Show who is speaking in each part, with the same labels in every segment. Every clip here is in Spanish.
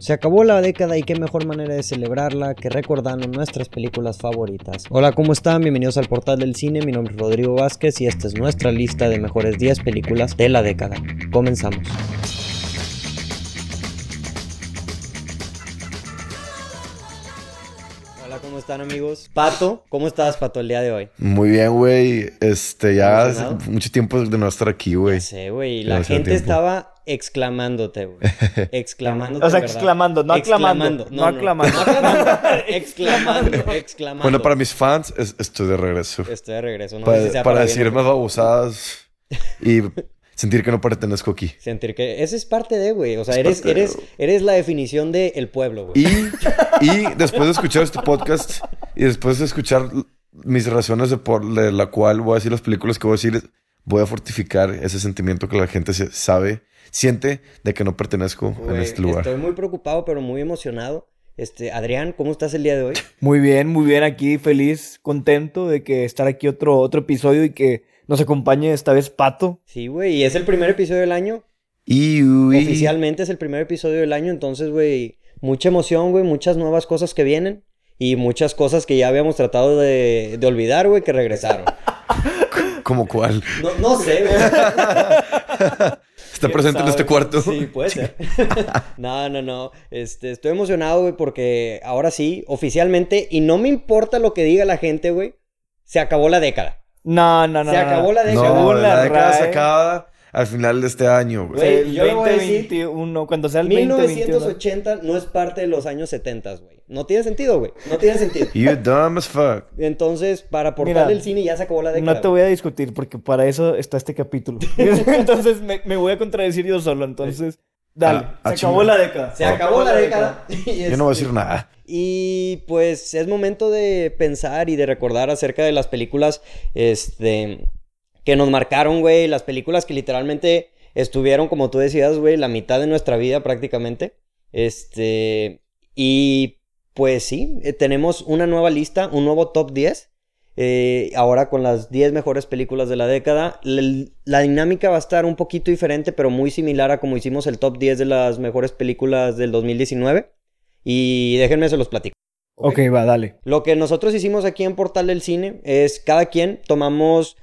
Speaker 1: Se acabó la década y qué mejor manera de celebrarla que recordando nuestras películas favoritas. Hola, ¿cómo están? Bienvenidos al Portal del Cine, mi nombre es Rodrigo Vázquez y esta es nuestra lista de mejores 10 películas de la década. Comenzamos. Hola, ¿Cómo están amigos? Pato, ¿cómo estás Pato el día de hoy?
Speaker 2: Muy bien, güey. Este, ya hace
Speaker 1: ¿Emocionado?
Speaker 2: mucho tiempo de no estar aquí, güey.
Speaker 1: No sé, güey, la
Speaker 2: Demasiado
Speaker 1: gente
Speaker 2: tiempo.
Speaker 1: estaba exclamándote, güey. Exclamándote.
Speaker 3: O sea,
Speaker 1: ¿verdad?
Speaker 3: exclamando, no aclamando, no aclamando.
Speaker 1: no aclamando, exclamando, exclamando.
Speaker 2: Bueno, para mis fans, es- estoy de regreso.
Speaker 1: Estoy de regreso. No
Speaker 2: para
Speaker 1: sé si sea
Speaker 2: para
Speaker 1: bien o
Speaker 2: decir más babosadas y sentir que no pertenezco aquí.
Speaker 1: Sentir que ese es parte de, güey. O sea,
Speaker 2: Es
Speaker 1: eres,
Speaker 2: parte de,
Speaker 1: eres,
Speaker 2: güey.
Speaker 1: eres la definición de el pueblo, güey.
Speaker 2: Y, y después de escuchar este podcast y después de escuchar mis razones de por de la cual voy a decir las películas que voy a decir, voy a fortificar ese sentimiento que la gente se- sabe, siente de que no pertenezco en
Speaker 1: Güey,
Speaker 2: este lugar.
Speaker 1: Estoy muy preocupado, pero muy emocionado. Este, Adrián, ¿cómo estás el día de hoy?
Speaker 3: Muy bien, muy bien aquí, feliz, contento de que estar aquí otro, otro episodio y que nos acompañe esta vez Pato.
Speaker 1: Sí, güey. Y es el primer episodio del año.
Speaker 2: Y, uy,
Speaker 1: Oficialmente es el primer episodio del año. Entonces, güey, mucha emoción, güey. Muchas nuevas cosas que vienen. Y muchas cosas que ya habíamos tratado de, de olvidar, güey, que regresaron.
Speaker 2: como cuál
Speaker 1: No, no sé, güey.
Speaker 2: está
Speaker 1: ¿Quién
Speaker 2: presente en
Speaker 1: sabe?
Speaker 2: este cuarto.
Speaker 1: Sí, puede ser. no, no, no. Este, estoy emocionado, güey, porque ahora sí, oficialmente, y no me importa lo que diga la gente, güey, se acabó la década.
Speaker 3: No, no, no.
Speaker 1: Se
Speaker 3: no, no.
Speaker 1: acabó la década.
Speaker 2: No,
Speaker 3: Según
Speaker 2: la,
Speaker 3: la
Speaker 2: década se
Speaker 3: RAE.
Speaker 2: acaba al final de este año, güey.
Speaker 1: Güey,
Speaker 3: El
Speaker 1: yo le voy a decir-
Speaker 3: 2021, cuando sea el 2021.
Speaker 1: 1980 no es parte de los años 70, güey. No tiene sentido, güey. No tiene sentido.
Speaker 2: You dumb as fuck.
Speaker 1: Entonces, para portal
Speaker 3: Mira,
Speaker 1: del cine ya se acabó la década.
Speaker 3: No te voy a discutir porque para eso está este capítulo. entonces me, me voy a contradecir yo solo, entonces dale.
Speaker 2: Ah, ah,
Speaker 3: se acabó
Speaker 2: chinga.
Speaker 3: la década.
Speaker 1: güey. Se acabó la década. Y
Speaker 2: Yo no voy a
Speaker 1: este-
Speaker 2: decir nada.
Speaker 1: Y pues es momento de pensar y de recordar acerca de las películas este, que nos marcaron, güey. Las películas que literalmente estuvieron, como tú decías, güey, la mitad de nuestra vida prácticamente. Este. Y pues sí, eh, tenemos una nueva lista, un nuevo top 10. eh, ahora con las 10 mejores películas de la década. La, la dinámica va a estar un poquito diferente, pero muy similar a como hicimos el top 10 de las mejores películas del 2019. Y déjenme se los platico.
Speaker 3: Ok, va, dale.
Speaker 1: Lo que nosotros hicimos aquí en Portal del Cine es cada quien tomamos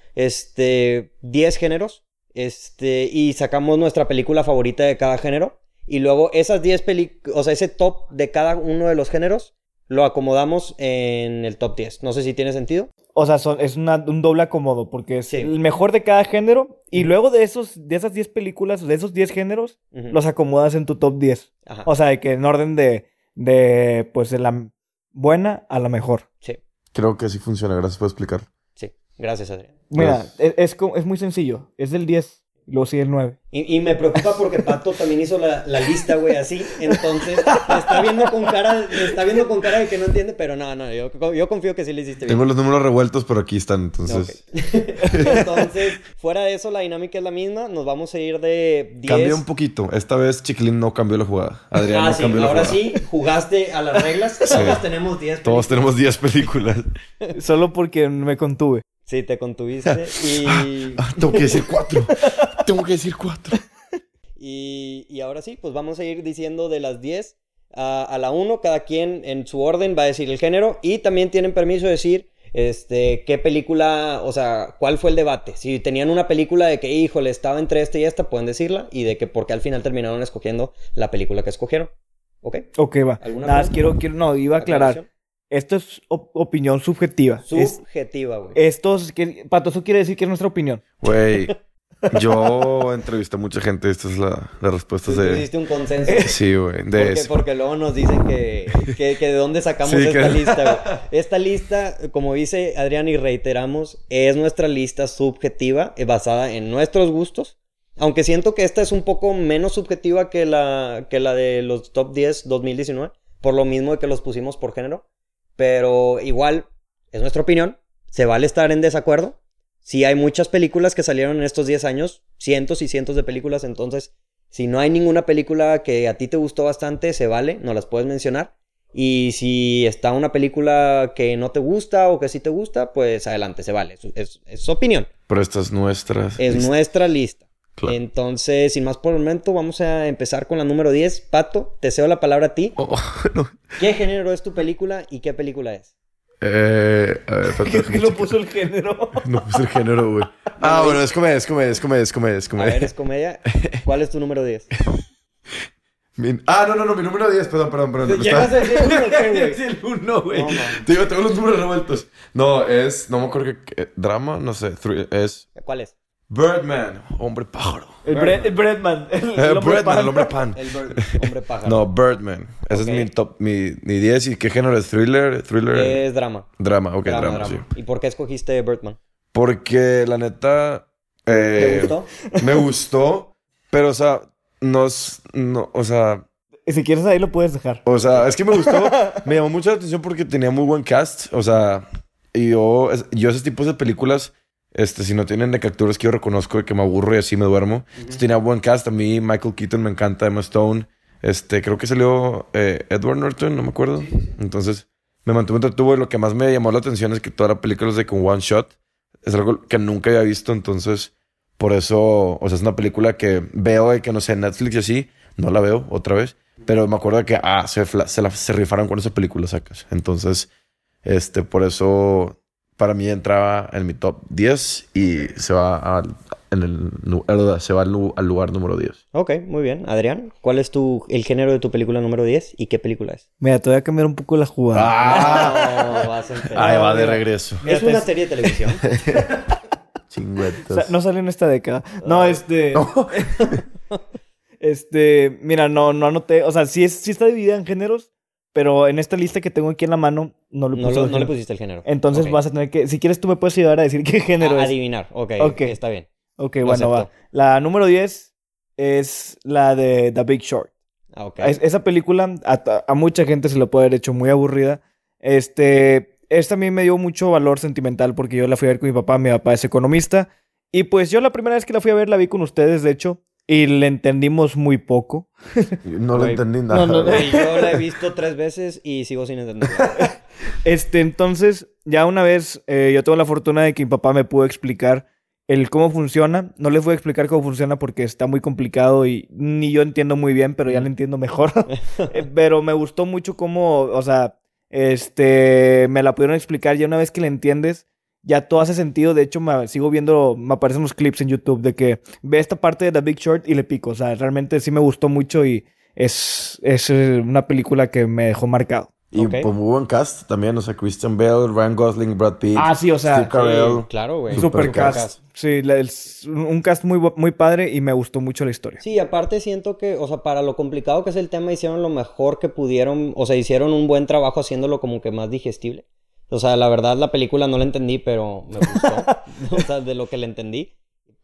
Speaker 1: este 10 géneros este y sacamos nuestra película favorita de cada género y luego esas 10 películas, o sea, ese top de cada uno de los géneros lo acomodamos en el top 10. No sé si tiene sentido.
Speaker 3: O sea, son, es una- un doble acomodo porque es
Speaker 1: Sí.
Speaker 3: el mejor de cada género y
Speaker 1: Ujú.
Speaker 3: luego de, esos, de esas 10 películas, de esos 10 géneros,
Speaker 1: Ujú.
Speaker 3: los acomodas en tu top 10.
Speaker 1: Ajá.
Speaker 3: O sea, de que en orden de, de pues, de la buena a la mejor.
Speaker 1: Sí,
Speaker 2: Creo que sí funciona, gracias por explicar.
Speaker 1: sí. Gracias, Adrián.
Speaker 3: Mira, e,
Speaker 2: Pues-
Speaker 3: es, es, co- es muy sencillo. Es del 10, luego sigue el 9.
Speaker 1: Y, y me preocupa porque Pato también hizo la, la lista, güey, así. Entonces, me está viendo con cara, me está viendo con cara de que no entiende, pero no, no, yo, yo confío que sí le hiciste bien.
Speaker 2: Tengo los números revueltos, pero aquí están, entonces.
Speaker 1: Ok. Entonces, fuera de eso, la dinámica es la misma. Nos vamos a ir de 10.
Speaker 2: Cambia un poquito. Esta vez Chiquilín no cambió la jugada. Adrián
Speaker 1: Ah,
Speaker 2: no
Speaker 1: sí,
Speaker 2: cambió la
Speaker 1: ahora
Speaker 2: jugada.
Speaker 1: sí, jugaste a las reglas. Todos tenemos 10.
Speaker 2: Todos tenemos 10 películas.
Speaker 3: Solo porque me contuve.
Speaker 1: Sí, te contuviste. Y,
Speaker 2: Ah, tengo que decir 4. tengo que decir 4.
Speaker 1: y, y ahora sí, pues vamos a ir diciendo de las 10 a, a la 1. Cada quien en su orden va a decir el género. Y también tienen permiso de decir este, qué película, o sea, cuál fue el debate. Si tenían una película de que, híjole, estaba entre esta y esta, pueden decirla. Y de que porque al final terminaron escogiendo la película que escogieron. ¿Ok?
Speaker 3: Ok, va.
Speaker 1: ¿Alguna
Speaker 3: Nada, más
Speaker 1: pregunta?
Speaker 3: quiero, quiero, no, iba a aclarar. Esto es op- opinión subjetiva. Es-
Speaker 1: Subjetiva, güey.
Speaker 3: esto es que- Pato, eso quiere decir que es nuestra opinión.
Speaker 2: Güey, yo entrevisté a mucha gente. Esta es la, la respuesta
Speaker 1: Tú tú
Speaker 2: de.
Speaker 1: hiciste un consenso.
Speaker 2: Sí, güey. De
Speaker 1: Porque,
Speaker 2: eso.
Speaker 1: porque luego nos dicen que, que, que de dónde sacamos
Speaker 2: Sí,
Speaker 1: esta
Speaker 2: que-
Speaker 1: lista, güey. Esta lista, como dice Adrián y reiteramos, es nuestra lista subjetiva eh, basada en nuestros gustos. Aunque siento que esta es un poco menos subjetiva que la, que la de los top 10 2019, por lo mismo de que los pusimos por género. Pero igual, es nuestra opinión, se vale estar en desacuerdo. Si hay muchas películas que salieron en estos 10 años, cientos y cientos de películas, entonces si no hay ninguna película que a ti te gustó bastante, se vale, no las puedes mencionar. Y si está una película que no te gusta o que sí te gusta, pues adelante, se vale. Es, es- es opinión,
Speaker 2: Pero esta es nuestra.
Speaker 1: es
Speaker 2: lista.
Speaker 1: nuestra lista.
Speaker 2: Claro.
Speaker 1: Entonces, sin más por el momento, vamos a empezar con la número 10. Pato, te cedo la palabra a ti.
Speaker 2: Oh, oh, no.
Speaker 1: ¿Qué género es tu película y qué película es?
Speaker 2: Eh, a ver, espérate,
Speaker 3: Creo que
Speaker 2: déjame
Speaker 3: lo
Speaker 2: checar.
Speaker 3: puso el género.
Speaker 2: No puse el género, güey. Ah, bueno, es comedia, es comedia, es comedia, es comedia, es
Speaker 1: A ver,
Speaker 2: comedia.
Speaker 1: es comedia. ¿Cuál es tu número 10?
Speaker 2: Mi- Ah, no, no, no, mi número 10, perdón, perdón, perdón. me estaba-
Speaker 1: ¿Llegas a decir uno o qué, güey?
Speaker 2: Es el 1, güey.
Speaker 1: No, man.
Speaker 2: Te digo, tengo los números revueltos. No, es, no me acuerdo qué, eh, drama, no sé, thr- es
Speaker 1: ¿Cuál es?
Speaker 2: Birdman, hombre pájaro.
Speaker 3: El, Bre- el Breadman. El,
Speaker 2: Eh,
Speaker 3: el hombre
Speaker 2: Birdman,
Speaker 3: pan.
Speaker 2: el hombre pan.
Speaker 1: El Bird, hombre pájaro.
Speaker 2: No, Birdman. Ese
Speaker 1: Ok.
Speaker 2: es mi top, mi mi 10. ¿Y qué género es? ¿Thriller? ¿Thriller?
Speaker 1: Es drama.
Speaker 2: drama, ok, drama,
Speaker 1: Eh, drama,
Speaker 2: sí.
Speaker 1: drama. ¿Y por qué escogiste Birdman?
Speaker 2: Porque la neta.
Speaker 1: ¿Te
Speaker 2: eh,
Speaker 1: gustó?
Speaker 2: Me gustó, pero o sea, no, es- no, o sea,
Speaker 3: Y Si quieres ahí lo puedes dejar.
Speaker 2: o sea, es que me gustó, me llamó mucho la atención porque tenía muy buen cast, o sea, y yo, es- yo esos tipos de películas, este, si no tienen de capturas que yo reconozco y que me aburro y así me duermo, Entonces, tenía buen cast, a mí Michael Keaton me encanta, Emma Stone, este, creo que salió eh, Edward Norton, no me acuerdo, entonces me mantuve entretuvo y lo que más me llamó la atención es que toda la película es de con one shot, es algo que nunca había visto, entonces por eso, o sea, es una película que veo y que no sé, en Netflix y así, no la veo otra vez, pero me acuerdo que, ah, se, fla- se, la- se rifaron con esa película, sacas. Entonces, este, por eso, para mí entraba en mi top 10 y se va al, en el, nu- al- se va al, lu- al lugar número 10.
Speaker 1: Ok, muy bien. Adrián, ¿cuál es tu, el género de tu película número 10 y qué película es?
Speaker 3: Mira, te voy a cambiar un poco la jugada.
Speaker 2: ¡Ah!
Speaker 1: No, vas a empezar.
Speaker 2: Ahí va de regreso.
Speaker 1: Es una serie de televisión.
Speaker 3: O sea,
Speaker 2: Chingüetas.
Speaker 3: no sale en esta década.
Speaker 1: Ah.
Speaker 3: No, este.
Speaker 2: No.
Speaker 3: Este, mira, no, no anoté. O sea, sí, es, sí está dividida en géneros, pero en esta lista que tengo aquí en la mano no le puse.
Speaker 1: No, lo-
Speaker 3: los
Speaker 1: no le
Speaker 3: géneros.
Speaker 1: pusiste el género.
Speaker 3: Entonces
Speaker 1: Ok.
Speaker 3: vas a tener que. Si quieres, tú me puedes ayudar a decir qué género
Speaker 1: A-
Speaker 3: es.
Speaker 1: adivinar. Ok,
Speaker 3: Ok.
Speaker 1: está bien.
Speaker 3: Ok,
Speaker 1: Lo
Speaker 3: bueno, va.
Speaker 1: acepto.
Speaker 3: La número 10 es la de The Big Short.
Speaker 1: Ah, ok.
Speaker 3: Es- esa película a, ta- a mucha gente se lo puede haber hecho muy aburrida. Este, esta a mí me dio mucho valor sentimental porque yo la fui a ver con mi papá, mi papá es economista. Y pues yo la primera vez que la fui a ver la vi con ustedes, de hecho, y le entendimos muy poco.
Speaker 2: No lo
Speaker 1: Güey.
Speaker 2: entendí nada.
Speaker 3: No, no, no.
Speaker 1: Güey, yo la he visto tres veces y sigo sin entenderla.
Speaker 3: Este, entonces, ya una vez eh, yo tuve la fortuna de que mi papá me pudo explicar el cómo funciona. No les voy a explicar cómo funciona porque está muy complicado y ni yo entiendo muy bien, pero ya lo entiendo mejor. Eh, pero me gustó mucho cómo, o sea, este, me la pudieron explicar. Ya una vez que la entiendes, ya todo hace sentido. De hecho, me sigo viendo, me aparecen los clips en YouTube de que ve esta parte de The Big Short y le pico. O sea, realmente sí me gustó mucho y es, es eh, una película que me dejó marcado.
Speaker 2: Y
Speaker 1: Ok.
Speaker 2: pues muy buen cast también, o sea, Christian Bale, Ryan Gosling, Brad Pitt,
Speaker 3: Ah, sí, o sea.
Speaker 2: Steve Carell.
Speaker 1: Sí, claro, güey.
Speaker 3: Supercast.
Speaker 1: Supercast.
Speaker 3: Sí, la- el- un un cast muy, bu- muy padre y me gustó mucho la historia.
Speaker 1: Sí, aparte siento que, o sea, para lo complicado que es el tema, hicieron lo mejor que pudieron, o sea, hicieron un buen trabajo haciéndolo como que más digestible. O sea, la verdad, la película no la entendí, pero me gustó. o sea, de lo que le entendí.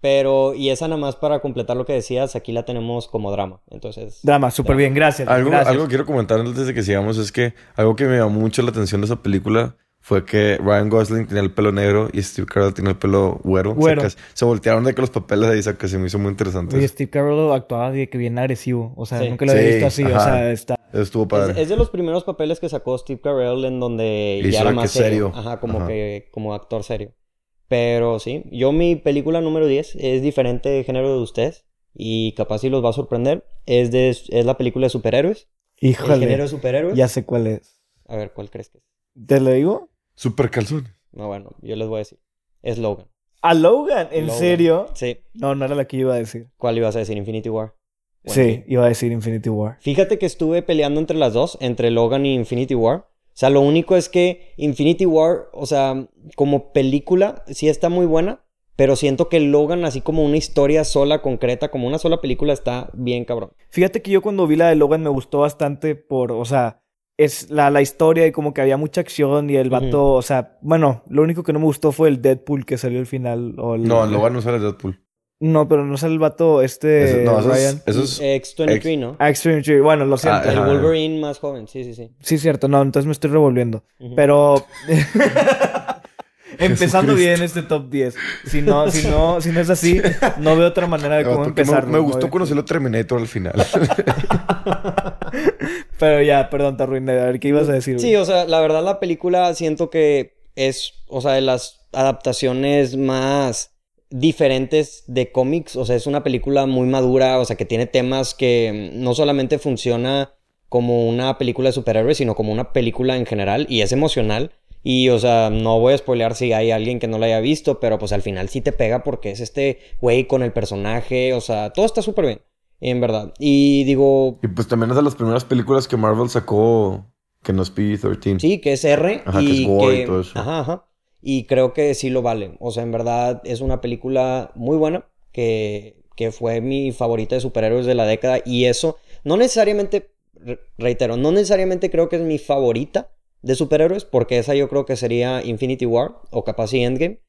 Speaker 1: Pero, y esa nada más para completar lo que decías, aquí la tenemos como drama. Entonces,
Speaker 3: Drama, súper bien, gracias.
Speaker 2: Algo,
Speaker 3: gracias.
Speaker 2: algo que quiero comentar antes de que sigamos es que algo que me llamó mucho la atención de esa película fue que Ryan Gosling tenía el pelo negro y Steve Carell tenía el pelo güero.
Speaker 3: Güero.
Speaker 2: Sacas- se voltearon de que los papeles ahí sacas, se me hizo muy interesante.
Speaker 3: Oye, Steve Carell actuaba de que bien agresivo. O sea,
Speaker 1: Sí.
Speaker 3: nunca lo había
Speaker 2: Sí,
Speaker 3: visto así. O
Speaker 2: ajá.
Speaker 3: sea, está.
Speaker 2: Eso estuvo padre.
Speaker 1: es, es de los primeros papeles que sacó Steve Carell en donde
Speaker 2: Hizo
Speaker 1: ya era
Speaker 2: de que
Speaker 1: más serio.
Speaker 2: serio.
Speaker 1: Ajá, como
Speaker 2: Ajá.
Speaker 1: que como actor serio. Pero sí, yo mi película número 10 es diferente de género de ustedes y capaz si los va a sorprender. Es, de, es la película de superhéroes. El género
Speaker 3: Híjole.
Speaker 1: de superhéroes.
Speaker 3: Ya sé cuál es.
Speaker 1: A ver, ¿cuál crees que es?
Speaker 3: ¿Te lo digo?
Speaker 2: Super calzón.
Speaker 1: No, bueno, yo les voy a decir. Es Logan.
Speaker 3: ¿A Logan? ¿En
Speaker 1: Logan.
Speaker 3: serio?
Speaker 1: Sí.
Speaker 3: No, no era la que yo iba a decir.
Speaker 1: ¿Cuál ibas a decir? Infinity War. Bueno,
Speaker 3: sí, iba a decir Infinity War.
Speaker 1: Fíjate que estuve peleando entre las dos, entre Logan y Infinity War. O sea, lo único es que Infinity War, o sea, como película, sí está muy buena, pero siento que Logan, así como una historia sola, concreta, como una sola película, está bien cabrón.
Speaker 3: Fíjate que yo cuando vi la de Logan me gustó bastante por, o sea, es la, la historia y como que había mucha acción y el
Speaker 1: Ujú.
Speaker 3: vato, o sea, bueno, lo único que no me gustó fue el Deadpool que salió al final. O el-
Speaker 2: No, lo van a usar el Deadpool.
Speaker 3: No, pero no sale el vato este
Speaker 2: Eso- no, eso
Speaker 3: Ryan. Eh,
Speaker 2: es, eso es-
Speaker 1: X-23, ¿no?
Speaker 3: Ah, Extreme G. Bueno, lo siento.
Speaker 2: Ah,
Speaker 1: El
Speaker 2: ajá.
Speaker 1: Wolverine más joven, sí, sí, sí.
Speaker 3: Sí, cierto. No, entonces me estoy revolviendo.
Speaker 1: Ujú.
Speaker 3: Pero... Empezando bien este top 10. Si no, si no, si no es así, no veo otra manera de
Speaker 2: Otro
Speaker 3: cómo
Speaker 2: que me-
Speaker 3: empezar.
Speaker 2: me, gustó conocerlo Terminator al final.
Speaker 3: Pero ya, perdón, te arruiné. A ver, ¿qué ibas a decir?
Speaker 1: Sí,
Speaker 3: güey?
Speaker 1: o sea, la verdad la película siento que es, o sea, de las adaptaciones más diferentes de cómics. O sea, es una película muy madura, o sea, que tiene temas que mm, no solamente funciona como una película de superhéroes, sino como una película en general y es emocional. Y, o sea, no voy a spoilear si hay alguien que no la haya visto, pero pues al final sí te pega porque es este güey con el personaje, o sea, todo está súper bien, en verdad. Y digo,
Speaker 2: Y pues también es de las primeras películas que Marvel sacó que no es PG-13.
Speaker 1: Sí, que es R.
Speaker 2: Ajá, que
Speaker 1: y
Speaker 2: es gore y todo eso.
Speaker 1: Ajá, ajá. Y creo que sí lo vale. O sea, en verdad es una película muy buena que, que fue mi favorita de superhéroes de la década. Y eso, no necesariamente, re- reitero, no necesariamente creo que es mi favorita de superhéroes, porque esa yo creo que sería Infinity War o capaz y Endgame.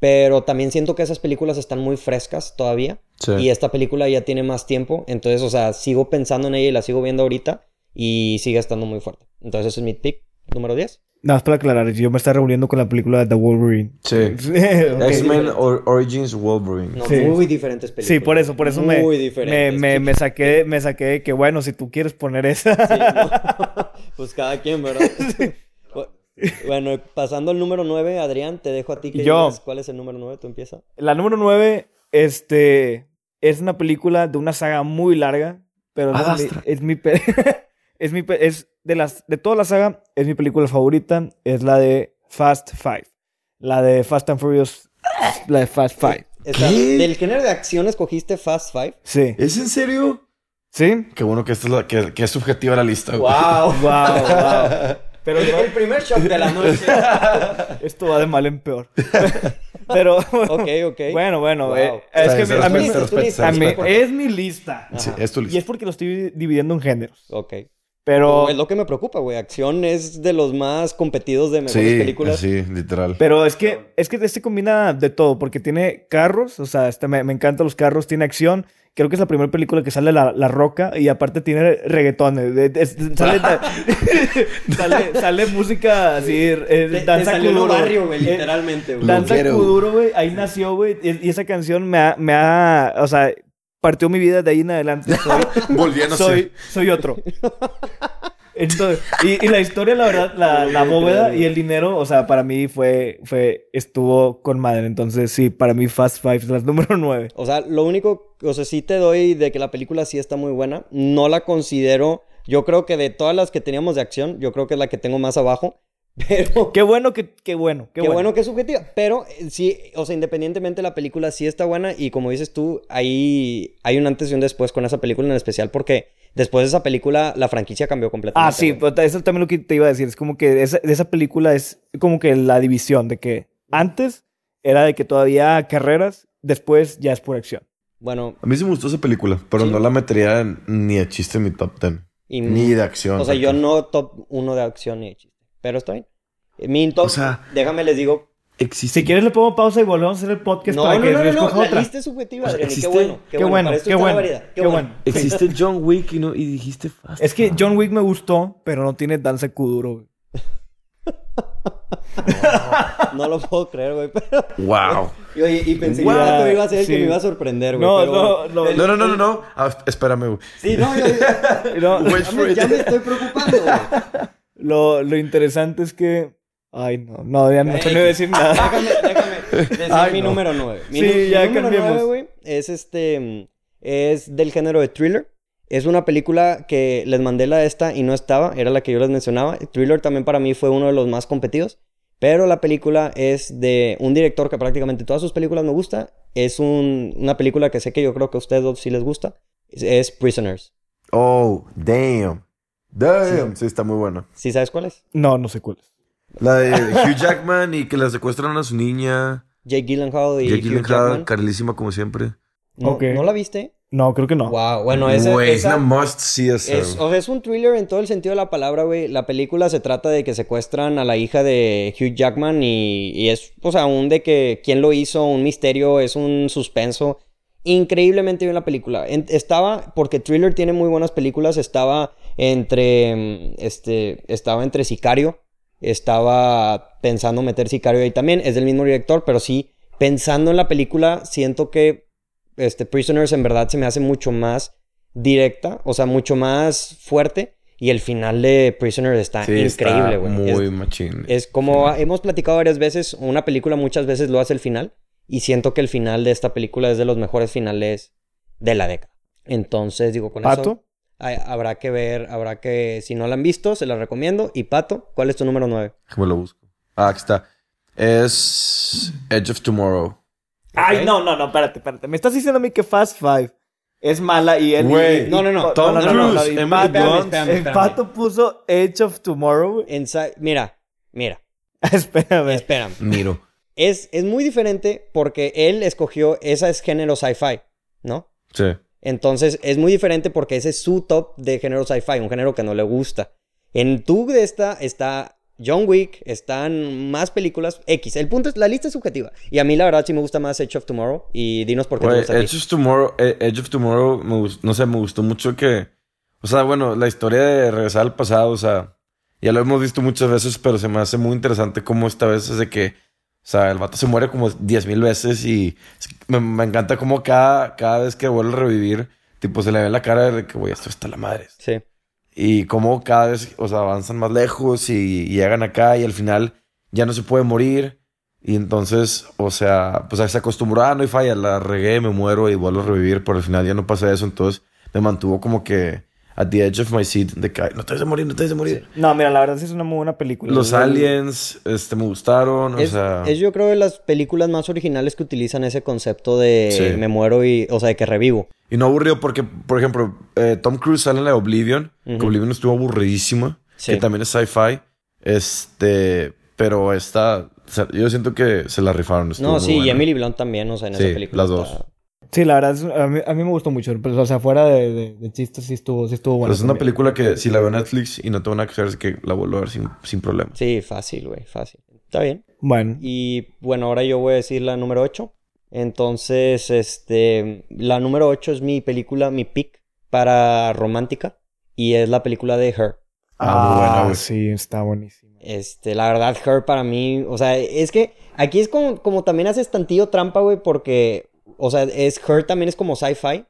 Speaker 1: Pero también siento que esas películas están muy frescas todavía.
Speaker 2: Sí.
Speaker 1: Y esta película ya tiene más tiempo. Entonces, o sea, sigo pensando en ella y la sigo viendo ahorita. Y sigue estando muy fuerte. Entonces, ese es mi pick número 10.
Speaker 3: Nada más para aclarar, yo me estaba reuniendo con la película de The Wolverine.
Speaker 2: Sí.
Speaker 3: Sí, ok.
Speaker 2: X-Men or- Origins Wolverine.
Speaker 1: No,
Speaker 3: Sí.
Speaker 1: muy diferentes películas.
Speaker 3: Sí, por eso, por eso me,
Speaker 1: Muy
Speaker 3: me,
Speaker 1: diferentes.
Speaker 3: me, me saqué, me saqué de que, bueno, si tú quieres poner esa.
Speaker 1: Sí, no. pues cada quien, ¿verdad? Bu- bueno, pasando al número 9, Adrián, te dejo a ti que
Speaker 3: Yo.
Speaker 1: digas cuál es el número 9, tú empieza.
Speaker 3: La número 9, este, es una película de una saga muy larga, pero es mi,
Speaker 2: Adastra.
Speaker 3: es mi, pe- es mi pe- es de las, de toda la saga, es mi película favorita, es la de Fast Five, la de Fast and Furious, la de Fast Five,
Speaker 1: Esta-
Speaker 2: ¿Qué?
Speaker 1: Del género de acción escogiste Fast Five.
Speaker 3: sí,
Speaker 2: ¿Es en serio?
Speaker 3: sí,
Speaker 2: Qué bueno que, esta es la, que, que es subjetiva la lista. güey.
Speaker 3: wow, wow, pero
Speaker 1: El primer shock de la noche.
Speaker 3: esto va de mal en peor, pero
Speaker 1: ok, ok.
Speaker 3: bueno, bueno,
Speaker 1: Wow.
Speaker 3: eh,
Speaker 2: Está
Speaker 3: es
Speaker 2: bien,
Speaker 3: que
Speaker 2: se
Speaker 3: a mí,
Speaker 2: respeta, se
Speaker 1: a mí-
Speaker 2: respeta, se
Speaker 3: a mí-
Speaker 2: respeta.
Speaker 3: es mi lista
Speaker 2: Sí,
Speaker 1: Ajá.
Speaker 2: es tu
Speaker 3: y
Speaker 2: lista.
Speaker 3: es porque lo estoy dividiendo en géneros,
Speaker 1: Ok.
Speaker 3: pero
Speaker 1: Es lo que me preocupa, güey. Acción es de los más competidos de mejores
Speaker 2: Sí,
Speaker 1: películas.
Speaker 2: sí, literal.
Speaker 3: Pero es que, es que este combina de todo, porque tiene carros, o sea, este, me, me encantan los carros, tiene acción. Creo que es la primera película que sale la, la Roca y aparte tiene reggaetón. eh, de- de- sale, sale, sale música así, eh,
Speaker 1: Te, te
Speaker 3: danza
Speaker 1: salió en un
Speaker 3: kuduro,
Speaker 1: barrio, güey,
Speaker 3: eh,
Speaker 1: literalmente, güey.
Speaker 2: Dan-
Speaker 3: Danza
Speaker 2: Loquero.
Speaker 3: Kuduro, güey. Ahí nació, güey. Y, y esa canción me ha, me ha, o sea, partió mi vida de ahí en adelante. Soy,
Speaker 2: Volviéndose.
Speaker 3: soy, soy otro. Entonces, y, y la historia, la verdad, la, la bóveda y el dinero, o sea, para mí fue, fue, estuvo con madre. Entonces, sí, para mí Fast Five es la número 9.
Speaker 1: O sea, lo único, o sea, sí te doy de que la película sí está muy buena. No la considero, yo creo que de todas las que teníamos de acción, yo creo que es la que tengo más abajo. Pero qué,
Speaker 3: Qué bueno, que, qué bueno, qué,
Speaker 1: bueno.
Speaker 3: bueno.
Speaker 1: que es subjetiva. Pero eh, sí, o sea, independientemente la película sí está buena y como dices tú, ahí hay un antes y un después con esa película en especial porque después de esa película la franquicia cambió completamente.
Speaker 3: Ah, sí,
Speaker 1: güey.
Speaker 3: pues, eso también lo que te iba a decir. Es como que esa, esa película es como que la división de que antes era de que todavía carreras, después ya es por acción.
Speaker 1: Bueno,
Speaker 2: A mí sí me gustó esa película, pero
Speaker 1: Sí.
Speaker 2: no la metería en- ni a chiste en mi top 10.
Speaker 1: y,
Speaker 2: Ni de acción.
Speaker 1: o sea,
Speaker 2: acá.
Speaker 1: yo no top uno de acción ni de chiste. Pero está bien. Mi top,
Speaker 2: O sea,
Speaker 1: déjame les digo
Speaker 2: Existe.
Speaker 3: Si quieres le pongo pausa y volvemos a hacer el podcast
Speaker 1: No,
Speaker 3: para
Speaker 1: no,
Speaker 3: que
Speaker 1: no, no, no,
Speaker 3: escoja
Speaker 1: la
Speaker 3: otra.
Speaker 1: lista es subjetiva,
Speaker 2: O sea,
Speaker 1: Adrián, y qué
Speaker 2: existe-
Speaker 1: bueno, qué, bueno, para esto
Speaker 3: qué
Speaker 1: está la
Speaker 3: bueno,
Speaker 1: variedad,
Speaker 3: qué bueno.
Speaker 2: Existe John Wick y, no, y dijiste Fast.
Speaker 3: Es que John Wick me gustó, pero no tiene danza kuduro. güey.
Speaker 1: No lo puedo creer, güey, pero...
Speaker 2: Wow.
Speaker 1: Y, oye, y pensé
Speaker 3: Wow.
Speaker 1: que era- tú ibas a ser el
Speaker 3: Sí.
Speaker 1: que me iba a sorprender, güey.
Speaker 3: No,
Speaker 1: pero
Speaker 3: no,
Speaker 1: bueno.
Speaker 3: no,
Speaker 1: El-
Speaker 2: No, no, no, no, no. Ah, espérame, güey.
Speaker 1: Sí, no, yo,
Speaker 3: No,
Speaker 2: Wait
Speaker 1: ya
Speaker 2: for
Speaker 1: me,
Speaker 2: it.
Speaker 1: ya me estoy preocupando, güey.
Speaker 3: lo, lo interesante es que... Ay, no, no, ya no te voy a decir nada.
Speaker 1: Déjame, déjame decir
Speaker 3: Ay,
Speaker 1: mi
Speaker 3: no.
Speaker 1: número 9. Mi,
Speaker 3: Sí,
Speaker 1: nu- mi
Speaker 3: ya
Speaker 1: número
Speaker 3: cambiemos.
Speaker 1: nueve, güey, es este... mm, Es del género de thriller. Es una película que les mandé la de esta y no estaba, era la que yo les mencionaba. El thriller también para mí fue uno de los más competidos. Pero la película es de un director que prácticamente todas sus películas me gusta. Es un- una película que sé que yo creo que a ustedes dos sí les gusta. Es, es Prisoners.
Speaker 2: Oh, damn. Damn. Sí. está muy buena.
Speaker 1: ¿Sí sabes cuál es?
Speaker 3: No, no sé cuál es.
Speaker 2: La de Hugh Jackman y que la secuestran a su niña.
Speaker 1: Jake Gyllenhaal y
Speaker 2: Jake
Speaker 1: Hugh
Speaker 2: Gyllenhaal,
Speaker 1: Jackman.
Speaker 2: carlísima como siempre.
Speaker 1: No,
Speaker 3: Ok.
Speaker 1: ¿no la viste?
Speaker 3: No, creo que no.
Speaker 1: Wow, bueno,
Speaker 2: Güey, es,
Speaker 1: esa, esa-
Speaker 2: una must see esa.
Speaker 1: Es,
Speaker 2: güey.
Speaker 1: o sea, es un thriller en todo el sentido de la palabra, güey. La película se trata de que secuestran a la hija de Hugh Jackman y, y es, o sea, un de que quién lo hizo, un misterio, es un suspenso. Increíblemente bien la película. En- estaba, porque thriller tiene muy buenas películas, estaba entre, mm, este, estaba entre Sicario, estaba pensando meter Sicario ahí también, es del mismo director, pero sí, pensando en la película, siento que este, Prisoners en verdad se me hace mucho más directa, o sea, mucho más fuerte. Y el final de Prisoners está
Speaker 2: Sí, está
Speaker 1: increíble, güey.
Speaker 2: Muy
Speaker 1: Es,
Speaker 2: machín.
Speaker 1: es como hemos platicado varias veces, una película muchas veces lo hace el final. Y siento que el final de esta película es de los mejores finales de la década. Entonces, digo, con eso
Speaker 3: Pato,
Speaker 1: hay- habrá que ver, habrá que, si no la han visto, se la recomiendo. Y Pato, ¿cuál es tu número 9?
Speaker 2: Déjame lo busco. Ah, aquí está. Es Edge of Tomorrow.
Speaker 1: Ok.
Speaker 3: Ay, no, no, no, espérate, espérate. Me estás diciendo a mí que Fast Five es mala y él.
Speaker 2: Güey,
Speaker 3: y-
Speaker 1: no, no, no.
Speaker 2: Tom Cruise,
Speaker 3: y
Speaker 2: Emily
Speaker 3: Pato-
Speaker 2: Blunt.
Speaker 4: Espérame,
Speaker 3: El
Speaker 4: espérame.
Speaker 3: pato puso Edge of Tomorrow.
Speaker 1: Inside- mira, mira,
Speaker 3: Espérame.
Speaker 1: espérame.
Speaker 2: Miro.
Speaker 1: Es, es muy diferente porque él escogió, esa es género sci-fi, ¿no?
Speaker 2: Sí.
Speaker 1: Entonces es muy diferente porque ese es su top de género sci-fi, un género que no le gusta. En tu de esta está John Wick, están más películas X. El punto es, la lista es subjetiva. Y a mí la verdad sí me gusta más Edge of Tomorrow. Y dinos por qué te
Speaker 2: Güey,
Speaker 1: gusta a ti.
Speaker 2: Edge of Tomorrow, eh, Edge of Tomorrow, me gust- no sé, me gustó mucho que. O sea, bueno, la historia de regresar al pasado, o sea, ya lo hemos visto muchas veces, pero se me hace muy interesante cómo esta vez es de que. O sea, el vato se muere como 10 mil veces y es que me, me encanta cómo cada, cada vez que vuelve a revivir, tipo, se le ve la cara de que, güey, esto está la madre.
Speaker 1: Sí.
Speaker 2: Y cómo cada vez, o sea, avanzan más lejos y llegan acá y al final ya no se puede morir. Y entonces, o sea, pues se acostumbró, ah, no hay falla, la regué, me muero y vuelvo a revivir, pero al final ya no pasa eso. Entonces me mantuvo como que at the edge of my seat de que, "Ay, no te has de morir, no te has de morir.
Speaker 3: No, mira, la verdad sí es una muy buena película.
Speaker 2: Los
Speaker 3: El-
Speaker 2: aliens, este, me gustaron, o
Speaker 1: Es,
Speaker 2: sea...
Speaker 1: es, yo creo de las películas más originales que utilizan ese concepto de
Speaker 2: Sí.
Speaker 1: me muero y, o sea, de que revivo.
Speaker 2: Y no aburrido porque, por ejemplo, eh, Tom Cruise sale en la de Oblivion. que
Speaker 1: Ujú.
Speaker 2: Oblivion estuvo aburridísima.
Speaker 1: Sí.
Speaker 2: Que también es sci-fi. Este, pero esta... o sea, yo siento que se la rifaron. estuvo
Speaker 1: no,
Speaker 2: muy
Speaker 1: sí, y
Speaker 2: buena.
Speaker 1: Emily Blunt también, o sea, en
Speaker 2: Sí,
Speaker 1: esa película.
Speaker 2: las dos.
Speaker 1: está-
Speaker 3: Sí, la verdad, es- a mí, a mí me gustó mucho. Pero, o sea, fuera de, de, de chistes sí estuvo, sí estuvo
Speaker 2: Pero
Speaker 3: bueno.
Speaker 2: es una
Speaker 3: también.
Speaker 2: película que si la veo en Netflix y no tengo nada que hacer, es que la vuelvo a ver sin, sin problema.
Speaker 1: Sí, fácil, güey, fácil. Está bien.
Speaker 3: Bueno,
Speaker 1: Y bueno, ahora yo voy a decir la número 8. Entonces, este, la número 8 es mi película, mi pick para romántica. Y es la película de Her.
Speaker 2: Ah, muy buena, güey.
Speaker 3: sí, está buenísima.
Speaker 1: Este, la verdad, Her para mí, o sea, es que aquí es como, como también haces tantillo trampa, güey, porque, o sea, es Her también es como sci-fi,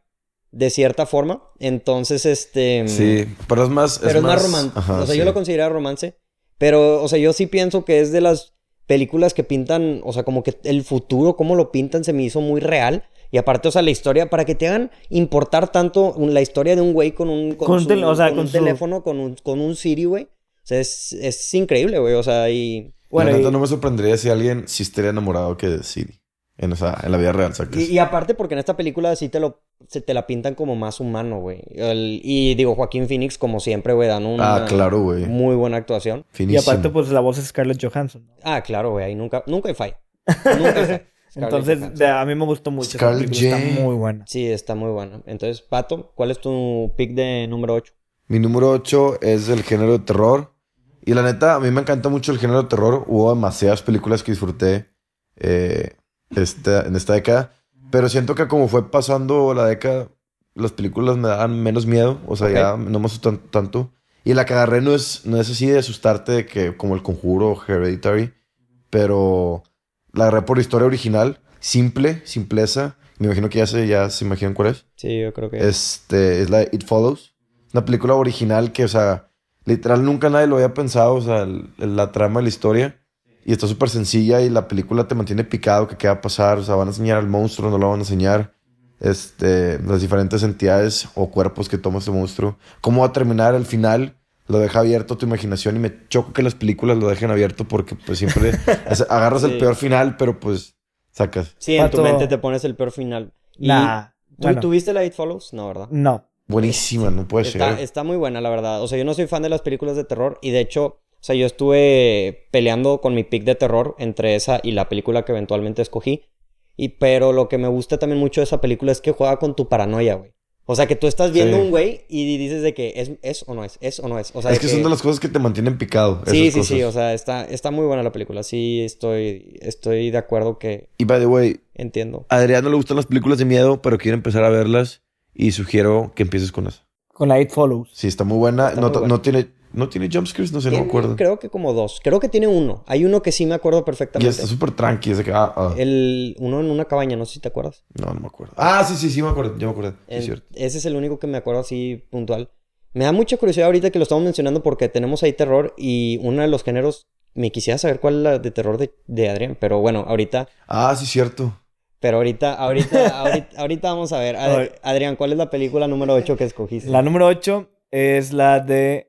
Speaker 1: de cierta forma. Entonces, este...
Speaker 2: Sí, pero es más...
Speaker 1: Pero es más, romántico.
Speaker 2: ajá,
Speaker 1: o sea,
Speaker 2: sí.
Speaker 1: yo lo considero romance. Pero, o sea, yo sí pienso que es de las películas que pintan, o sea, como que el futuro, cómo lo pintan, se me hizo muy real. Y aparte, o sea, la historia, para que te hagan importar tanto un- la historia de un güey con un,
Speaker 3: Con un tel- o sea,
Speaker 1: con un
Speaker 3: con su-
Speaker 1: teléfono, con un, con un Siri, güey. O sea, es, es increíble, güey. O sea, y,
Speaker 3: Bueno,
Speaker 2: la neta,
Speaker 3: y-
Speaker 2: no me sorprendería si alguien sí estaría enamorado que de Siri. En, esa, en la vida real, o sea, que
Speaker 1: y,
Speaker 2: es-
Speaker 1: y aparte, porque en esta película sí te lo se te la pintan como más humano, güey. El- Y digo, Joaquín Phoenix, como siempre, güey, dan una
Speaker 2: Ah, claro, güey.
Speaker 1: muy buena actuación.
Speaker 3: y
Speaker 2: Finísimo.
Speaker 3: aparte, pues la voz es Scarlett Johansson. ¿no?
Speaker 1: Ah, claro, güey, ahí nunca, nunca hay falla. Nunca hay falla.
Speaker 3: Entonces, de- a mí me gustó mucho. esa
Speaker 2: Scarlett
Speaker 3: película, Está
Speaker 2: Johansson.
Speaker 3: muy buena.
Speaker 1: Sí, está muy buena. Entonces, Pato, ¿cuál es tu pick de número 8?
Speaker 2: Mi número 8 es el género de terror. Y la neta, a mí me encanta mucho el género de terror. Hubo demasiadas películas que disfruté eh, esta- en esta década. Pero siento que como fue pasando la década, las películas me dan menos miedo. O sea,
Speaker 1: Ok.
Speaker 2: ya no me asustan tanto. Y la que agarré no es, no es así de asustarte de que como el conjuro o Hereditary. Pero la agarré por historia original. Simple, simpleza. Me imagino que ya se, ya se imaginan cuál es.
Speaker 1: Sí, yo creo que...
Speaker 2: Este, es la de It Follows. Una película original que, o sea, literal nunca nadie lo había pensado, o sea, el- el- la trama de la historia. Y está súper sencilla y la película te mantiene picado, que qué va a pasar, o sea, van a enseñar al monstruo, no lo van a enseñar. Este, las diferentes entidades o cuerpos que toma ese monstruo. ¿Cómo va a terminar el final? Lo deja abierto tu imaginación y me choco que las películas lo dejen abierto porque pues siempre o sea, agarras
Speaker 1: Sí.
Speaker 2: el peor final, pero pues sacas.
Speaker 1: Sí, en tu
Speaker 3: Pato-
Speaker 1: mente te pones el peor final. Y-
Speaker 3: Nah.
Speaker 1: ¿Tú,
Speaker 3: bueno,
Speaker 1: tú viste la It Follows? No, ¿verdad?
Speaker 3: No.
Speaker 2: Buenísima, no puede
Speaker 1: Está,
Speaker 2: ser.
Speaker 1: está muy buena, la verdad. O sea, yo no soy fan de las películas de terror y de hecho, o sea, yo estuve peleando con mi pick de terror entre esa y la película que eventualmente escogí. Y pero lo que me gusta también mucho de esa película es que juega con tu paranoia, güey. O sea, que tú estás viendo
Speaker 2: Sí.
Speaker 1: un güey y dices de que es, es o no es, es o no es. O sea,
Speaker 2: es
Speaker 1: de
Speaker 2: que, son de las cosas que te mantienen picado.
Speaker 1: Sí, sí,
Speaker 2: esas
Speaker 1: sí,
Speaker 2: cosas.
Speaker 1: o sea, está, está muy buena la película. Sí, estoy, estoy de acuerdo que
Speaker 2: Y by the way,
Speaker 1: entiendo.
Speaker 2: a Adrián no le gustan las películas de miedo, pero quiere empezar a verlas y sugiero que empieces con esa.
Speaker 3: Con la It Follows.
Speaker 2: Sí, está muy buena.
Speaker 1: Está
Speaker 2: no,
Speaker 1: muy
Speaker 2: ta-
Speaker 1: buena.
Speaker 2: no tiene no tiene jumpscares, no sé, no me
Speaker 1: Tiene-
Speaker 2: acuerdo.
Speaker 1: Creo que como dos. Creo que tiene uno. Hay uno que sí me acuerdo
Speaker 2: Y
Speaker 1: perfectamente.
Speaker 2: está súper tranqui. Es de que, ah, ah,
Speaker 1: El, uno en una cabaña, no sé si te acuerdas.
Speaker 2: No, no me acuerdo. Ah, sí, sí, sí, me acuerdo. Yo me acuerdo. Sí,
Speaker 1: En-
Speaker 2: es cierto.
Speaker 1: ese es el único que me acuerdo así puntual. Me da mucha curiosidad ahorita que lo estamos mencionando porque tenemos ahí terror y uno de los géneros. Me quisiera saber cuál es la de terror de, de Adrián, pero bueno, ahorita
Speaker 2: Ah, sí, es cierto.
Speaker 1: Pero ahorita, ahorita, ahorita, ahorita vamos a ver. Ad-
Speaker 3: A ver.
Speaker 1: Adrián, ¿cuál es la película número 8 que escogiste?
Speaker 3: La número 8 es la de.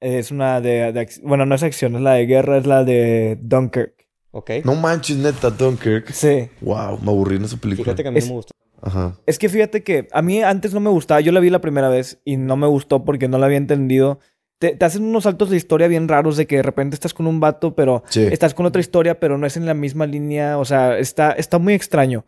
Speaker 3: Es una de, de ac- Bueno, no es acción, es la de guerra, es la de Dunkirk.
Speaker 1: Ok.
Speaker 2: No manches, neta, Dunkirk.
Speaker 3: Sí.
Speaker 2: Wow, me aburrí en esa película.
Speaker 1: Fíjate que a mí
Speaker 3: Es-
Speaker 1: no me gustó.
Speaker 2: Ajá.
Speaker 3: Es que fíjate que a mí antes no me gustaba. Yo la vi la primera vez y no me gustó porque no la había entendido. Te, te hacen unos saltos de historia bien raros de que de repente estás con un vato, pero
Speaker 2: Sí.
Speaker 3: estás con otra historia, pero no es en la misma línea. O sea, está, está muy extraño.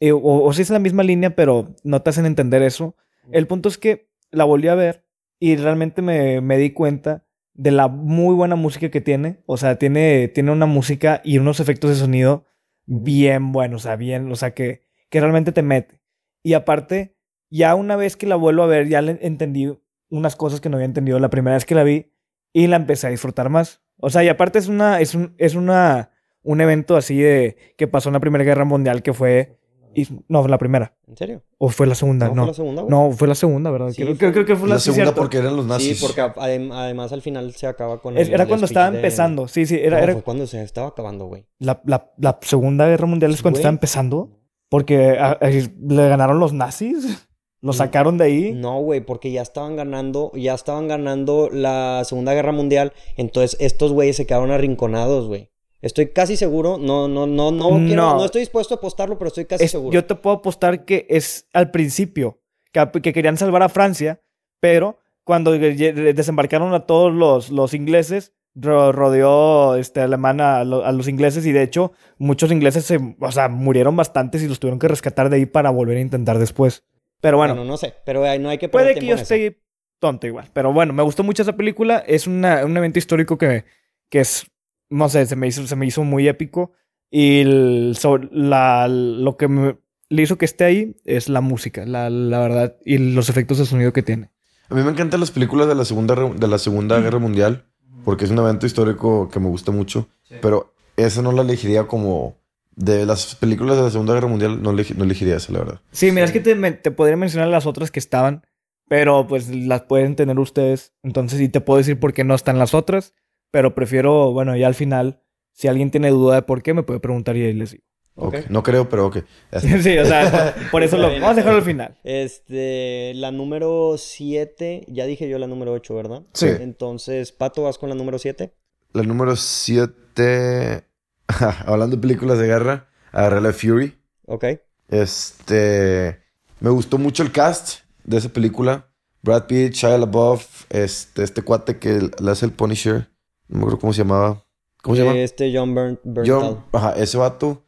Speaker 3: Eh, o, o sí es en la misma línea, pero no te hacen entender eso. El punto es que la volví a ver y realmente me, me di cuenta de la muy buena música que tiene. O sea, tiene, tiene una música y unos efectos de sonido bien buenos. O sea, bien, o sea, que, que realmente te mete. Y aparte, ya una vez que la vuelvo a ver, ya le entendí unas cosas que no había entendido la primera vez que la vi y la empecé a disfrutar más. O sea, y aparte es una, es un, es una, un evento así de que pasó en la Primera Guerra Mundial que fue, y- no, la primera,
Speaker 1: ¿En serio?
Speaker 3: o fue la segunda, no.
Speaker 1: fue la segunda? güey?
Speaker 3: No, fue la segunda, ¿verdad?
Speaker 1: Sí,
Speaker 3: creo,
Speaker 1: fue-
Speaker 3: creo- creo que fue la,
Speaker 2: La
Speaker 3: sí,
Speaker 2: segunda
Speaker 3: cierto.
Speaker 2: porque eran los
Speaker 1: Sí,
Speaker 2: nazis.
Speaker 1: porque a- adem- además al final se acaba con.
Speaker 3: Es-
Speaker 1: el-
Speaker 3: era
Speaker 1: el
Speaker 3: cuando
Speaker 1: speech
Speaker 3: estaba
Speaker 1: de-
Speaker 3: empezando, sí, sí, era,
Speaker 1: No,
Speaker 3: era
Speaker 1: fue cuando se estaba acabando, güey.
Speaker 3: la, la- la Segunda Guerra Mundial es cuando
Speaker 1: Güey.
Speaker 3: estaba empezando, porque a- a- le ganaron los nazis, lo
Speaker 1: Mm.
Speaker 3: sacaron de ahí.
Speaker 1: No, güey, porque ya estaban ganando, ya estaban ganando la Segunda Guerra Mundial, entonces estos güeyes se quedaron arrinconados, güey. Estoy casi seguro, no, no, no, no, quiero-
Speaker 3: No.
Speaker 1: no estoy dispuesto a apostarlo, pero estoy casi
Speaker 3: Es-
Speaker 1: seguro.
Speaker 3: yo te puedo apostar que es al principio, que, ap- que querían salvar a Francia, pero cuando ye- ye- desembarcaron a todos los, los ingleses, ro- rodeó este, Alemán a, lo- a los ingleses y de hecho muchos ingleses se, o sea, murieron bastantes y los tuvieron que rescatar de ahí para volver a intentar después. Pero bueno,
Speaker 1: bueno, no sé, pero eh, no hay que perder
Speaker 3: puede que yo
Speaker 1: tiempo en eso.
Speaker 3: esté tonto igual, pero bueno, me gustó mucho esa película, es una- un evento histórico que, que es, no sé, se me hizo, se me hizo muy épico y el- sobre- la, lo que me- le hizo que esté ahí es la música, la, la verdad, y los efectos de sonido que tiene.
Speaker 2: A mí me encantan las películas de la Segunda, Re- de la segunda Guerra Mundial porque es un evento histórico que me gusta mucho. Pero esa no la elegiría como. De las películas de la Segunda Guerra Mundial, no, elegi- no elegiría esa, la verdad.
Speaker 3: Sí, mira, es que te, me- te podría mencionar las otras que estaban, pero pues las pueden tener ustedes, entonces y te puedo decir por qué no están las otras, pero prefiero, bueno, ya al final, si alguien tiene duda de por qué, me puede preguntar y ahí les digo.
Speaker 1: Ok.
Speaker 2: Ok, No creo, pero ok.
Speaker 3: Sí, o sea, por, por eso lo
Speaker 1: Está bien,
Speaker 3: vamos
Speaker 1: está
Speaker 3: a dejarlo al
Speaker 1: bien.
Speaker 3: final.
Speaker 1: Este, la número 7, ya dije yo la número 8, ¿verdad?
Speaker 2: Sí.
Speaker 1: Entonces, Pato, vas con la número 7.
Speaker 2: La número 7. Hablando de películas de guerra, agarré la de Fury.
Speaker 1: Ok.
Speaker 2: Este. Me gustó mucho el cast de esa película. Brad Pitt, Shia LaBeouf, este, este cuate que le hace el Punisher. No me acuerdo cómo se llamaba. ¿Cómo se llama?
Speaker 1: Este John Burn
Speaker 2: John, ajá, ese vato.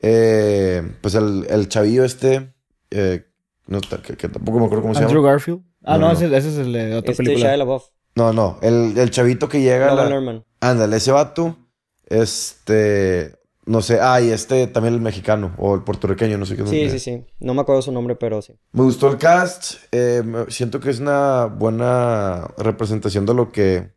Speaker 2: Eh, pues el, el chavillo este. eh, no, ta- que, que tampoco me acuerdo cómo se
Speaker 3: Andrew
Speaker 2: llama.
Speaker 3: Garfield. Ah,
Speaker 2: No, no.
Speaker 3: no, Ese, ese es el de otra
Speaker 1: Este
Speaker 3: película.
Speaker 1: Shia LaBeouf.
Speaker 2: No, no. El, el chavito que llega. a
Speaker 1: Nolan
Speaker 2: la-
Speaker 1: Lerman.
Speaker 2: Ándale, ese vato. Este. No sé. Ah, y este también el mexicano. O el puertorriqueño, no sé qué.
Speaker 1: Sí, sí, sí. No me acuerdo su nombre, pero sí.
Speaker 2: Me gustó el cast. eh, me- siento que es una buena representación de lo que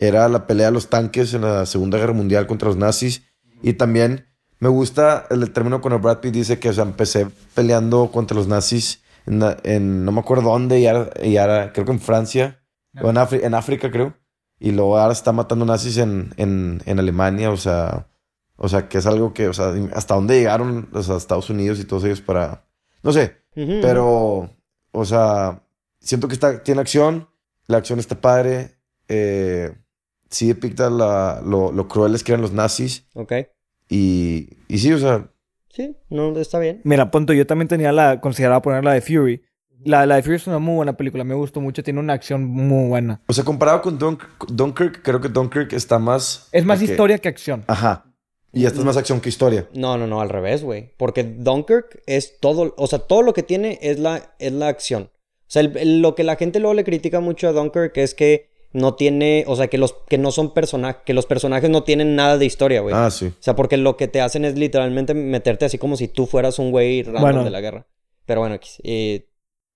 Speaker 2: era la pelea de los tanques en la Segunda Guerra Mundial contra los nazis. Y también me gusta el término cuando Brad Pitt dice que o sea, empecé peleando contra los nazis en, la- en- no me acuerdo dónde, y ahora, y ahora creo que en Francia, o en, Afri- en África, creo. Y luego ahora está matando nazis en, en, en Alemania, o sea, o sea, que es algo que, o sea, hasta dónde llegaron, o sea, Estados Unidos y todos ellos para, no sé,
Speaker 1: Ujú.
Speaker 2: pero, o sea, siento que está, tiene acción. La acción está padre. eh, sí depicta la- lo, lo crueles que eran los nazis.
Speaker 1: Ok.
Speaker 2: Y, y sí, o sea,
Speaker 1: Sí, no, está bien.
Speaker 3: Mira, punto, yo también tenía la, consideraba poner la de Fury. La, la de Fury es una muy buena película, me gustó mucho, tiene una acción muy buena.
Speaker 2: o sea comparado con Dunk- Dunkirk, creo que Dunkirk está más...
Speaker 3: Es más
Speaker 2: de que-
Speaker 3: historia que acción.
Speaker 2: Ajá. Y esta es más acción que historia.
Speaker 1: No, no, no, al revés, güey. Porque Dunkirk es todo, o sea, todo lo que tiene es la, es la acción. O sea, el- el- lo que la gente luego le critica mucho a Dunkirk es que no tiene, o sea, que los que no son personajes, que los personajes no tienen nada de historia,
Speaker 3: Pues.
Speaker 1: güey.
Speaker 2: Ah, sí.
Speaker 1: O sea, porque lo que te hacen es literalmente meterte así como si tú fueras un güey random
Speaker 3: Bueno.
Speaker 1: de la guerra. Pero bueno, X, eh,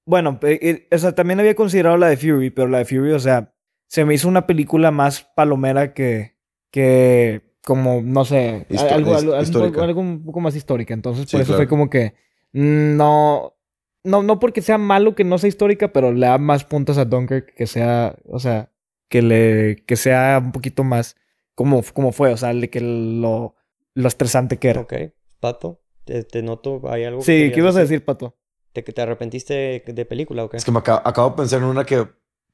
Speaker 3: Bueno, pe- eh, o sea, también había considerado la de Fury, pero la de Fury, o sea, se me hizo una película más palomera que, que como, no sé,
Speaker 2: Histo-
Speaker 3: algo, algo- algo un
Speaker 2: histórica.
Speaker 3: poco- algo un poco más histórica. Entonces,
Speaker 2: Sí,
Speaker 3: por eso
Speaker 2: claro.
Speaker 3: fue como que mm, no, no, no porque sea malo que no sea histórica, pero le da más puntos a Dunkirk que sea, o sea, que le, que sea un poquito más como, como fue, o sea, le- que lo, lo estresante que era.
Speaker 1: ok, pato. Te, te noto, hay algo
Speaker 3: Sí, ¿qué
Speaker 1: querías
Speaker 3: ibas a decir, Pato?
Speaker 1: ¿Te, te arrepentiste de, de película o qué?
Speaker 2: Es que me acabo, acabo de pensar en una que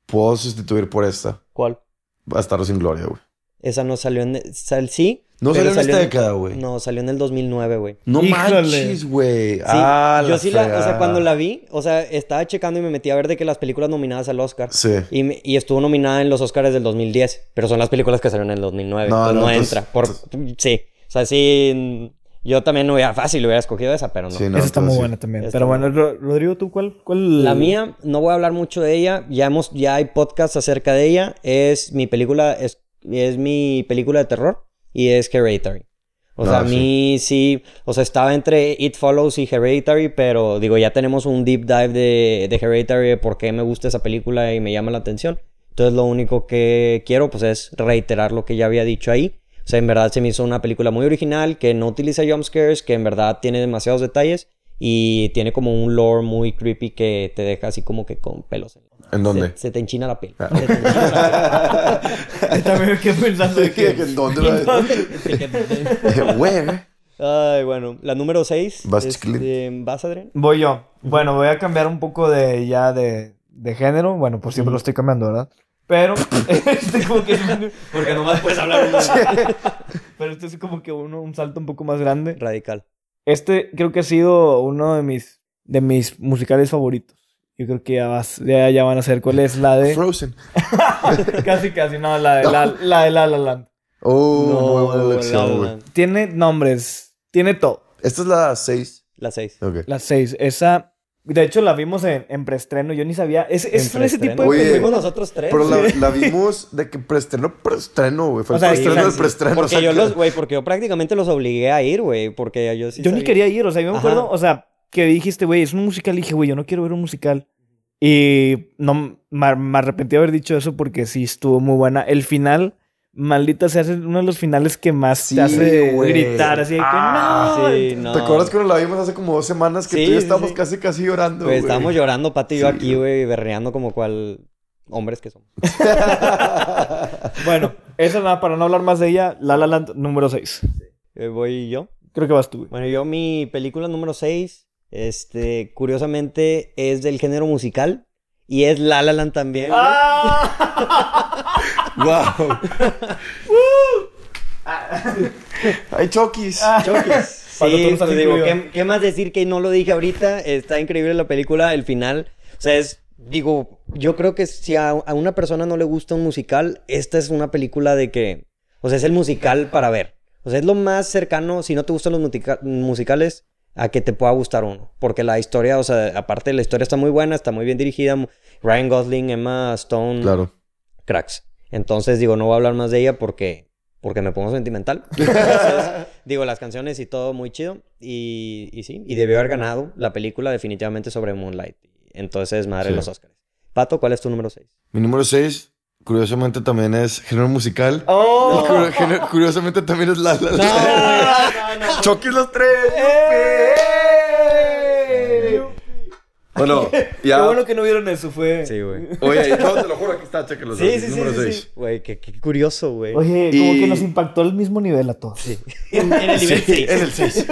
Speaker 2: puedo sustituir por esta.
Speaker 1: ¿Cuál?
Speaker 2: Bastardo sin gloria, güey.
Speaker 1: Esa no salió en... sal- sí.
Speaker 2: No
Speaker 1: pero
Speaker 2: salió en esta década, güey. No,
Speaker 1: No, salió en el 2009, güey.
Speaker 3: Híjole.
Speaker 2: manches, güey.
Speaker 1: Sí,
Speaker 2: ah,
Speaker 1: yo sí la, o sea,
Speaker 2: fregada.
Speaker 1: cuando la vi, o sea, estaba checando y me metí a ver de que las películas nominadas al Oscar.
Speaker 2: Sí.
Speaker 1: Y, me- y estuvo nominada en los Oscars del 2010, pero son las películas que salieron en el 2009.
Speaker 2: No,
Speaker 1: No,
Speaker 2: no,
Speaker 1: no,
Speaker 2: entonces-
Speaker 1: entra. Por, sí, o sea, sí, yo también hubiera fácil, hubiera escogido esa, pero no.
Speaker 2: Sí, no,
Speaker 3: Esa está
Speaker 2: entonces
Speaker 3: muy
Speaker 2: sí.
Speaker 3: buena también.
Speaker 1: Está
Speaker 3: Pero
Speaker 1: buena.
Speaker 3: bueno, Ro- Rodrigo, ¿tú cuál? cuál-
Speaker 1: La mía, no voy a hablar mucho de ella, ya, hemos, ya hay podcast acerca de ella, es mi película, es, es mi película de terror y es Hereditary. O
Speaker 2: No,
Speaker 1: sea, a
Speaker 2: sí.
Speaker 1: mí sí, o sea, estaba entre It Follows y Hereditary, pero digo, ya tenemos un deep dive de, de Hereditary, de por qué me gusta esa película y me llama la atención. Entonces lo único que quiero pues es reiterar lo que ya había dicho ahí. O sea, en verdad se me hizo una película muy original, que no utiliza jumpscares, que en verdad tiene demasiados detalles y tiene como un lore muy creepy que te deja así como que con pelos. en-
Speaker 2: ¿En dónde?
Speaker 1: Se, se te enchina la piel.
Speaker 2: Ah,
Speaker 1: Se te enchina la
Speaker 3: Yo también me quedé pensando de
Speaker 2: ¿Qué?
Speaker 3: que...
Speaker 2: ¿En dónde Eh, la-
Speaker 1: piel.
Speaker 2: Güey, güey.
Speaker 1: Ay, bueno, la número 6.
Speaker 2: Vas, Chiquilín.
Speaker 1: ¿Vas, Adrián?
Speaker 3: Voy yo. Bueno, voy a cambiar un poco de ya de, de género. Bueno, por siempre lo estoy cambiando, ¿verdad? Pero, este como que... Porque nomás puedes hablar Pero este es como que uno, un salto un poco más grande.
Speaker 1: Radical.
Speaker 3: Este creo que ha sido uno de mis, de mis musicales favoritos. Yo creo que ya, vas- ya, ya van a saber cuál es la de...
Speaker 2: Frozen.
Speaker 3: casi, casi, no, la de la, la de La La Land.
Speaker 2: Oh, muy buena
Speaker 1: la-
Speaker 2: elección, güey.
Speaker 1: la,
Speaker 3: Tiene nombres, tiene todo.
Speaker 2: Esta es la 6.
Speaker 1: la 6.
Speaker 2: Ok.
Speaker 3: Las seis. Esa, de hecho, la vimos en, en preestreno. Yo ni sabía. Es, es son ese tipo de
Speaker 2: Oye,
Speaker 3: películas.
Speaker 1: Fuimos nosotros tres.
Speaker 2: Pero la,
Speaker 1: güey.
Speaker 2: la vimos de que preestreno, preestreno, güey. Fue
Speaker 3: O
Speaker 2: el
Speaker 3: sea,
Speaker 2: preestreno
Speaker 3: sí,
Speaker 2: del
Speaker 3: sí.
Speaker 2: preestreno. o
Speaker 1: Porque
Speaker 2: sea,
Speaker 1: yo
Speaker 2: que-
Speaker 1: los, güey, porque yo prácticamente los obligué a ir, güey, porque yo sí
Speaker 3: Yo ni
Speaker 1: sabía.
Speaker 3: quería ir. O sea, yo me
Speaker 1: Ajá.
Speaker 3: acuerdo, o sea, que dijiste, güey, es un musical. Y dije, güey, yo no quiero ver un musical. Y no, me, me arrepentí de haber dicho eso porque sí estuvo muy buena. El final, maldita se hace uno de los finales que más
Speaker 2: Sí,
Speaker 3: te hace
Speaker 2: güey.
Speaker 3: gritar. Así de que,
Speaker 2: Ah,
Speaker 3: no.
Speaker 1: Sí, no.
Speaker 2: ¿Te acuerdas cuando la vimos hace como dos semanas que
Speaker 1: Sí,
Speaker 2: tú y yo
Speaker 1: sí,
Speaker 2: estábamos
Speaker 1: sí. Pues
Speaker 2: casi, casi llorando,
Speaker 1: Güey,
Speaker 2: güey?
Speaker 1: estábamos llorando, Pati y yo
Speaker 2: Sí,
Speaker 1: aquí, güey, berreando como cual hombres que somos.
Speaker 3: Bueno, eso nada, para no hablar más de ella, La La Land número 6.
Speaker 1: Eh, voy yo.
Speaker 3: Creo que vas tú, güey.
Speaker 1: Bueno, yo mi película número 6, este, curiosamente es del género musical y es La La Land también. güey.
Speaker 2: ¡Wow! ¡Ay, Chokis!
Speaker 1: Ah. Choques.
Speaker 3: Cuando tú
Speaker 1: Sí,
Speaker 3: nos has
Speaker 1: te digo,
Speaker 3: incluido.
Speaker 1: ¿qué, qué más decir que no lo dije ahorita? Está increíble la película, el final. O sea, es, digo, yo creo que si a, a una persona no le gusta un musical, esta es una película de que, o sea, es el musical para ver. O sea, es lo más cercano, si no te gustan los mutica- musicales, a que te pueda gustar uno. Porque la historia, o sea, aparte la historia está muy buena, está muy bien dirigida. mu- Ryan Gosling, Emma Stone,
Speaker 2: Claro.
Speaker 1: cracks. Entonces, digo, no voy a hablar más de ella porque, porque me pongo sentimental. Entonces, digo, las canciones y todo muy chido. Y, y sí, y debió haber ganado la película definitivamente sobre Moonlight. Entonces, madre
Speaker 2: Sí.
Speaker 1: los Oscars. Pato, ¿cuál es tu número 6?
Speaker 2: Mi número 6, curiosamente, también es género musical. Y
Speaker 3: ¡Oh!
Speaker 2: cur- género- curiosamente también es la... la, la- ¡Chokis los tres!
Speaker 3: ¡Eh!
Speaker 2: Bueno, ya...
Speaker 3: Qué bueno que no vieron eso, fue.
Speaker 1: güey.
Speaker 2: Oye, no, te lo juro, aquí está, chéquenlo.
Speaker 1: Sí, sí, sí,
Speaker 2: número
Speaker 1: sí,
Speaker 2: seis.
Speaker 1: sí. Güey, qué, qué curioso, güey.
Speaker 3: Oye, como
Speaker 2: Y-
Speaker 3: que nos impactó al mismo nivel a todos.
Speaker 1: En el nivel
Speaker 2: Sí, es el 6.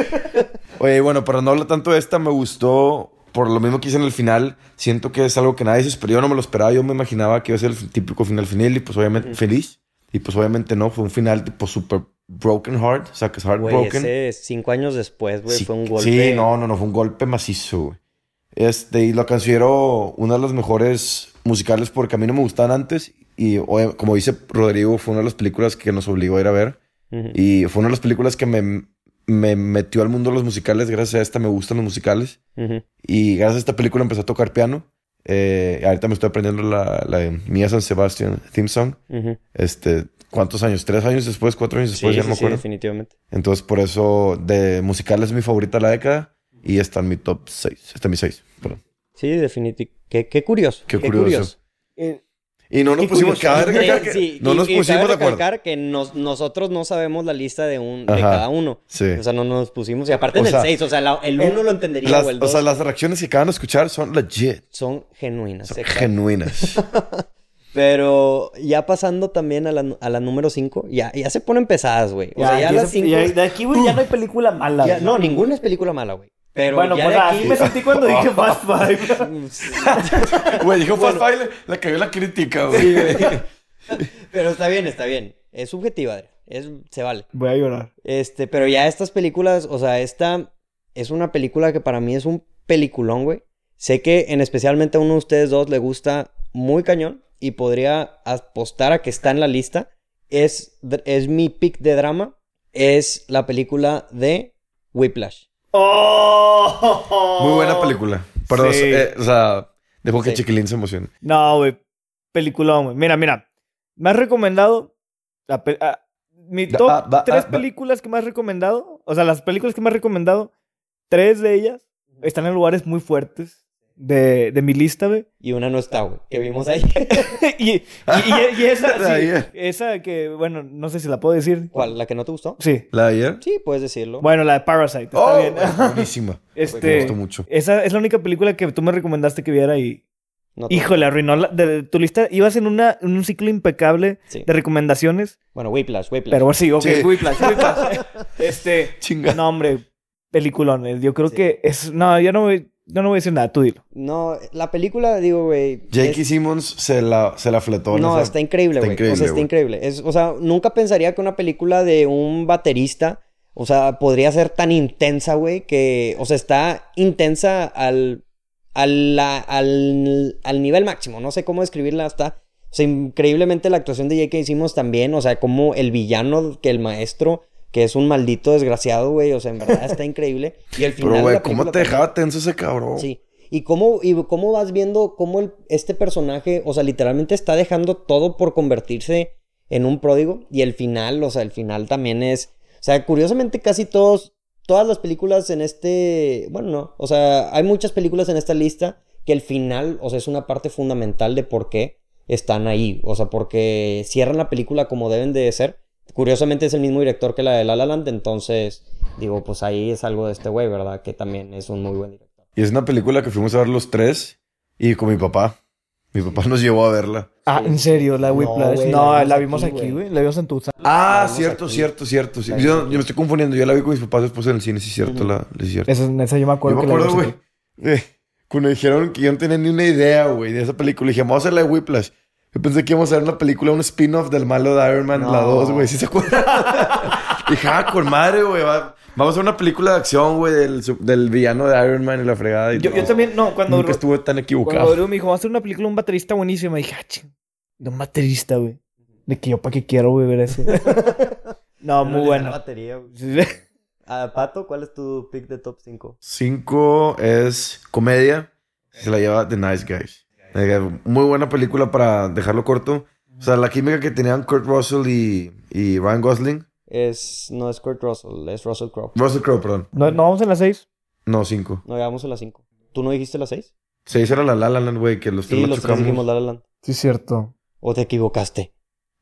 Speaker 2: Oye, y bueno, para no hablar tanto de esta, me gustó por lo mismo que hice en el final. Siento que es algo que nadie se esperó. Yo no me lo esperaba. Yo me imaginaba que iba a ser el típico final final y pues obviamente feliz. Y pues obviamente no. Fue un final tipo super broken heart. O sea, que es
Speaker 1: Güey,
Speaker 2: heartbroken.
Speaker 1: ese cinco años después, güey,
Speaker 2: sí,
Speaker 1: fue un golpe.
Speaker 2: sí, no, no, no. Fue un golpe macizo, güey. Este, y lo considero una de las mejores musicales porque a mí no me gustaban antes. Y obvia- como dice Rodrigo, fue una de las películas que nos obligó a ir a ver.
Speaker 1: Ujú.
Speaker 2: Y fue una de las películas que me, me metió al mundo de los musicales. Gracias a esta me gustan los musicales.
Speaker 1: Ujú.
Speaker 2: Y gracias a esta película empecé a tocar piano. Eh, ahorita me estoy aprendiendo la, la de Mía San Sebastián theme song.
Speaker 1: Ujú.
Speaker 2: Este, ¿cuántos años? ¿Tres años después? ¿Cuatro años
Speaker 1: Sí,
Speaker 2: después? ya
Speaker 1: sí,
Speaker 2: no me
Speaker 1: sí,
Speaker 2: acuerdo.
Speaker 1: definitivamente.
Speaker 2: Entonces, por eso, de musicales es mi favorita de la década. Y está en mi top 6. Está en mi 6.
Speaker 1: Sí, definitivamente. Qué, qué curioso.
Speaker 2: Qué curioso.
Speaker 3: Eh,
Speaker 2: Y no nos
Speaker 3: Qué
Speaker 2: pusimos,
Speaker 3: curioso.
Speaker 2: cabe
Speaker 1: Sí,
Speaker 2: recalcar que
Speaker 1: Eh, sí,
Speaker 2: no
Speaker 1: y-
Speaker 2: nos
Speaker 1: y
Speaker 2: pusimos
Speaker 1: cabe
Speaker 2: de acuerdo.
Speaker 1: recalcar que nos- nosotros no sabemos la lista de un de
Speaker 2: Ajá.
Speaker 1: cada uno.
Speaker 2: Sí.
Speaker 1: O sea, no nos pusimos. Y aparte
Speaker 2: O
Speaker 1: del
Speaker 2: sea,
Speaker 1: 6, o sea, la- el
Speaker 3: el-
Speaker 1: 1 lo entendería
Speaker 2: Las-
Speaker 1: o el
Speaker 2: o
Speaker 1: 2.
Speaker 2: sea, las reacciones que acaban de escuchar son legit.
Speaker 1: son genuinas.
Speaker 2: Son
Speaker 1: exacto.
Speaker 2: genuinas.
Speaker 1: Pero ya pasando también a la, a la número 5, ya, ya se ponen pesadas, güey. O sea, ya
Speaker 4: y
Speaker 1: las
Speaker 4: eso-
Speaker 1: 5.
Speaker 4: ya- De aquí, güey, ya no hay película mala. güey.
Speaker 1: no, ninguna es película mala, güey. Pero
Speaker 4: bueno,
Speaker 1: ya
Speaker 4: pues
Speaker 3: ah,
Speaker 1: de
Speaker 4: así me sentí cuando dije Fast Five.
Speaker 2: Güey, dijo Fast Five, le- le cayó la crítica, güey.
Speaker 1: Pero está bien, está bien. Es subjetiva, Adrián. es, se vale.
Speaker 3: Voy a llorar.
Speaker 1: Este, pero ya estas películas, o sea, esta es una película que para mí es un peliculón, güey. Sé que en especialmente a uno de ustedes dos le gusta muy cañón y podría apostar a que está en la lista. Es, dr- es mi pick de drama. Es la película de Whiplash.
Speaker 4: Oh.
Speaker 2: Muy buena película. Pero,
Speaker 3: Sí.
Speaker 2: eh, o sea, dejó que
Speaker 1: Sí.
Speaker 2: Chiquilín se emocione.
Speaker 3: No, güey. Peliculón, güey. Mira, mira. Me has recomendado. la pe- ah, mi
Speaker 2: Da-
Speaker 3: top
Speaker 2: ah, da-
Speaker 3: tres
Speaker 2: ah, da-
Speaker 3: películas que me has recomendado. O sea, las películas que me has recomendado. Tres de ellas están en lugares muy fuertes de, de mi lista, güey.
Speaker 1: Y una no está, güey, que vimos ahí.
Speaker 3: y, y- y- y esa,
Speaker 2: La
Speaker 3: sí,
Speaker 2: de-
Speaker 3: esa que, bueno, no sé si la puedo decir.
Speaker 1: ¿Cuál? ¿La que no te gustó?
Speaker 3: Sí.
Speaker 2: ¿La de ayer?
Speaker 1: Sí, puedes decirlo.
Speaker 3: Bueno, la de Parasite. Está
Speaker 2: oh,
Speaker 3: bien.
Speaker 2: güey, buenísima. Me
Speaker 3: Este,
Speaker 2: gustó mucho.
Speaker 3: esa es la única película que tú me recomendaste que viera y...
Speaker 1: No te-
Speaker 3: Híjole, arruinó la- de, de tu lista. Ibas en, una, en un ciclo impecable
Speaker 1: Sí.
Speaker 3: de recomendaciones,
Speaker 1: Bueno, Whiplash, Whiplash.
Speaker 3: pero sí, ok.
Speaker 2: Sí.
Speaker 3: Whiplash, Whiplash. este,
Speaker 2: Chinga.
Speaker 3: no, hombre, peliculones. Yo creo
Speaker 1: Sí.
Speaker 3: que es... No, yo no, voy- yo no voy a decir nada, tú dilo.
Speaker 1: No, la película, digo, güey.
Speaker 2: Jake
Speaker 1: es-
Speaker 2: Simmons se la, se la fletó. en
Speaker 1: No,
Speaker 2: esa-
Speaker 1: está increíble,
Speaker 2: está
Speaker 1: güey. O sea,
Speaker 2: increíble,
Speaker 1: está
Speaker 2: güey.
Speaker 1: increíble. Es, o sea, nunca pensaría que una película de un baterista, o sea, podría ser tan intensa, güey, que, o sea, está intensa al, al, la- al, al nivel máximo. No sé cómo describirla hasta. O sea, increíblemente la actuación de Jake hicimos también, o sea, como el villano, que el maestro, que es un maldito desgraciado, güey, o sea, en verdad está increíble. Y el final
Speaker 2: Pero,
Speaker 1: de
Speaker 2: güey,
Speaker 1: la
Speaker 2: ¿cómo
Speaker 1: película
Speaker 2: te
Speaker 1: también-
Speaker 2: dejaba tenso ese cabrón?
Speaker 1: Sí. ¿Y cómo, y cómo vas viendo cómo el- este personaje, o sea, literalmente está dejando todo por convertirse en un pródigo? Y el final, o sea, el final también es. O sea, curiosamente casi todos, todas las películas en este. Bueno, no. O sea, hay muchas películas en esta lista que el final, o sea, es una parte fundamental de por qué están ahí. O sea, porque cierran la película como deben de ser. Curiosamente es el mismo director que la de La La Land, entonces digo, pues ahí es algo de este güey, ¿verdad? Que también es un muy buen director.
Speaker 2: Y es una película que fuimos a ver los tres y con mi papá. Mi papá nos llevó a verla.
Speaker 3: Ah, ¿en serio? La
Speaker 1: No,
Speaker 3: Whiplash.
Speaker 1: güey,
Speaker 3: No,
Speaker 1: la
Speaker 3: la
Speaker 1: vimos
Speaker 3: vimos
Speaker 1: aquí,
Speaker 3: aquí,
Speaker 1: güey.
Speaker 3: güey. La vimos en tu sala.
Speaker 2: Ah,
Speaker 1: vimos
Speaker 2: cierto,
Speaker 1: aquí.
Speaker 2: cierto, cierto, sí.
Speaker 1: La
Speaker 2: Yo,
Speaker 1: vimos
Speaker 2: yo me estoy confundiendo. Yo la vi con mis papás después en el cine, sí, cierto.
Speaker 1: Ujú.
Speaker 2: la, la- sí, cierto.
Speaker 3: Esa, esa yo me
Speaker 2: Yo
Speaker 3: acuerdo
Speaker 2: me
Speaker 3: que la
Speaker 2: acuerdo,
Speaker 3: vimos
Speaker 2: güey.
Speaker 3: aquí.
Speaker 2: eh, Cuando dijeron que yo no tenía ni una idea, güey, de esa película. Dije, vamos a hacer la de Whiplash. Yo pensé que íbamos a ver una película, un spin-off del malo de Iron Man, la
Speaker 1: No.
Speaker 2: 2, güey. ¿Sí se acuerdan? Dije, ah, con madre, güey. va- Vamos a ver una película de acción, güey, del, su- del villano de Iron Man y la fregada. Y
Speaker 3: Yo, yo
Speaker 2: todo.
Speaker 3: también, no, cuando...
Speaker 2: Nunca estuve tan
Speaker 3: Cuando
Speaker 2: equivocado.
Speaker 3: Rodrigo me dijo, va a hacer una película de un baterista buenísimo. dije, ah, ching, de un baterista, güey. De que yo para qué quiero, güey, ver eso. no, muy bueno.
Speaker 1: Ah, Pato, ¿cuál es tu pick de top 5?
Speaker 2: Cinco es comedia. Se la lleva The Nice Guys. Eh, Muy buena película para dejarlo corto. O sea, la química que tenían Kurt Russell y, y Ryan Gosling.
Speaker 1: Es, no es Kurt Russell, es Russell Crowe.
Speaker 2: Russell Crowe, perdón.
Speaker 3: no, no vamos en las seis.
Speaker 2: No, cinco.
Speaker 1: No, llegamos a las 5. ¿Tú no dijiste las 6?
Speaker 2: Se hicieron la La La Land, güey, que los tres
Speaker 1: Sí,
Speaker 2: la
Speaker 1: los tres
Speaker 2: chocamos.
Speaker 1: dijimos La La Land.
Speaker 3: Sí, es cierto.
Speaker 1: ¿O te equivocaste?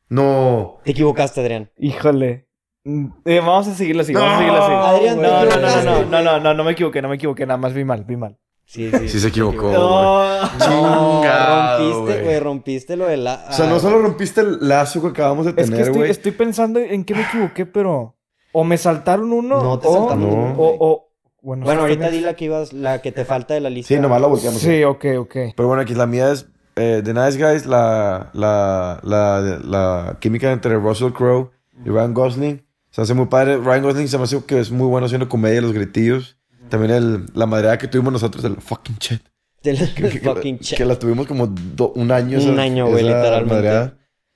Speaker 2: No.
Speaker 1: Te equivocaste, Adrián.
Speaker 3: Híjole. Mm, eh, vamos a seguirla así, vamos a
Speaker 2: No,
Speaker 3: seguirla así.
Speaker 1: Adrián, te
Speaker 3: no, no, no, no, no,
Speaker 1: equivocaste,
Speaker 3: no, no, no, no me equivoqué, no me equivoqué, nada más vi mal, vi mal.
Speaker 1: Sí,
Speaker 2: Sí se equivocó.
Speaker 1: No,
Speaker 2: Chingado,
Speaker 1: rompiste,
Speaker 2: güey.
Speaker 1: güey, rompiste lo de la...
Speaker 2: O sea, no solo rompiste el lazo que acabamos de
Speaker 3: Es que
Speaker 2: tener,
Speaker 3: estoy,
Speaker 2: güey.
Speaker 3: estoy pensando en qué me equivoqué, pero... O me saltaron uno,
Speaker 1: No, te
Speaker 3: o,
Speaker 1: saltaron
Speaker 2: No.
Speaker 1: uno, güey.
Speaker 3: o, o- Bueno,
Speaker 1: Bueno, ahorita di
Speaker 3: también-
Speaker 1: la que ibas, la que te falta de la lista.
Speaker 2: Sí, nomás la volteamos.
Speaker 3: Sí, ok, ok.
Speaker 2: Pero bueno, aquí la mía es eh, The Nice Guys, la, la, la, la química entre Russell Crowe y Ryan Gosling. Se hace muy padre. Ryan Gosling se me hace que es muy bueno haciendo comedia, los gritillos. También el, la madreada que tuvimos nosotros del fucking chat.
Speaker 1: De la
Speaker 2: Que, que-
Speaker 1: fucking
Speaker 2: que la tuvimos como do- un año.
Speaker 1: Un año, güey, literalmente.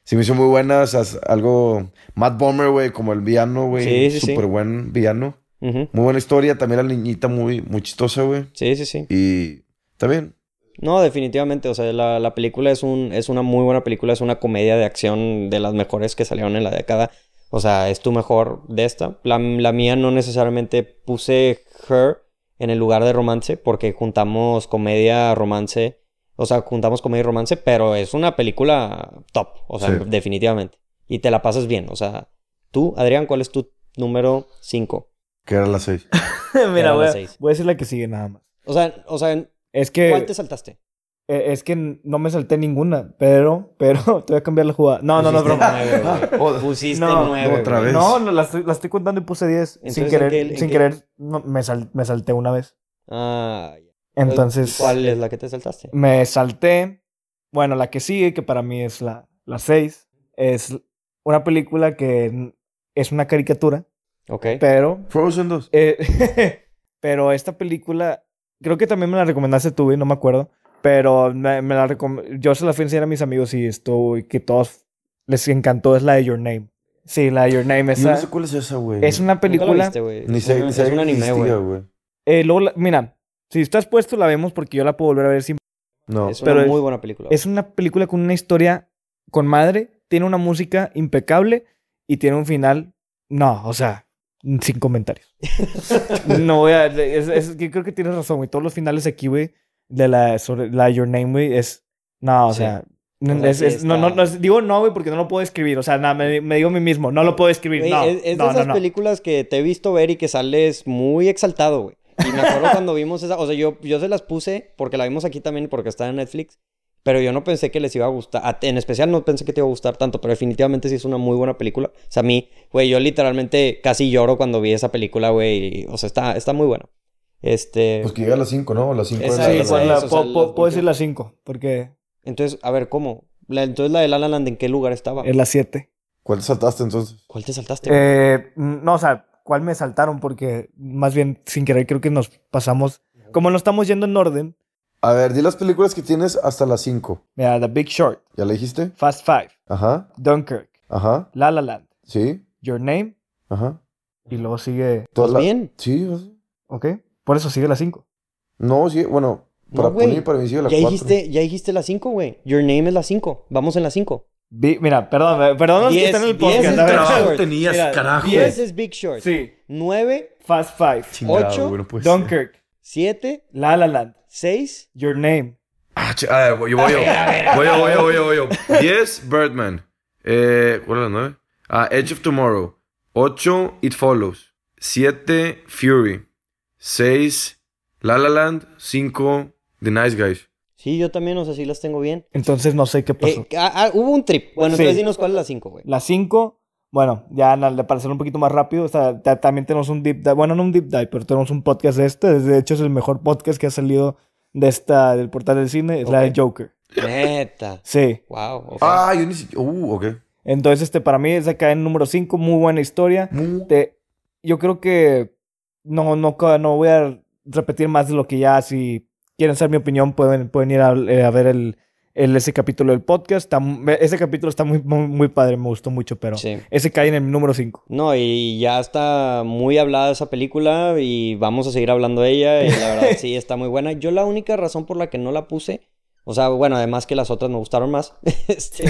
Speaker 2: Se me hizo muy buena. o sea, es algo... Matt Bomber, güey, como el villano, güey.
Speaker 1: Sí, sí, sí.
Speaker 2: Súper buen villano.
Speaker 1: Ujú.
Speaker 2: Muy buena historia. También la niñita muy, muy chistosa, güey.
Speaker 1: Sí, sí, sí.
Speaker 2: Y también...
Speaker 1: No, definitivamente. O sea, la, la película es un, es una muy buena película, es una comedia de acción de las mejores que salieron en la década. O sea, es tu mejor de esta. La, la mía no necesariamente puse her en el lugar de romance, porque juntamos comedia, romance. O sea, juntamos comedia y romance, pero es una película top. O sea,
Speaker 2: Sí.
Speaker 1: definitivamente. Y te la pasas bien. O sea, tú, Adrián, ¿cuál es tu número 5?
Speaker 2: Que era las seis.
Speaker 1: Era
Speaker 3: Mira,
Speaker 1: la
Speaker 3: voy a,
Speaker 1: seis.
Speaker 3: voy a decir la que sigue nada más.
Speaker 1: O sea, o sea,
Speaker 3: Es que
Speaker 1: ¿cuál te saltaste?
Speaker 3: eh, es que n- no me salté ninguna, pero, pero, te voy a cambiar la jugada. No, no, no,
Speaker 1: Pusiste
Speaker 3: broma.
Speaker 1: nueve, güey.
Speaker 2: O-
Speaker 1: Pusiste
Speaker 3: No,
Speaker 1: nueve.
Speaker 2: otra
Speaker 1: güey.
Speaker 2: vez.
Speaker 3: No, no, la estoy, la estoy contando y puse 10. Sin
Speaker 1: Entonces, ¿en
Speaker 3: querer,
Speaker 1: qué- en
Speaker 3: sin
Speaker 1: qué?
Speaker 3: querer, no, me, sal- me salté una vez.
Speaker 1: Ah, ya.
Speaker 3: Entonces, eh,
Speaker 1: ¿Cuál es la que te saltaste?
Speaker 3: me salté. Bueno, la que sigue, que para mí es la 6, es una película que n- es una caricatura,
Speaker 1: Ok.
Speaker 3: pero
Speaker 2: Frozen 2.
Speaker 3: Eh, pero esta película, creo que también me la recomendaste tú, güey, no me acuerdo. Pero me, me la recom- yo se la fui a enseñar a mis amigos y esto, y que todos les encantó, es la de Your Name. Sí, la de Your Name.
Speaker 2: Yo
Speaker 3: Esa,
Speaker 2: no sé cuál es esa, güey.
Speaker 3: es una
Speaker 1: Nunca la
Speaker 3: película.
Speaker 1: viste, güey.
Speaker 2: Ni sé,
Speaker 1: Es
Speaker 2: ni
Speaker 1: un-
Speaker 2: sé
Speaker 1: Es un
Speaker 2: que
Speaker 1: anime,
Speaker 2: existía,
Speaker 1: güey.
Speaker 2: güey.
Speaker 3: eh, luego la- mira, si estás puesto, la vemos porque yo la puedo volver a ver sin
Speaker 2: No.
Speaker 1: Es
Speaker 3: Pero
Speaker 1: una
Speaker 3: es-
Speaker 1: muy buena película. güey.
Speaker 3: Es una película con una historia con madre, tiene una música impecable y tiene un final. No, o sea, sin comentarios. no voy a. es- es- yo creo que tienes razón, güey. Todos los finales aquí, güey, de la, sobre la Your Name, güey, es. No, o
Speaker 1: Sí.
Speaker 3: sea. no,
Speaker 1: O sea,
Speaker 3: es-
Speaker 1: sí
Speaker 3: es- no, no,
Speaker 1: está-
Speaker 3: no, es- digo no, güey, porque no lo puedo escribir. O sea, nada, me, me digo a mí mismo, no lo puedo escribir.
Speaker 1: Güey,
Speaker 3: no,
Speaker 1: es, es
Speaker 3: no,
Speaker 1: de
Speaker 3: no,
Speaker 1: esas
Speaker 3: no.
Speaker 1: películas que te he visto ver y que sales muy exaltado, güey. Y me acuerdo cuando vimos esa, o sea, yo, yo se las puse porque la vimos aquí también porque está en Netflix, pero yo no pensé que les iba a gustar, a- en especial no pensé que te iba a gustar tanto, pero definitivamente sí es una muy buena película. O sea, a mí, güey, yo literalmente casi lloro cuando vi esa película, güey, y- o sea, está, está muy buena. Este,
Speaker 2: Pues que llega a las 5, ¿no? A las 5 de
Speaker 1: Esa
Speaker 2: la
Speaker 3: Sí,
Speaker 1: es,
Speaker 2: tarde.
Speaker 3: con la-
Speaker 1: es, o sea,
Speaker 3: puedo-
Speaker 1: las
Speaker 3: puedo- puedo decir
Speaker 1: últimas.
Speaker 3: la 5, porque
Speaker 1: entonces, a ver, ¿cómo? La- entonces la de La La Land, ¿en qué lugar estaba?
Speaker 3: es la 7.
Speaker 2: ¿Cuál te saltaste entonces?
Speaker 1: ¿Cuál te saltaste? güey?
Speaker 3: Eh, no, o sea, ¿cuál me saltaron? Porque más bien, sin querer, creo que nos pasamos. Como no estamos yendo en orden,
Speaker 2: A ver, di las películas que tienes hasta las 5.
Speaker 3: mira, The Big Short,
Speaker 2: ¿Ya le dijiste?
Speaker 3: Fast Five,
Speaker 2: Ajá,
Speaker 3: Dunkirk,
Speaker 2: ajá,
Speaker 3: La La Land,
Speaker 2: sí,
Speaker 3: Your Name,
Speaker 2: ajá.
Speaker 3: y luego sigue.
Speaker 1: Pues
Speaker 2: Todas la-
Speaker 1: bien.
Speaker 2: Sí, o sea,
Speaker 3: ¿Ok? Por eso sigue la 5.
Speaker 2: no, sí, bueno,
Speaker 1: No,
Speaker 2: para
Speaker 1: güey.
Speaker 2: poner para mí sí la
Speaker 1: ya
Speaker 2: 4.
Speaker 1: dijiste, ya dijiste la 5, güey. Your name es la 5. Vamos en la 5.
Speaker 3: Mira, perdón, eh, perdón, los que
Speaker 1: Diez,
Speaker 3: están en el
Speaker 1: diez
Speaker 3: podcast.
Speaker 1: es
Speaker 3: a ver,
Speaker 1: Big
Speaker 3: vamos.
Speaker 1: Short.
Speaker 2: tenías,
Speaker 3: Mira,
Speaker 2: carajo.
Speaker 3: diez.
Speaker 1: 10 es Big Short.
Speaker 3: Sí,
Speaker 1: 9,
Speaker 3: Fast Five,
Speaker 2: Chingado,
Speaker 1: Ocho,
Speaker 2: güey, no puede ser.
Speaker 3: Dunkirk,
Speaker 1: 7,
Speaker 3: La La Land,
Speaker 1: 6.
Speaker 3: Your Name.
Speaker 2: Ah, ch- ah, voy yo, voy yo. Voy yo, voy yo, voy yo, voy yo. 10, Birdman. Eh, ¿Cuál es la 9? Ah, Edge of Tomorrow. 8, It Follows. 7, Fury. 6, La La Land. 5, The Nice Guys.
Speaker 1: Sí, yo también, o sea, sí las tengo bien.
Speaker 3: Entonces no sé qué pasó.
Speaker 1: Eh, ah, ah, hubo un trip. Bueno,
Speaker 3: Sí.
Speaker 1: entonces dinos cuál es la 5, güey.
Speaker 3: La 5, bueno, ya na- para hacerlo un poquito más rápido, o sea, ta- también tenemos un deep dive, bueno, no un deep dive, pero tenemos un podcast de este, de hecho es el mejor podcast que ha salido de esta, del portal del cine, es la de
Speaker 1: Ok.
Speaker 3: Joker.
Speaker 1: Neta.
Speaker 3: Sí.
Speaker 1: Wow. ok.
Speaker 2: Ah, yo ni si- Uh, ok.
Speaker 3: Entonces, este, para mí es acá en número 5, muy buena historia.
Speaker 2: Mu-
Speaker 3: Te- yo creo que no, no, ca- no voy a repetir más de lo que ya, si quieren saber mi opinión, pueden, pueden ir a, eh, a ver el, el- ese capítulo del podcast. Está mu- ese capítulo está muy, muy, muy padre, me gustó mucho, pero
Speaker 1: Sí.
Speaker 3: ese cae en el número 5.
Speaker 1: No, y ya está muy hablada esa película y vamos a seguir hablando de ella y la verdad sí está muy buena. Yo la única razón por la que no la puse, o sea, bueno, además que las otras me gustaron más, este,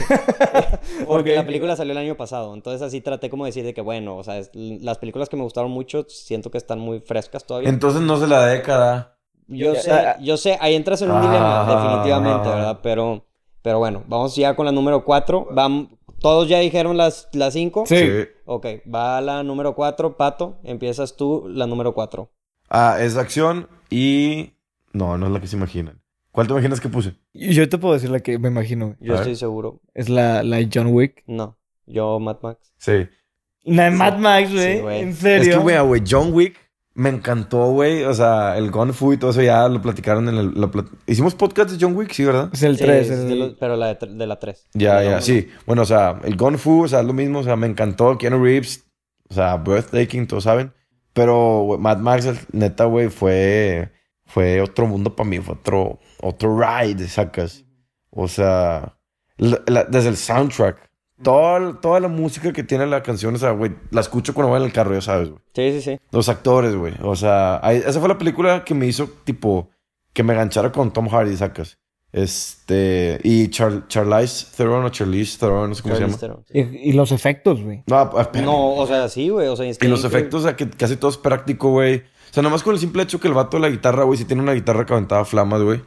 Speaker 1: porque
Speaker 3: Ok.
Speaker 1: la película salió el año pasado, entonces así traté como decir de que bueno, o sea, es- las películas que me gustaron mucho siento que están muy frescas todavía.
Speaker 2: Entonces no sé la década.
Speaker 1: Yo
Speaker 3: Ya,
Speaker 1: sé,
Speaker 3: ya.
Speaker 1: yo sé, ahí entras en un dilema,
Speaker 2: Ah.
Speaker 1: definitivamente, ¿verdad? Pero, pero bueno, vamos ya con la número cuatro. Vam- ¿Todos ya dijeron las, las cinco?
Speaker 3: Sí.
Speaker 1: Ok, va la número 4, Pato. Empiezas tú la número 4.
Speaker 2: Ah, es acción y. No, no es la que se imaginan. ¿Cuál te imaginas que puse?
Speaker 3: Y Yo te puedo decir la que me imagino. güey.
Speaker 1: Yo
Speaker 2: A ver.
Speaker 1: estoy seguro.
Speaker 3: Es la, la de John Wick.
Speaker 1: No, yo Mad Max.
Speaker 2: Sí.
Speaker 3: La de Mad Max,
Speaker 1: güey.
Speaker 3: güey.
Speaker 1: Sí, güey. En
Speaker 3: En
Speaker 2: Es
Speaker 3: serio.
Speaker 2: que, güey, güey, John Wick me encantó, güey. O sea, el Gun Fu y todo eso ya lo platicaron en el. la plat- Hicimos podcast de John Wick, sí, ¿verdad?
Speaker 3: es el
Speaker 1: Sí,
Speaker 3: 3.
Speaker 1: es de los- pero la de, tre- de la 3.
Speaker 2: Ya, ya, sí. Bueno, o sea, el Gun Fu, o sea, lo mismo, o sea, me encantó. Keanu Reeves, o sea, Breathtaking, todos saben. Pero güey, Mad Max, el- neta, güey, fue, fue otro mundo para mí, fue otro, otro ride, sacas. O sea, la- la- desde el soundtrack, toda, la- toda la música que tiene la canción, o sea, güey, la escucho cuando voy en el carro, ya sabes, güey.
Speaker 1: Sí, sí, sí.
Speaker 2: Los actores, güey. O sea, ahí- esa fue la película que me hizo, tipo, que me enganchara con Tom Hardy, sacas. Este. Y Char Charlize Theron o Charlize Theron, no sé cómo
Speaker 1: Charlize
Speaker 2: se llama.
Speaker 1: Theron.
Speaker 3: Y, y los efectos, güey.
Speaker 2: No, ah, pero-
Speaker 1: No, o sea, sí, güey. O sea,
Speaker 2: Y los
Speaker 1: increíble.
Speaker 2: efectos, o sea, que casi todo es práctico, güey. O sea, nomás con el simple hecho que el vato de la guitarra, güey, sí tiene una guitarra que aventaba flamas, güey.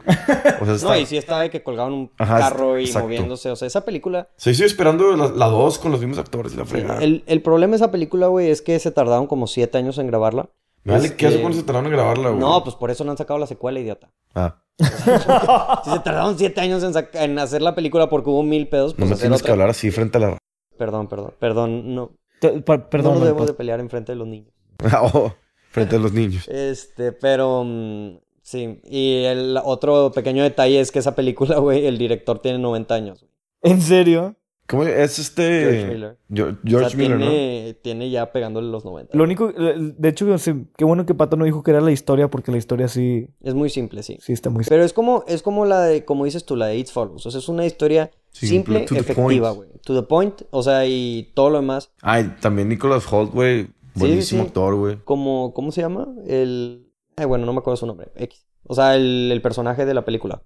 Speaker 2: O sea, está...
Speaker 1: No, y sí estaba de que colgaban un
Speaker 2: Ajá,
Speaker 1: carro y
Speaker 2: exacto.
Speaker 1: moviéndose. O sea, esa película.
Speaker 2: Se hizo esperando la, la dos con los mismos actores y la fregada.
Speaker 1: El, el problema de esa película, güey, es que se tardaron como 7 años en grabarla.
Speaker 2: Me vale
Speaker 1: este- pues,
Speaker 2: que eso cuando se tardaron en grabarla, güey.
Speaker 1: No, pues por eso no han sacado la secuela, idiota.
Speaker 2: Ah.
Speaker 1: Si se tardaron siete años en, saca- en hacer la película porque hubo mil pedos,
Speaker 2: No
Speaker 1: pues
Speaker 2: me
Speaker 1: hacer
Speaker 2: tienes que
Speaker 1: otra.
Speaker 2: hablar así frente a la...
Speaker 1: Perdón, perdón, perdón, no.
Speaker 3: Te- pa-
Speaker 1: no
Speaker 3: Perdón.
Speaker 1: nos debemos
Speaker 3: Maripaz.
Speaker 1: de pelear enfrente de los niños.
Speaker 2: Oh, frente a los niños.
Speaker 1: Este, pero mm, sí. Y el otro pequeño detalle es que esa película, güey, el director tiene 90 años. güey.
Speaker 3: ¿En serio?
Speaker 2: ¿Cómo es este...?
Speaker 1: George Miller.
Speaker 2: Yo-
Speaker 1: O
Speaker 2: George
Speaker 1: sea,
Speaker 2: Miller, ¿no?
Speaker 1: tiene, tiene ya pegándole los 90.
Speaker 3: Lo único, eh, de hecho, sí, qué bueno que Pato no dijo que era la historia, porque la historia sí,
Speaker 1: Es muy simple, sí.
Speaker 3: sí está muy...
Speaker 1: Pero es como, es como la de, como dices tú, la de It Follows. O sea, es una historia
Speaker 2: Simple,
Speaker 1: simple,
Speaker 2: to the
Speaker 1: efectiva,
Speaker 2: point.
Speaker 1: güey. To the point, o sea, y todo lo demás.
Speaker 2: Ay, también Nicholas Holt, güey. Buenísimo
Speaker 1: sí.
Speaker 2: actor, güey.
Speaker 1: Como, ¿cómo se llama? El... Ay, bueno, no me acuerdo su nombre. X. O sea, el, el personaje de la película.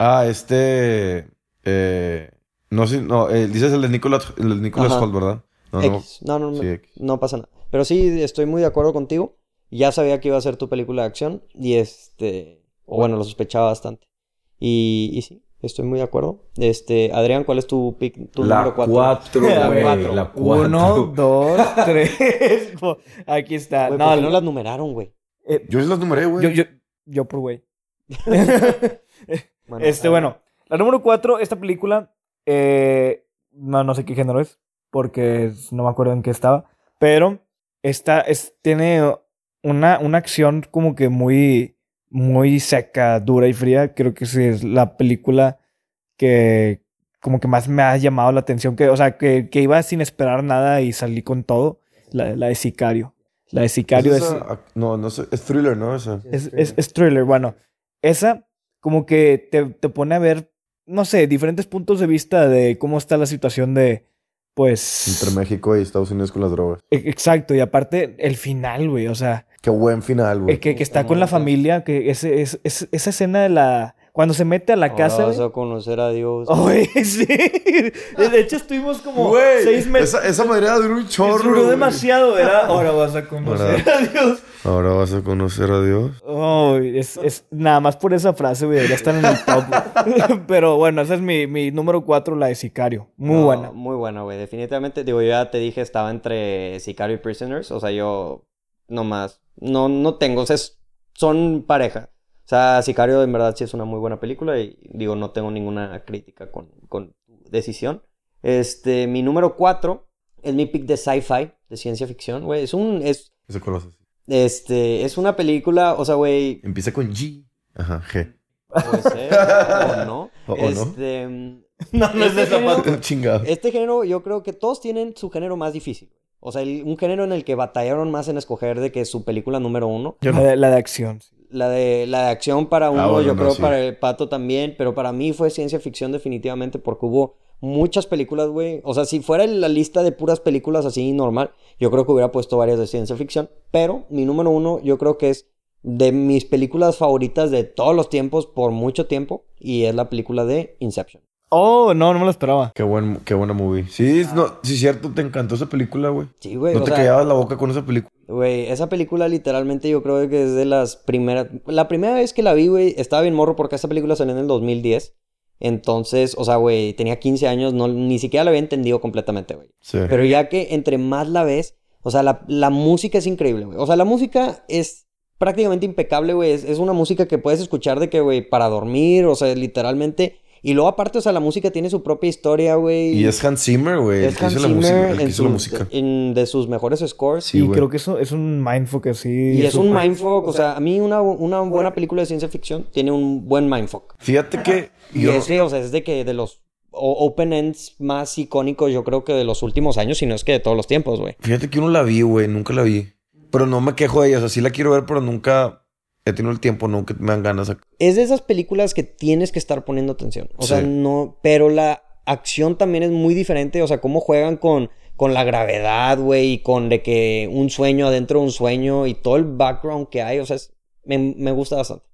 Speaker 2: Ah, este... eh, no sé, no, eh, dices el de Nicholas, el de Nicholas
Speaker 1: Ajá.
Speaker 2: Holt, ¿verdad? No, no.
Speaker 1: X. No, no, no,
Speaker 2: Sí, X.
Speaker 1: no pasa nada. Pero sí, estoy muy de acuerdo contigo. Ya sabía que iba a ser tu película de acción y este, o bueno, lo sospechaba bastante. Y, y sí, estoy muy de acuerdo. Este, Adrián, ¿cuál es tu pick, tu
Speaker 2: la
Speaker 1: número 4?
Speaker 2: cuatro,
Speaker 3: La
Speaker 2: güey,
Speaker 1: cuatro.
Speaker 2: La cuatro.
Speaker 3: Uno, dos, tres. po- Aquí está.
Speaker 1: Güey, pues, ¿por
Speaker 3: no,
Speaker 1: qué no
Speaker 3: la-
Speaker 1: las numeraron, güey?
Speaker 3: eh,
Speaker 2: Yo sí las numeré, güey.
Speaker 3: yo, yo, yo por güey.
Speaker 1: Bueno,
Speaker 3: este,
Speaker 1: a ver.
Speaker 3: bueno. La número cuatro, esta película, eh, no, no sé qué género es, porque es- no me acuerdo en qué estaba, pero está, es, tiene una, una acción como que muy, muy seca, dura y fría. Creo que sí es la película que como que más me ha llamado la atención, que, o sea, que, que iba sin esperar nada y salí con todo, la, la de Sicario. La de Sicario
Speaker 1: Pues
Speaker 2: ¿Es
Speaker 3: es...
Speaker 2: esa? Ah, No, no sé. Es thriller, ¿no? Esa.
Speaker 3: Es, es, es thriller, bueno. Esa como que te, te pone a ver, no sé, diferentes puntos de vista de cómo está la situación de, pues...
Speaker 2: Entre México y Estados Unidos con las drogas.
Speaker 3: e- Exacto, y aparte el final, güey, o sea,
Speaker 2: Qué buen final,
Speaker 3: eh,
Speaker 2: güey.
Speaker 3: que, que está con la familia, que ese, es, es- esa escena de la... Cuando se mete a la casa...
Speaker 1: Ahora Oh, vas
Speaker 3: güey.
Speaker 1: a conocer a Dios.
Speaker 3: Oh, güey, sí. De hecho, estuvimos como
Speaker 2: Güey,
Speaker 3: seis meses.
Speaker 2: Esa, esa madera duró un chorro.
Speaker 3: Duró
Speaker 2: güey.
Speaker 3: demasiado, ¿verdad? Ahora vas a conocer a Dios.
Speaker 2: Ahora vas a conocer a Dios.
Speaker 3: Oh, es, es- nada más por esa frase, güey, debería estar en el top. güey. Pero bueno, esa es mi, mi número 4, la de Sicario. Muy
Speaker 1: No,
Speaker 3: buena.
Speaker 1: Muy buena, güey. Definitivamente, digo, yo ya te dije, estaba entre Sicario y Prisoners. O sea, yo nomás, no, no tengo, o sea, es- son pareja. O sea, Sicario en verdad sí es una muy buena película y digo, no tengo ninguna crítica con, con tu decisión. Este, mi número 4 es mi pick de sci-fi, de ciencia ficción, güey. Es un, es,
Speaker 2: Ese conoce.
Speaker 1: este, es una película, o sea, güey,
Speaker 2: Empieza con G. Ajá, G.
Speaker 1: puede ser, o no.
Speaker 2: O- o no.
Speaker 1: este,
Speaker 3: No, no es de
Speaker 1: este género-
Speaker 3: zapato.
Speaker 2: Chingado.
Speaker 1: Este género, yo creo que todos tienen su género más difícil. O sea, el- un género en el que batallaron más en escoger de que su película número uno.
Speaker 2: Yo
Speaker 3: La
Speaker 2: no.
Speaker 3: de, la de acción. sí.
Speaker 1: La de, la de acción para uno,
Speaker 2: Ah, bueno,
Speaker 1: yo
Speaker 2: no,
Speaker 1: creo
Speaker 2: sí.
Speaker 1: para el pato también. Pero para mí fue ciencia ficción definitivamente porque hubo muchas películas, güey. O sea, si fuera la lista de puras películas así normal, yo creo que hubiera puesto varias de ciencia ficción. Pero mi número uno yo creo que es de mis películas favoritas de todos los tiempos por mucho tiempo. Y es la película de Inception.
Speaker 3: Oh, no, no me lo esperaba.
Speaker 2: Qué, buen, qué buena movie. Sí, es- no, sí, cierto, te encantó esa película, güey.
Speaker 1: Sí, güey.
Speaker 2: No
Speaker 1: o
Speaker 2: te
Speaker 1: sea,
Speaker 2: callabas la boca con esa película.
Speaker 1: Güey, esa película literalmente yo creo que es de las primeras... La primera vez que la vi, güey, estaba bien morro porque esa película salió en el 2010. Entonces, o sea, güey, tenía 15 años, no, ni siquiera la había entendido completamente, güey.
Speaker 2: Sí.
Speaker 1: Pero ya que entre más la ves, o sea, la, la música es increíble, güey. O sea, la música es prácticamente impecable, güey. Es, es una música que puedes escuchar de que, güey, para dormir, o sea, literalmente... Y luego aparte, o sea, la música tiene su propia historia, güey.
Speaker 2: y es Hans Zimmer, güey. el
Speaker 1: Es
Speaker 2: que hizo
Speaker 1: Hans
Speaker 2: la música.
Speaker 1: Zimmer
Speaker 2: El que
Speaker 1: en
Speaker 2: hizo la
Speaker 1: sus-
Speaker 2: música.
Speaker 1: en- de sus mejores scores.
Speaker 2: Sí,
Speaker 3: y
Speaker 2: güey.
Speaker 3: creo que eso es un mindfuck así.
Speaker 1: Y es un
Speaker 3: súper-
Speaker 1: mindfuck, o sea, a mí una, una buena película de ciencia ficción tiene un buen mindfuck.
Speaker 2: Fíjate que.
Speaker 1: Y
Speaker 2: yo-
Speaker 1: ese, o sea, es de que de los o- open ends más icónicos, yo creo que de los últimos años, si no es que de todos los tiempos, güey.
Speaker 2: Fíjate que uno la vi, güey. Nunca la vi. Pero no me quejo de ella. O sea, sí la quiero ver, pero nunca he tenido el tiempo. Nunca me dan ganas.
Speaker 1: Es de esas películas que tienes que estar poniendo atención. O sea,
Speaker 2: Sí.
Speaker 1: no, pero la acción también es muy diferente, o sea, cómo juegan con con la gravedad, güey, y con de que un sueño adentro de un sueño y todo el background que hay, o sea, es- me, me gusta bastante.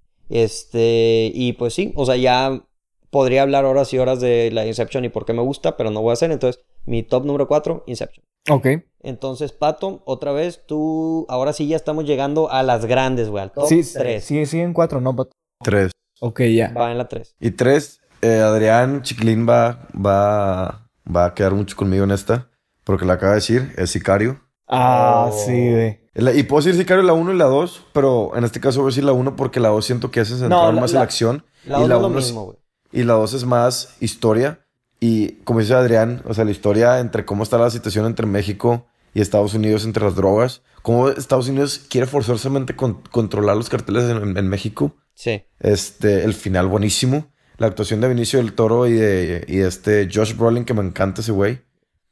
Speaker 1: Este, y pues sí, o sea, ya podría hablar horas y horas de la Inception y por qué me gusta, pero no voy a hacer. Entonces, mi top número 4, Inception.
Speaker 3: Ok.
Speaker 1: Entonces, Pato, otra vez, tú, ahora sí ya estamos llegando a las grandes, güey, al top
Speaker 3: Sí,
Speaker 1: 3.
Speaker 3: sí, sí, en cuatro, ¿no? Pato?
Speaker 2: Tres.
Speaker 3: Ok, ya.
Speaker 1: Va en la 3.
Speaker 2: Y tres, eh, Adrián Chiquilín va, va, va a quedar mucho conmigo en esta, porque la acaba de decir, es sicario.
Speaker 3: Ah,
Speaker 1: Oh.
Speaker 3: sí, güey.
Speaker 2: La- y puedo decir Sicario la 1 y la 2, pero en este caso voy a decir la 1 porque la 2 siento que hace centrar
Speaker 1: la-
Speaker 2: más en
Speaker 1: la-
Speaker 2: la acción.
Speaker 1: La
Speaker 2: y
Speaker 1: dos
Speaker 2: la
Speaker 1: es lo
Speaker 2: uno es-
Speaker 1: mismo, güey.
Speaker 2: Y la 2 es más historia. Y como dice Adrián, o sea, la historia entre cómo está la situación entre México y Estados Unidos entre las drogas. Cómo Estados Unidos quiere forzosamente con- controlar los carteles en, en- en México.
Speaker 1: Sí.
Speaker 2: Este, el final buenísimo. La actuación de Vinicio del Toro y de y este Josh Brolin, que me encanta ese güey.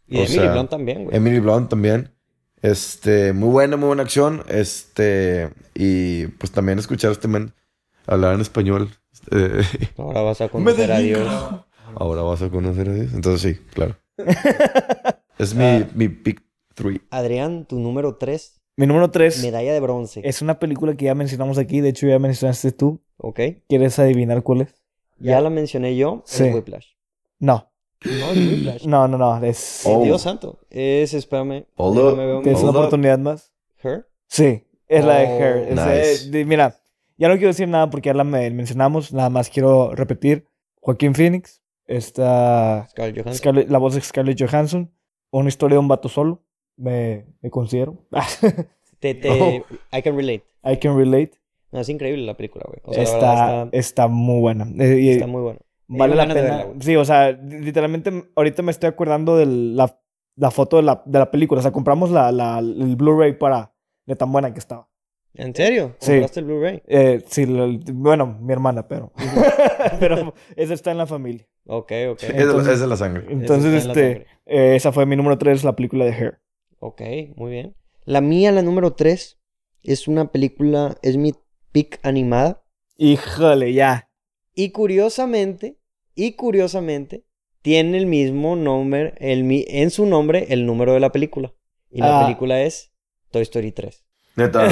Speaker 1: Y de
Speaker 2: O sea, Em-
Speaker 1: Emily Blunt también, güey.
Speaker 2: Emily Blunt también. Este, muy buena, muy buena acción. Este, y pues también escuchar a este men hablar en español. Eh,
Speaker 1: Ahora vas a conocer a Dios.
Speaker 2: ahora vas a conocer a Dios. Entonces sí, claro. es mi,
Speaker 1: Ah.
Speaker 2: mi pick 3.
Speaker 1: Adrián, tu número 3,
Speaker 3: Mi número 3
Speaker 1: medalla de bronce.
Speaker 3: es una película que ya mencionamos aquí. De hecho, ya mencionaste tú.
Speaker 1: ¿Ok?
Speaker 3: ¿Quieres adivinar cuál es?
Speaker 1: Ya la mencioné yo,
Speaker 3: Sí.
Speaker 1: es Whiplash.
Speaker 3: No.
Speaker 1: No, es Whiplash.
Speaker 3: No, no, no. Es,
Speaker 2: Oh.
Speaker 1: Dios santo. Es, espérame.
Speaker 2: Hold
Speaker 1: déjame
Speaker 2: up.
Speaker 1: ver un
Speaker 3: es
Speaker 1: minuto.
Speaker 3: una
Speaker 2: Hold up.
Speaker 3: oportunidad más.
Speaker 1: Her.
Speaker 3: Sí, es la de Her.
Speaker 1: Oh,
Speaker 3: Es de-
Speaker 2: nice.
Speaker 3: de- mira, ya no quiero decir nada porque ya la me- mencionamos. Nada más quiero repetir. Joaquín Phoenix. Está
Speaker 1: Scarlett Johansson.
Speaker 3: Scarlett- la voz de Scarlett Johansson. Una historia de un vato solo. Me, me considero.
Speaker 1: Te, te,
Speaker 3: Oh.
Speaker 1: I can relate.
Speaker 3: I can relate.
Speaker 1: No, es increíble la película, güey. O sea, la
Speaker 3: está,
Speaker 1: verdad,
Speaker 3: está, muy buena. Eh, y-
Speaker 1: está, está muy bueno. Me
Speaker 3: vale
Speaker 1: dieron
Speaker 3: la
Speaker 1: ganas de
Speaker 3: pena.
Speaker 1: verla, güey.
Speaker 3: sí, o sea, literalmente ahorita me estoy acordando de la, la foto de la, de la película. O sea, compramos la, la- el Blu-ray para de tan buena que estaba.
Speaker 1: ¿En serio?
Speaker 3: Sí.
Speaker 1: ¿Compraste el Blu-ray?
Speaker 3: Eh, sí, la- bueno, mi hermana, pero. pero esa está en la familia.
Speaker 1: Ok, ok.
Speaker 2: Es, de la-
Speaker 3: Entonces-
Speaker 2: es de la sangre.
Speaker 3: Entonces,
Speaker 1: está en la
Speaker 3: este, eh, esa fue mi número 3, la película de Hair.
Speaker 1: Ok, muy bien. La mía, la número 3, es una película, es mi pick animada.
Speaker 3: Híjole, ya.
Speaker 1: Y curiosamente, y curiosamente, tiene el mismo nombre, el, mi- en su nombre, el número de la película. Y la
Speaker 3: Ah.
Speaker 1: película es Toy Story 3.
Speaker 2: Neta.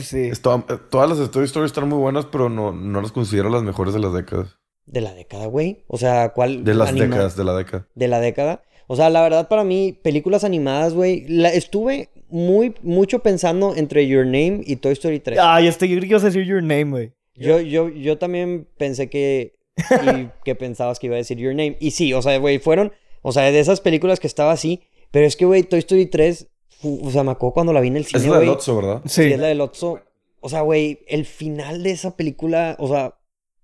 Speaker 3: sí.
Speaker 2: es to- todas las Story Stories están muy buenas, pero no, no las considero las mejores de las décadas.
Speaker 1: De la década, güey. O sea, ¿cuál?
Speaker 2: De las
Speaker 1: anima-
Speaker 2: décadas, de la década.
Speaker 1: De la década. O sea, la verdad para mí, películas animadas, güey, la- estuve muy, mucho pensando entre Your Name y Toy Story 3.
Speaker 3: Ay, este, yo creo que ibas a decir Your Name, güey.
Speaker 1: Yo, yo, yo también pensé que, y que pensabas que iba a decir Your Name. Y sí, o sea, güey, fueron, o sea, de esas películas que estaba así. Pero es que, güey, Toy Story 3, fu- o sea, me acuerdo cuando la vi en el
Speaker 2: Es
Speaker 1: cine,
Speaker 2: la de
Speaker 1: güey.
Speaker 2: Lotso, ¿verdad?
Speaker 1: Sí, es la del Otso. O sea, güey, el final de esa película, o sea,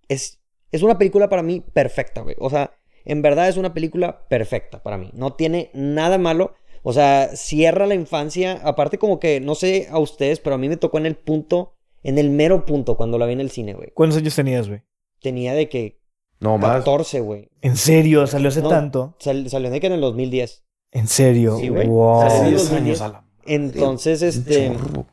Speaker 1: es, es una película para mí perfecta, güey. O sea, en verdad es una película perfecta para mí. No tiene nada malo. O sea, cierra la infancia. Aparte, como que, no sé a ustedes, pero a mí me tocó en el punto, en el mero punto cuando la vi en el cine, güey.
Speaker 3: ¿Cuántos años tenías, güey?
Speaker 1: Tenía de que
Speaker 2: No más.
Speaker 1: 14, güey.
Speaker 3: ¿En serio? ¿Salió hace
Speaker 1: No.
Speaker 3: tanto?
Speaker 1: Sal- salió de que en el 2010.
Speaker 3: ¿En serio?
Speaker 1: Sí, güey.
Speaker 3: Wow.
Speaker 1: Salió en el
Speaker 2: Diez
Speaker 1: 2010.
Speaker 2: años, a la-
Speaker 1: Entonces, este,
Speaker 2: Chorro.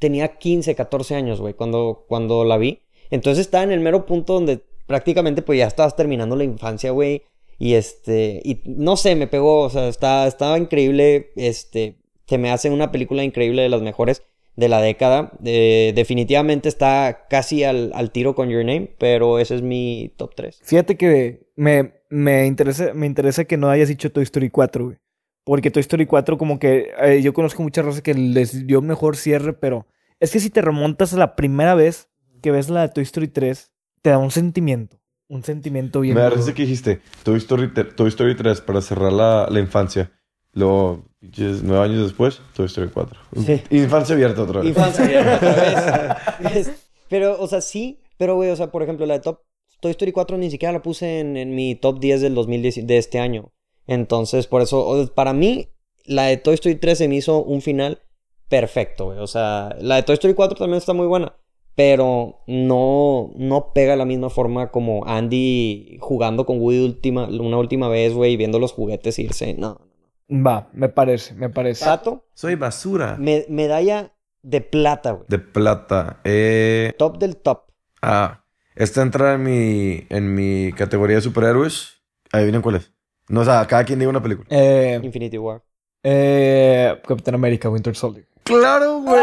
Speaker 1: tenía 15, 14 años, güey, cuando, cuando la vi. Entonces estaba en el mero punto donde prácticamente pues ya estabas terminando la infancia, güey. Y este, y no sé, me pegó, o sea, está, estaba increíble, este, se me hace una película increíble de las mejores de la década. Eh, definitivamente está casi al, al tiro con Your Name, pero ese es mi top 3.
Speaker 3: Fíjate que me, me, interesa, me interesa que no hayas dicho Toy Story 4, güey. Porque Toy Story 4 como que eh, yo conozco muchas razas que les dio mejor cierre, pero es que si te remontas a la primera vez que ves la de Toy Story 3, te da un sentimiento. Un sentimiento bien...
Speaker 2: Me da
Speaker 3: duro.
Speaker 2: risa que dijiste Toy Story, te- Toy Story 3 para cerrar la, la infancia. Luego, pinches, nueve años después, Toy Story 4.
Speaker 1: Sí.
Speaker 2: Infancia abierta otra vez.
Speaker 1: Infancia otra vez. Es- Pero, o sea, sí, pero, güey, o sea, por ejemplo, la de Top Toy Story 4 ni siquiera la puse en, en mi top 10 del 2010 de este año. Entonces, por eso, o- para mí, la de Toy Story 3 se me hizo un final perfecto, güey. O sea, la de Toy Story 4 también está muy buena, pero no, no pega de la misma forma como Andy jugando con Woody última, una última vez, güey, y viendo los juguetes irse. No.
Speaker 3: Va, me parece, me parece.
Speaker 1: Sato,
Speaker 2: Soy basura.
Speaker 1: me- medalla de plata, güey.
Speaker 2: De plata. Eh,
Speaker 1: Top del top.
Speaker 2: ah, esta entra en mi, en mi categoría de superhéroes. Adivinen cuál es. No, o sea, cada quien diga una película.
Speaker 3: Eh,
Speaker 1: Infinity War.
Speaker 3: eh, Capitán América, Winter Soldier.
Speaker 2: ¡Claro, güey!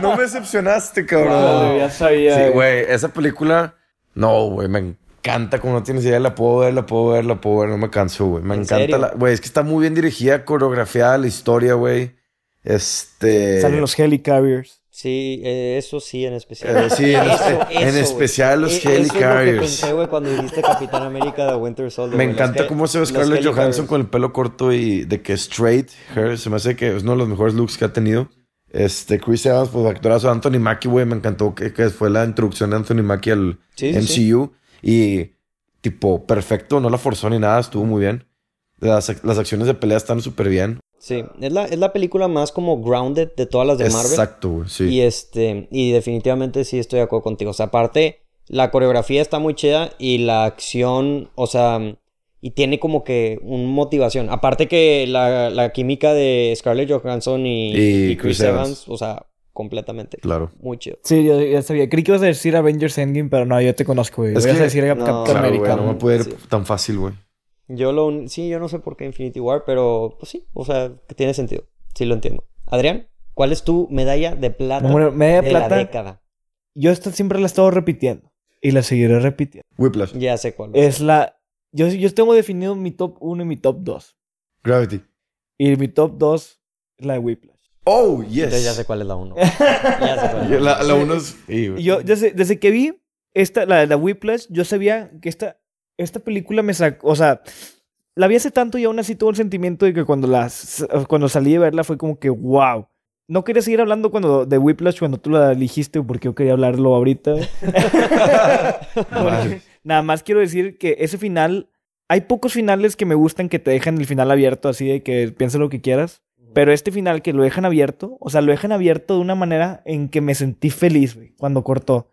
Speaker 2: no me decepcionaste, cabrón.
Speaker 3: ya sabía.
Speaker 2: Ah, Sí, güey, esa película. No, güey, me encanta. Como no tienes idea, la puedo ver, la puedo ver, la puedo ver. No me canso, güey. Me
Speaker 1: ¿En
Speaker 2: encanta.
Speaker 1: serio?
Speaker 2: la- Güey, es que está muy bien dirigida, coreografiada la historia, güey. Este.
Speaker 3: Salen los Helicarriers.
Speaker 1: Sí, eh, eso sí, en especial.
Speaker 2: Eh, sí, en,
Speaker 1: Eso,
Speaker 2: espe- en
Speaker 1: eso,
Speaker 2: especial
Speaker 1: güey.
Speaker 2: los
Speaker 1: Eh, Eso es lo que
Speaker 2: Helicarriers.
Speaker 1: pensé, güey, cuando dijiste Capitán América de Winter Soldier.
Speaker 2: Me
Speaker 1: güey. Los
Speaker 2: encanta
Speaker 1: Hel-
Speaker 2: cómo se ve
Speaker 1: los
Speaker 2: Scarlett
Speaker 1: Helicarriers.
Speaker 2: Johansson con el pelo corto y de que straight hair. Se me hace que es uno de los mejores looks que ha tenido. Este, Chris Evans, pues actorazo. Anthony Mackie, güey, me encantó que, que fue la introducción de Anthony Mackie al
Speaker 1: Sí, sí, sí.
Speaker 2: MCU. Y, tipo, perfecto, no la forzó ni nada, estuvo muy bien. Las, ac- las acciones de pelea están súper bien.
Speaker 1: Sí, es la, es la película más como grounded de todas las de Marvel.
Speaker 2: Exacto, güey, sí.
Speaker 1: Y este, y definitivamente sí estoy de acuerdo contigo. O sea, aparte, la coreografía está muy chida y la acción, o sea, y tiene como que una motivación. Aparte que la, la química de Scarlett Johansson y,
Speaker 2: Y
Speaker 1: y Chris
Speaker 2: Chris Evans.
Speaker 1: Evans, o sea, completamente.
Speaker 2: Claro.
Speaker 1: Muy chido.
Speaker 3: Sí, yo ya sabía. Creí que ibas a decir Avengers Endgame, pero no, yo te conozco, güey.
Speaker 2: Es
Speaker 3: Ibas a
Speaker 2: que-
Speaker 3: decir
Speaker 1: No,
Speaker 3: Captain
Speaker 2: Claro, güey,
Speaker 3: America.
Speaker 2: no me puede ir
Speaker 1: Sí.
Speaker 2: tan fácil, güey.
Speaker 1: Yo lo un- sí, yo no sé por qué Infinity War, pero pues sí, o sea, que tiene sentido. Sí lo entiendo. Adrián, ¿cuál es tu medalla de plata
Speaker 3: Número- medalla de
Speaker 1: de
Speaker 3: plata.
Speaker 1: la década?
Speaker 3: Yo esta siempre la he estado repitiendo. Y la seguiré repitiendo.
Speaker 2: Whiplash.
Speaker 1: Ya sé cuál.
Speaker 3: Es la... Yo, yo tengo definido mi top 1 y mi top 2.
Speaker 2: Gravity.
Speaker 3: Y mi top 2 es la de Whiplash.
Speaker 2: Oh, yes.
Speaker 1: Entonces ya sé cuál es la uno. ya sé cuál es la
Speaker 2: Yo-
Speaker 1: uno.
Speaker 2: La, la uno es... Sí, güey.
Speaker 3: Y Yo desde, desde que vi esta, la de la Whiplash, yo sabía que esta, esta película me sacó, o sea, la vi hace tanto y aún así tuve el sentimiento de que cuando, las, cuando salí de verla fue como que, wow. No quería seguir hablando cuando, de Whiplash cuando tú la eligiste porque yo quería hablarlo ahorita.
Speaker 2: Vale.
Speaker 3: Nada más quiero decir que ese final, hay pocos finales que me gustan que te dejan el final abierto, así de que piensa lo que quieras. Pero este final que lo dejan abierto, o sea, lo dejan abierto de una manera en que me sentí feliz, güey, cuando cortó.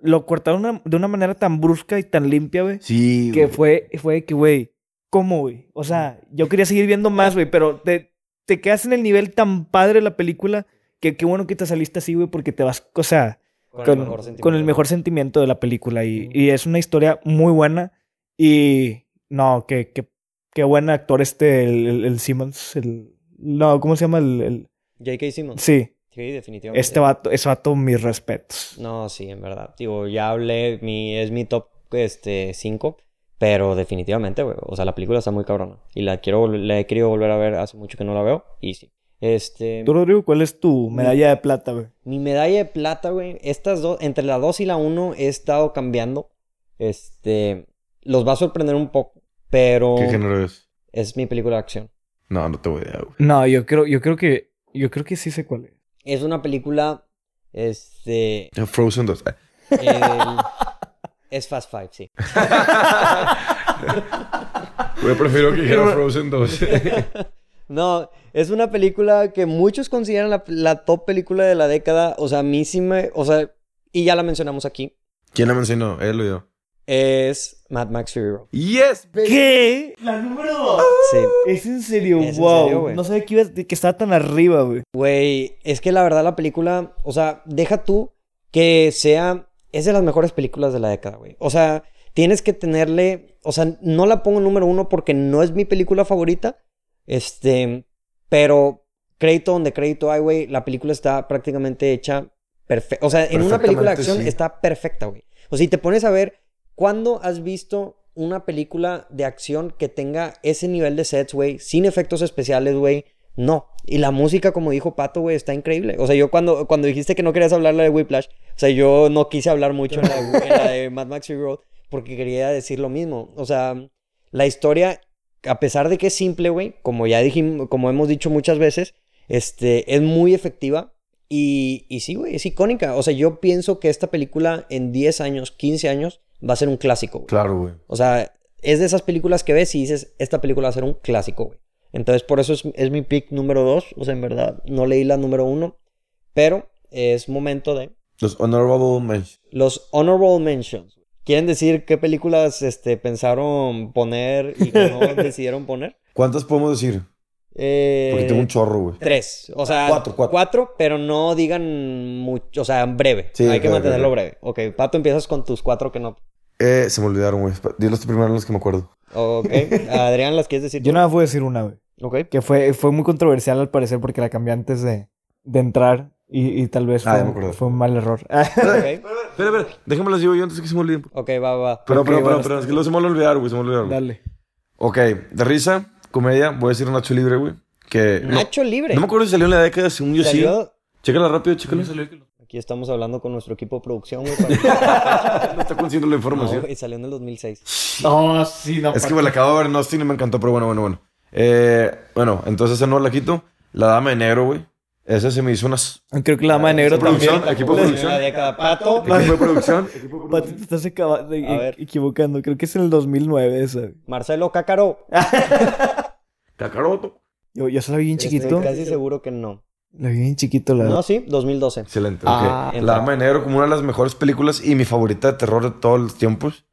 Speaker 3: Lo cortaron una- de una manera tan brusca y tan limpia, güey,
Speaker 2: Sí,
Speaker 3: que
Speaker 2: güey.
Speaker 3: fue, fue de que, güey, ¿cómo, güey? O sea, yo quería seguir viendo más, güey, pero te, te quedas en el nivel tan padre de la película que qué bueno que te saliste así, güey, porque te vas, o sea,
Speaker 1: Con,
Speaker 3: con,
Speaker 1: el mejor
Speaker 3: con
Speaker 1: sentimiento.
Speaker 3: el mejor sentimiento de la película. Y,
Speaker 1: Ujú.
Speaker 3: y es una historia muy buena. Y no, qué, qué, qué buen actor este, el, el- el Simmons. El, no, ¿cómo se llama? El, el-
Speaker 1: J.K. Simmons.
Speaker 3: sí,
Speaker 1: Sí, definitivamente.
Speaker 3: este vato, ese vato, mis respetos.
Speaker 1: No, sí, en verdad. Digo, ya hablé, mi, es mi top este 5, pero definitivamente, güey. O sea, la película está muy cabrona. Y la quiero, vol- la he querido volver a ver hace mucho que no la veo. Y sí. Este.
Speaker 3: Tú, Rodrigo, ¿cuál es tu medalla de plata, güey?
Speaker 1: Mi medalla de plata, güey. Estas dos, entre la 2 y la 1 he estado cambiando. Este. Los va a sorprender un poco, pero
Speaker 2: ¿Qué género es?
Speaker 1: es mi película de acción.
Speaker 2: No, no te voy a... güey.
Speaker 3: No, yo creo, yo creo que. Yo creo que sí sé cuál es.
Speaker 1: Es una película. Este.
Speaker 2: Frozen 2. Eh,
Speaker 1: el- es Fast Five, sí.
Speaker 2: Güey, prefiero que dijera Frozen 2.
Speaker 1: No, es una película que muchos consideran la, la top película de la década. O sea, a mí sí me. O sea, y ya la mencionamos aquí.
Speaker 2: ¿Quién la mencionó? Él o yo.
Speaker 1: Es Mad Max Fury Road.
Speaker 2: Yes, baby.
Speaker 3: ¿Qué?
Speaker 4: La número dos.
Speaker 1: Sí.
Speaker 3: Es en serio,
Speaker 1: Es en
Speaker 3: wow.
Speaker 1: serio, güey.
Speaker 3: no sabía que, ibas- que estaba tan arriba, güey.
Speaker 1: Güey, es que la verdad la película. O sea, deja tú que sea. Es de las mejores películas de la década, güey. O sea, tienes que tenerle. O sea, no la pongo número uno porque no es mi película favorita. Este. Pero crédito donde crédito hay, güey. La película está prácticamente hecha perfecta. O sea, en una película de
Speaker 2: Perfectamente,
Speaker 1: acción
Speaker 2: sí.
Speaker 1: está perfecta, güey. O sea, si te pones a ver, ¿cuándo has visto una película de acción que tenga ese nivel de sets, güey? Sin efectos especiales, güey. No. Y la música, como dijo Pato, güey, está increíble. O sea, yo cuando, cuando dijiste que no querías hablar la de Whiplash, o sea, yo no quise hablar mucho en la, de- en la de Mad Max Fury Road porque quería decir lo mismo. O sea, la historia, a pesar de que es simple, güey, como ya dijimos, como hemos dicho muchas veces, este, es muy efectiva. Y, y sí, güey, es icónica. O sea, yo pienso que esta película en 10 años, 15 años, va a ser un clásico, güey.
Speaker 2: Claro, güey.
Speaker 1: O sea, es de esas películas que ves y dices, esta película va a ser un clásico, güey. Entonces, por eso es, es mi pick número 2. O sea, en verdad, no leí la número 1. Pero es momento de
Speaker 2: Los Honorable Mentions.
Speaker 1: los Honorable Mentions. ¿Quieren decir qué películas este, pensaron poner y que no decidieron poner?
Speaker 2: ¿Cuántas podemos decir?
Speaker 1: Eh,
Speaker 2: Porque tengo un chorro, güey.
Speaker 1: Tres. O sea,
Speaker 2: Cuatro, cuatro.
Speaker 1: pero no digan mucho. O sea, breve.
Speaker 2: Sí,
Speaker 1: Hay que
Speaker 2: ok, ok,
Speaker 1: mantenerlo
Speaker 2: ok.
Speaker 1: breve. Ok, Pato, empiezas con tus cuatro que no.
Speaker 2: Eh, se me olvidaron, güey. Espa- Dilos tú primero los que me acuerdo.
Speaker 1: Ok. Adrián, ¿las quieres decir?
Speaker 3: Yo
Speaker 1: tú?
Speaker 3: nada más voy a decir una, güey.
Speaker 1: Ok.
Speaker 3: Que fue, fue muy controversial al parecer porque la cambié antes de, de entrar y, y tal vez
Speaker 2: Ah,
Speaker 3: fue,
Speaker 2: ya me acordé.
Speaker 3: fue un mal error.
Speaker 1: Ok.
Speaker 2: Espera, espera. Déjame las digo yo antes que se me olviden.
Speaker 1: Ok, va, va.
Speaker 2: Pero,
Speaker 3: Ok,
Speaker 2: pero, pero,
Speaker 3: bueno,
Speaker 2: pero, es que los se me van a olvidar, güey. Se me van a olvidar, güey.
Speaker 3: Dale.
Speaker 2: Ok, de risa, comedia. Voy a decir Nacho Libre, güey. Que. no-
Speaker 1: Nacho Libre.
Speaker 2: No, me acuerdo si salió en la década, según yo sí.
Speaker 1: Salió-
Speaker 2: Chécala rápido, chécala.
Speaker 1: Aquí estamos hablando con nuestro equipo de producción, güey. para-
Speaker 2: No está consiguiendo la
Speaker 1: No,
Speaker 2: información.
Speaker 1: güey, salió en el 2006.
Speaker 4: No, sí, no.
Speaker 2: Es que me la acabo de ver en Austin y me encantó, pero bueno, bueno, bueno. Eh, bueno, entonces esa no la quito. La Dama de Negro, güey. Esa se me hizo unas...
Speaker 3: Creo que la
Speaker 1: Ah,
Speaker 3: dama de negro también.
Speaker 2: producción, equipo
Speaker 1: La
Speaker 2: de producción.
Speaker 1: década Pato.
Speaker 2: Equipo de producción.
Speaker 3: Pato, te estás acaba- de-
Speaker 1: A ver.
Speaker 3: equivocando. Creo que es en el 2009 esa. güey.
Speaker 1: Marcelo Cácaro.
Speaker 2: Cacaroto.
Speaker 3: Yo, yo se la vi bien chiquito.
Speaker 1: Estoy Este, casi seguro que no.
Speaker 3: La vi bien chiquito, la
Speaker 1: No,
Speaker 3: verdad.
Speaker 1: sí, 2012.
Speaker 2: Excelente.
Speaker 3: Ah,
Speaker 2: ok. La Dama de Negro como una de las mejores películas y mi favorita de terror de todos los tiempos.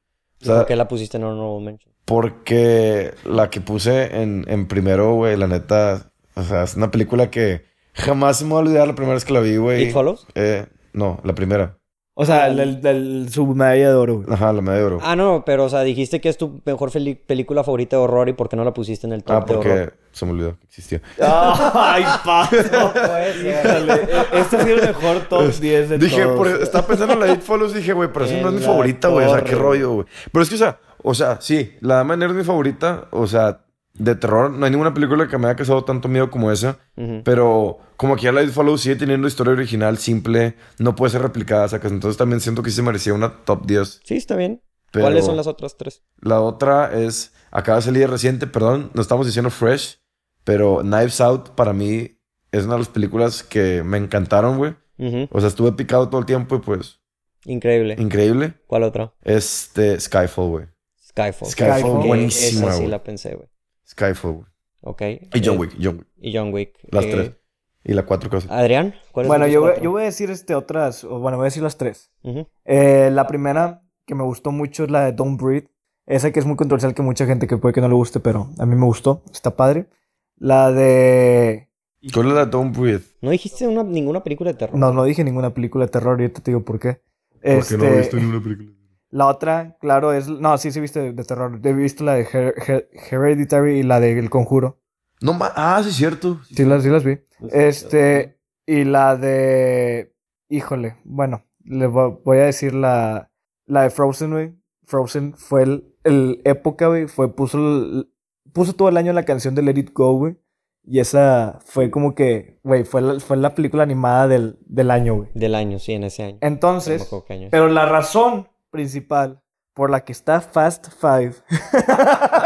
Speaker 2: O sea,
Speaker 1: ¿Por qué la pusiste en Honorable Mention?
Speaker 2: Porque la que puse en, en primero, güey, la neta, o sea, es una película que jamás se me va a olvidar la primera vez que la vi, güey.
Speaker 1: ¿It Follows?
Speaker 2: Eh, no, la primera.
Speaker 3: O sea, la, la- la- su medalla de oro, güey.
Speaker 2: Ajá, la media de oro. Ah,
Speaker 1: Ah, no, pero, o sea, dijiste que es tu mejor feli- película favorita de horror y ¿por qué no la pusiste en el top de horror?
Speaker 2: Ah, porque se me olvidó que existía.
Speaker 3: ¡Ay, Pato!
Speaker 1: Híjole.
Speaker 3: Híjole, e- este ha sido el mejor top 10 de
Speaker 2: Dije,
Speaker 3: todos.
Speaker 2: por- estaba pensando en la de It Follows, dije, güey, pero esa no es mi
Speaker 1: En la
Speaker 2: favorita, güey. O sea, qué
Speaker 1: torre.
Speaker 2: rollo, güey. Pero es que, o sea, o sea, sí, la Dama de Negro es mi favorita, o sea, de terror. No hay ninguna película que me haya causado tanto miedo como esa.
Speaker 1: Ujú.
Speaker 2: Pero como que ya la Follow sigue teniendo historia original simple, no puede ser replicada, sacas. Entonces también siento que sí se merecía una top 10.
Speaker 1: Sí, está bien.
Speaker 2: Pero-
Speaker 1: ¿Cuáles son las otras tres?
Speaker 2: La otra es, acaba de salir reciente, perdón, no estamos diciendo Fresh, pero Knives Out para mí es una de las películas que me encantaron, güey.
Speaker 1: Ujú.
Speaker 2: O sea, estuve picado todo el tiempo y pues,
Speaker 1: Increíble.
Speaker 2: increíble.
Speaker 1: ¿Cuál otra?
Speaker 2: Este, Skyfall, güey.
Speaker 1: Skyfall.
Speaker 2: Skyfall,
Speaker 3: Skyfall.
Speaker 1: Que
Speaker 2: buenísima,
Speaker 1: Esa sí
Speaker 2: güey.
Speaker 1: la pensé, güey.
Speaker 2: Skyfall, güey.
Speaker 1: Ok.
Speaker 2: Y John
Speaker 1: Eh,
Speaker 2: Wick, John Wick.
Speaker 1: Y John Wick.
Speaker 2: Las
Speaker 1: Eh,
Speaker 2: tres. Y la cuatro cosas.
Speaker 1: Adrián, ¿cuáles
Speaker 3: Bueno,
Speaker 1: son tus
Speaker 3: yo voy,
Speaker 1: cuatro?
Speaker 3: yo voy a decir este otras, o bueno, voy a decir las tres.
Speaker 1: Ujú.
Speaker 3: Eh, la primera que me gustó mucho es la de Don't Breathe. Esa que es muy controversial, que mucha gente que puede que no le guste, pero a mí me gustó, está padre. La de...
Speaker 2: ¿Cuál es la Don't Breathe?
Speaker 1: No dijiste una- ninguna película de terror.
Speaker 3: No, no dije ninguna película de terror, ahorita te digo por qué.
Speaker 2: Porque no he
Speaker 3: Este,
Speaker 2: visto ninguna película.
Speaker 3: La otra, claro, es... No, sí, sí viste de, de terror. He visto la de Her- Her- Hereditary y la de El Conjuro.
Speaker 2: No, ma- ah, sí es cierto.
Speaker 3: Sí las, sí las vi.
Speaker 1: Pues,
Speaker 3: Este, y la de... Híjole, bueno, le vo- voy a decir la, la de Frozen, güey. Frozen fue el, el época, güey. Fue, puso, el- puso todo el año la canción de Let It Go, güey. Y esa fue como que, güey, fue la, fue la película animada del, del año, güey.
Speaker 1: Del año, sí, en ese año. No me
Speaker 3: Entonces,
Speaker 1: acuerdo qué año es.
Speaker 3: pero la razón principal por la que está Fast Five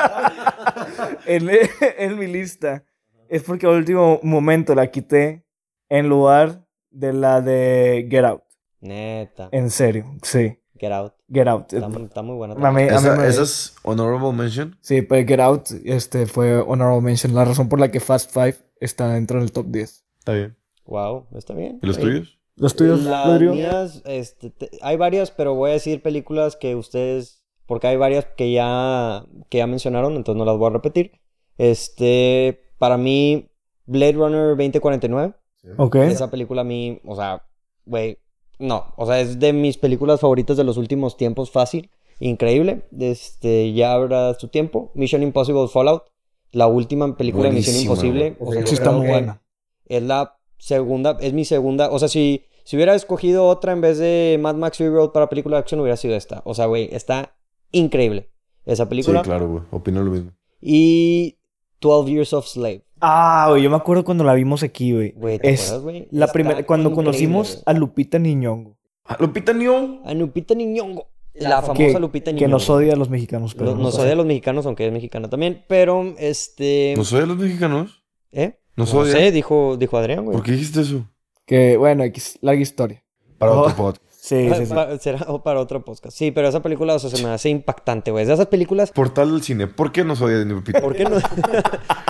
Speaker 3: en, en mi lista es porque al último momento la quité en lugar de la de Get Out.
Speaker 1: Neta.
Speaker 3: En serio, sí.
Speaker 1: Get Out.
Speaker 3: Get Out.
Speaker 1: Está, mu- está muy buena.
Speaker 3: A mí- a mí
Speaker 2: Esa,
Speaker 3: me-
Speaker 2: esa es Honorable Mention.
Speaker 3: Sí, pero Get Out este, fue honorable mention. La razón por la que Fast Five está dentro del top 10.
Speaker 2: Está bien.
Speaker 1: Wow, está bien.
Speaker 2: ¿Y los
Speaker 1: Ahí.
Speaker 2: tuyos?
Speaker 3: ¿Los tuyos,
Speaker 1: Las
Speaker 3: Rodrigo?
Speaker 1: mías, este, te- hay varias, pero voy a decir películas que ustedes, porque hay varias que ya, que ya mencionaron, entonces no las voy a repetir. Este, para mí, Blade Runner 2049,
Speaker 3: Ok.
Speaker 1: esa película a mí, o sea, güey, no, o sea, es de mis películas favoritas de los últimos tiempos, fácil, increíble, este, ya habrá su tiempo. Mission Impossible Fallout, la última película de
Speaker 2: Buenísima,
Speaker 1: Misión Imposible, o sea,
Speaker 3: Sí,
Speaker 1: yo
Speaker 3: está
Speaker 1: creo
Speaker 3: muy
Speaker 1: que-
Speaker 3: buena.
Speaker 1: es la segunda, es mi segunda. O sea, si, si hubiera escogido otra en vez de Mad Max Fury Road para película de acción, hubiera sido esta. O sea, güey, está increíble esa
Speaker 2: Sí,
Speaker 1: película.
Speaker 2: claro, güey. Opino lo mismo.
Speaker 1: Y 12 Years of Slave.
Speaker 3: Ah, güey, yo me acuerdo cuando la vimos aquí, güey.
Speaker 1: Güey, ¿te
Speaker 3: Es
Speaker 1: acuerdas, güey?
Speaker 3: la
Speaker 1: Está
Speaker 3: primera, cuando
Speaker 1: increíble,
Speaker 3: conocimos
Speaker 1: güey.
Speaker 3: a Lupita Niñongo,
Speaker 2: Lupita Nyong'o.
Speaker 1: a Lupita Niñongo. La, famosa
Speaker 3: que,
Speaker 1: Lupita Niñongo.
Speaker 3: que nos odia a los mexicanos, pero
Speaker 1: Nos- nos
Speaker 3: pasa.
Speaker 1: odia a los mexicanos, aunque es mexicana también. Pero, este...
Speaker 2: ¿Nos odia los mexicanos?
Speaker 1: ¿Eh?
Speaker 2: ¿Nos
Speaker 1: No
Speaker 2: odia?
Speaker 1: sé, dijo, dijo Adrián, güey.
Speaker 2: ¿Por qué dijiste eso?
Speaker 3: Que bueno, X, larga historia.
Speaker 2: Para
Speaker 3: Oh.
Speaker 2: otro podcast.
Speaker 3: Sí,
Speaker 1: Pa-
Speaker 3: sí, sí.
Speaker 1: pa- será o para otro podcast. Sí, pero esa película, o sea, se me hace impactante, güey. Es de esas películas
Speaker 2: Portal del cine. ¿Por qué nos odia de Lupita?
Speaker 1: ¿Por qué no?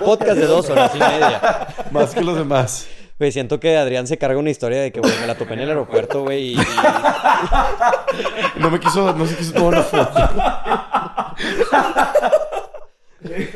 Speaker 1: Podcast de dos horas y media.
Speaker 2: Más que los demás.
Speaker 1: Güey, siento que Adrián se carga una historia de que, güey, me la topé en el aeropuerto, güey, y, y-
Speaker 2: No me quiso, no se quiso tomar una foto. Güey,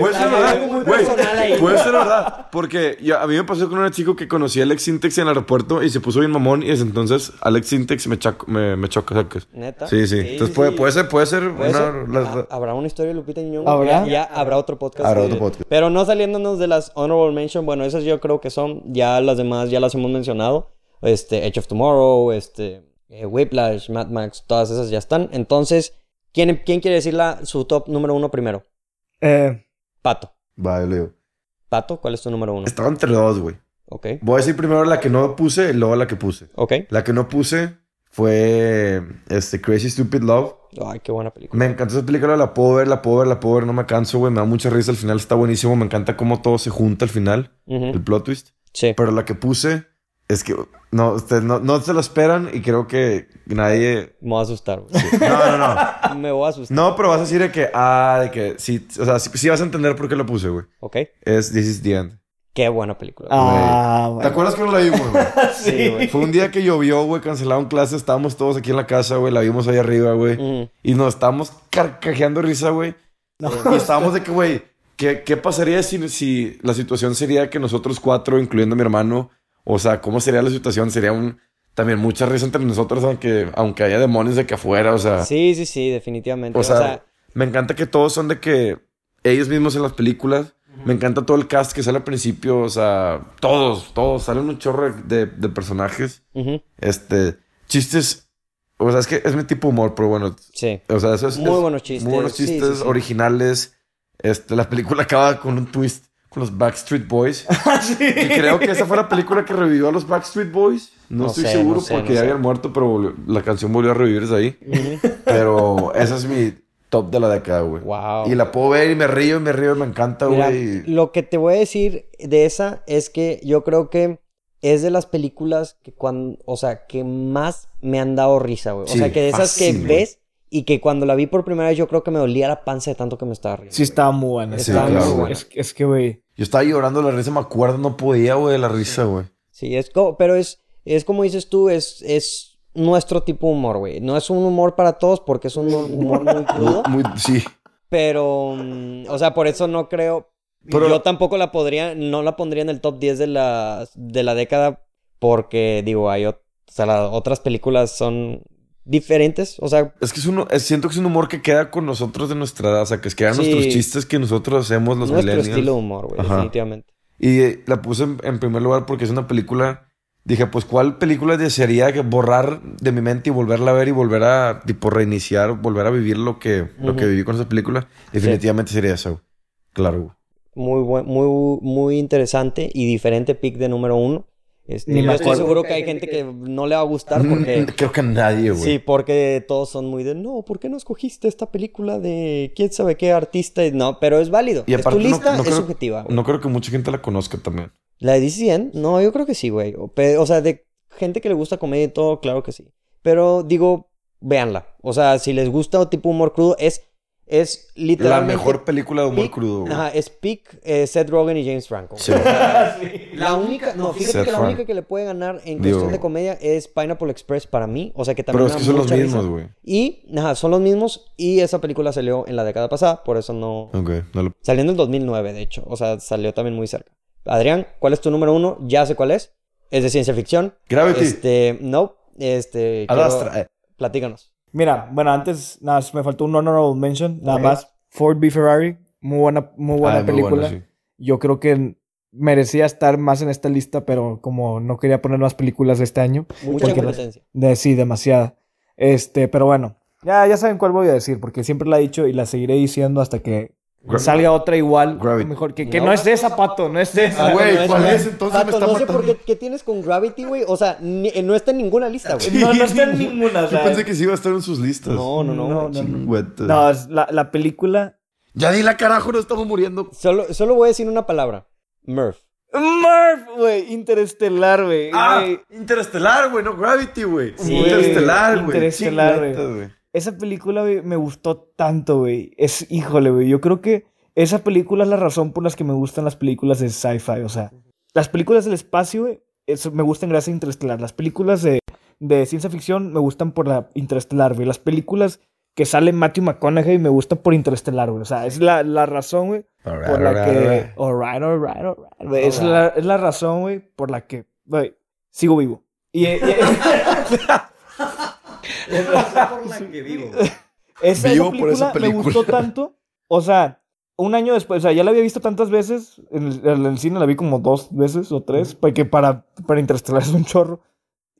Speaker 2: puede ser
Speaker 1: Ay,
Speaker 2: verdad.
Speaker 1: algo muy
Speaker 2: güey.
Speaker 1: personal ahí.
Speaker 2: puede ser verdad. Porque yo- a mí me pasó con un chico que conocía a Alex Sintex en el aeropuerto y se puso bien mamón. Y desde entonces Alex Sintex me, chaco- me, me choca. sacas.
Speaker 1: ¿Neta?
Speaker 2: Sí, sí. Entonces
Speaker 1: sí,
Speaker 2: puede,
Speaker 1: sí.
Speaker 2: puede ser, puede ser.
Speaker 1: ¿Puede
Speaker 2: una-
Speaker 1: ser? Ah,
Speaker 2: la-
Speaker 1: Ha- ¿Habrá una historia de Lupita Ñongo?
Speaker 3: ¿Habrá?
Speaker 1: Ya, ya habrá otro podcast.
Speaker 2: Habrá
Speaker 1: de-
Speaker 2: otro podcast.
Speaker 1: Pero no saliéndonos de las honorable mention, bueno, esas yo creo que son, ya las demás ya las hemos mencionado. Este, Edge of Tomorrow, este, eh, Whiplash, Mad Max, todas esas ya están. Entonces, ¿quién, quién quiere decir la, su top número uno primero?
Speaker 3: Eh,
Speaker 1: Pato.
Speaker 2: Va, yo leo.
Speaker 1: Pato, ¿cuál es tu número uno?
Speaker 2: Estaba entre dos, güey.
Speaker 1: Ok,
Speaker 2: Voy a decir primero la que no puse y luego la que puse.
Speaker 1: ok.
Speaker 2: La que no puse fue este, Crazy Stupid Love.
Speaker 1: Ay, qué buena película.
Speaker 2: Me encantó esa película, la puedo ver, la puedo ver, la puedo ver, no me canso, güey. Me da mucha risa al final, está buenísimo. Me encanta cómo todo se junta al final,
Speaker 1: Ujú,
Speaker 2: el plot twist.
Speaker 1: Sí.
Speaker 2: Pero la que puse es que no, ustedes no, no se lo esperan y creo que nadie.
Speaker 1: Me voy a asustar, güey.
Speaker 2: No, no, no.
Speaker 1: Me voy a asustar.
Speaker 2: No, pero vas a decir de que, ah, de que sí, o sea, sí, sí vas a entender por qué lo puse, güey.
Speaker 1: ¿Ok?
Speaker 2: Es This is the End.
Speaker 1: Qué buena película. güey.
Speaker 3: Ah,
Speaker 2: ¿Te acuerdas que no la vimos, güey?
Speaker 1: Sí, güey.
Speaker 2: Fue un día que llovió, güey, cancelaron clases, estábamos todos aquí en la casa, güey, la vimos ahí arriba, güey.
Speaker 1: Ujú.
Speaker 2: Y nos estábamos carcajeando risa, güey. Y estábamos de que, güey, ¿qué, qué pasaría si, si la situación sería que nosotros cuatro, incluyendo a mi hermano, o sea, cómo sería la situación? Sería un también mucha risa entre nosotros, aunque, aunque haya demonios de que afuera, o sea.
Speaker 1: Sí, sí, sí, definitivamente.
Speaker 2: Ah. O sea, me encanta que todos son de que ellos mismos en las películas. Me encanta todo el cast que sale al principio. O sea, todos, todos. Salen un chorro de, de personajes.
Speaker 1: ujú,
Speaker 2: Este, chistes. O sea, es que es mi tipo de humor, pero bueno.
Speaker 1: sí.
Speaker 2: O sea, eso es.
Speaker 1: Muy
Speaker 2: es-
Speaker 1: buenos chistes,
Speaker 2: Muy buenos
Speaker 1: sí, sí,
Speaker 2: chistes
Speaker 1: sí.
Speaker 2: originales. Este, la película acaba con un twist con los Backstreet Boys. Y creo que esa fue la película que revivió a los Backstreet Boys. No,
Speaker 1: No
Speaker 2: estoy
Speaker 1: sé,
Speaker 2: seguro
Speaker 1: no sé,
Speaker 2: porque
Speaker 1: no
Speaker 2: ya
Speaker 1: sé.
Speaker 2: habían muerto, pero volvió- la canción volvió a revivir desde ahí. Pero esa es mi top de la década, güey.
Speaker 1: Wow.
Speaker 2: Y la puedo ver y me río y me río y me encanta,
Speaker 1: Mira,
Speaker 2: güey.
Speaker 1: lo que te voy a decir de esa es que yo creo que es de las películas que cuando, o sea, que más me han dado risa, güey. O
Speaker 2: Sí,
Speaker 1: sea, que de esas que
Speaker 2: fácil, güey.
Speaker 1: ves y que cuando la vi por primera vez yo creo que me dolía la panza de tanto que me estaba riendo.
Speaker 3: Sí, estaba muy buena.
Speaker 1: Sí,
Speaker 3: estaba muy
Speaker 2: claro,
Speaker 3: buena.
Speaker 1: güey.
Speaker 3: Es, que- es que, güey.
Speaker 2: Yo estaba llorando de la risa, me acuerdo, no podía, güey, de la risa, güey.
Speaker 1: Sí, es co- pero es, es como dices tú, es, es nuestro tipo de humor, güey. No es un humor para todos porque es un humor muy crudo,
Speaker 2: Muy, sí.
Speaker 1: pero, mm, o sea, por eso no creo.
Speaker 2: Pero-
Speaker 1: yo tampoco la podría, no la pondría en el top 10 de la, de la década porque, digo, hay ot- o sea, las otras películas son diferentes, o sea,
Speaker 2: Es que es uno, es- siento que es un humor que queda con nosotros de nuestra edad, o sea, que quedan
Speaker 1: Sí.
Speaker 2: nuestros chistes que nosotros hacemos los
Speaker 1: nuestro
Speaker 2: millennials.
Speaker 1: estilo de humor, güey,
Speaker 2: Ajá.
Speaker 1: definitivamente.
Speaker 2: Y eh, la puse en, en primer lugar porque es una película. Dije, pues, ¿cuál película desearía que borrar de mi mente y volverla a ver y volver a, tipo, reiniciar, volver a vivir lo que, lo que
Speaker 1: Ujú.
Speaker 2: viví con esa película? Definitivamente sería esa, güey. Claro, güey.
Speaker 1: Muy buen, muy, muy interesante y diferente pick de número uno. Este,
Speaker 3: Ni me
Speaker 1: yo estoy
Speaker 3: acuerdo.
Speaker 1: seguro que hay gente que no le va a gustar porque...
Speaker 2: Mm, Creo que a nadie, güey.
Speaker 1: Sí, porque todos son muy de, no, ¿por qué no escogiste esta película de quién sabe qué artista? Y No, pero es válido.
Speaker 2: Y
Speaker 1: Es tu
Speaker 2: aparte no-
Speaker 1: lista
Speaker 2: no
Speaker 1: es
Speaker 2: creo-
Speaker 1: subjetiva.
Speaker 2: No creo que mucha gente la conozca también.
Speaker 1: ¿La de DCN? No, yo creo que sí, güey. O, pe- o sea, de gente que le gusta comedia y todo, claro que sí. Pero digo, véanla. O sea, si les gusta tipo humor crudo, es, es
Speaker 2: La
Speaker 1: literalmente...
Speaker 2: mejor película de humor
Speaker 1: pick-
Speaker 2: crudo, güey.
Speaker 1: Ajá, es Pick eh, Seth Rogen y James Franco. güey.
Speaker 2: Sí.
Speaker 1: La única, no, fíjate
Speaker 2: Seth
Speaker 1: que la
Speaker 2: Rogen.
Speaker 1: única que le puede ganar en
Speaker 2: Digo-
Speaker 1: cuestión de comedia es Pineapple Express para mí. O sea, que también me
Speaker 2: Pero es que
Speaker 1: da
Speaker 2: son los
Speaker 1: mucha risa.
Speaker 2: mismos, güey.
Speaker 1: Y ajá, son los mismos. Y esa película salió en la década pasada, por eso no.
Speaker 2: Ok, no lo-
Speaker 1: Salió en el 2009, de hecho. O sea, salió también muy cerca. Adrián, ¿cuál es tu número uno? Ya sé cuál es. Es de ciencia ficción.
Speaker 2: Gravity.
Speaker 1: Este, no. Este, quiero-
Speaker 2: Alastra. eh.
Speaker 1: platícanos.
Speaker 3: Mira, bueno, antes nada, me faltó un honorable mention, nada
Speaker 1: Ok.
Speaker 3: más. Ford v Ferrari, muy buena, muy buena
Speaker 2: Ah, muy
Speaker 3: película.
Speaker 2: bueno, sí.
Speaker 3: Yo creo que merecía estar más en esta lista, pero como no quería poner más películas de este año,
Speaker 1: Mucha
Speaker 3: Porque-
Speaker 1: competencia.
Speaker 3: de, sí, demasiada. Este, pero bueno, ya, ya saben cuál voy a decir, porque siempre la he dicho y la seguiré diciendo hasta que
Speaker 2: Gra-
Speaker 3: salga otra igual,
Speaker 2: Gravity.
Speaker 3: mejor que, que
Speaker 1: No.
Speaker 3: no, es esa, pato, no es esa.
Speaker 2: Ah, güey,
Speaker 1: No,
Speaker 2: ¿cuál
Speaker 1: no,
Speaker 2: es? Entonces me
Speaker 1: Pato,
Speaker 2: está
Speaker 1: no sé por
Speaker 2: matando.
Speaker 1: qué, ¿qué tienes con Gravity, güey. O sea, ni- eh, no está en ninguna lista, güey.
Speaker 3: No, no está en ninguna, o
Speaker 2: Yo
Speaker 3: sea,
Speaker 2: pensé que sí iba a estar en sus listas.
Speaker 1: No, no, no.
Speaker 3: No,
Speaker 1: güey.
Speaker 3: no.
Speaker 2: Chingüete.
Speaker 3: No, es la, la película
Speaker 2: Ya di la carajo, no estamos muriendo.
Speaker 1: Solo, solo voy a decir una palabra. Murph.
Speaker 3: Murph, güey, interestelar, güey.
Speaker 2: Ah,
Speaker 3: güey.
Speaker 2: Interestelar, güey, no Gravity, güey.
Speaker 3: Sí,
Speaker 2: interestelar, güey.
Speaker 3: Interestelar, güey.
Speaker 2: Chingüete, güey.
Speaker 3: Esa película güey, me gustó tanto, güey. Es, híjole, güey. Yo creo que esa película es la razón por las que me gustan las películas de sci-fi. O sea, las películas del espacio, güey, eso me gustan gracias a Interestelar. Las películas de, de ciencia ficción me gustan por la Interestelar, güey. Las películas que sale Matthew McConaughey me gustan por Interestelar, güey. O sea, es la, la razón, güey,
Speaker 2: Alright,
Speaker 3: por la
Speaker 2: alright,
Speaker 3: que... Oh,
Speaker 2: alright.
Speaker 3: Alright, alright, alright. güey. Es la, es la razón, güey, por la que, güey, sigo vivo. Y, y- Esa,
Speaker 2: Vivo
Speaker 3: esa
Speaker 2: por esa
Speaker 3: película me
Speaker 2: película.
Speaker 3: gustó tanto. O sea, un año después, o sea, ya la había visto tantas veces. En el, en el cine la vi como dos veces o tres, porque para, para Interestelar es un chorro.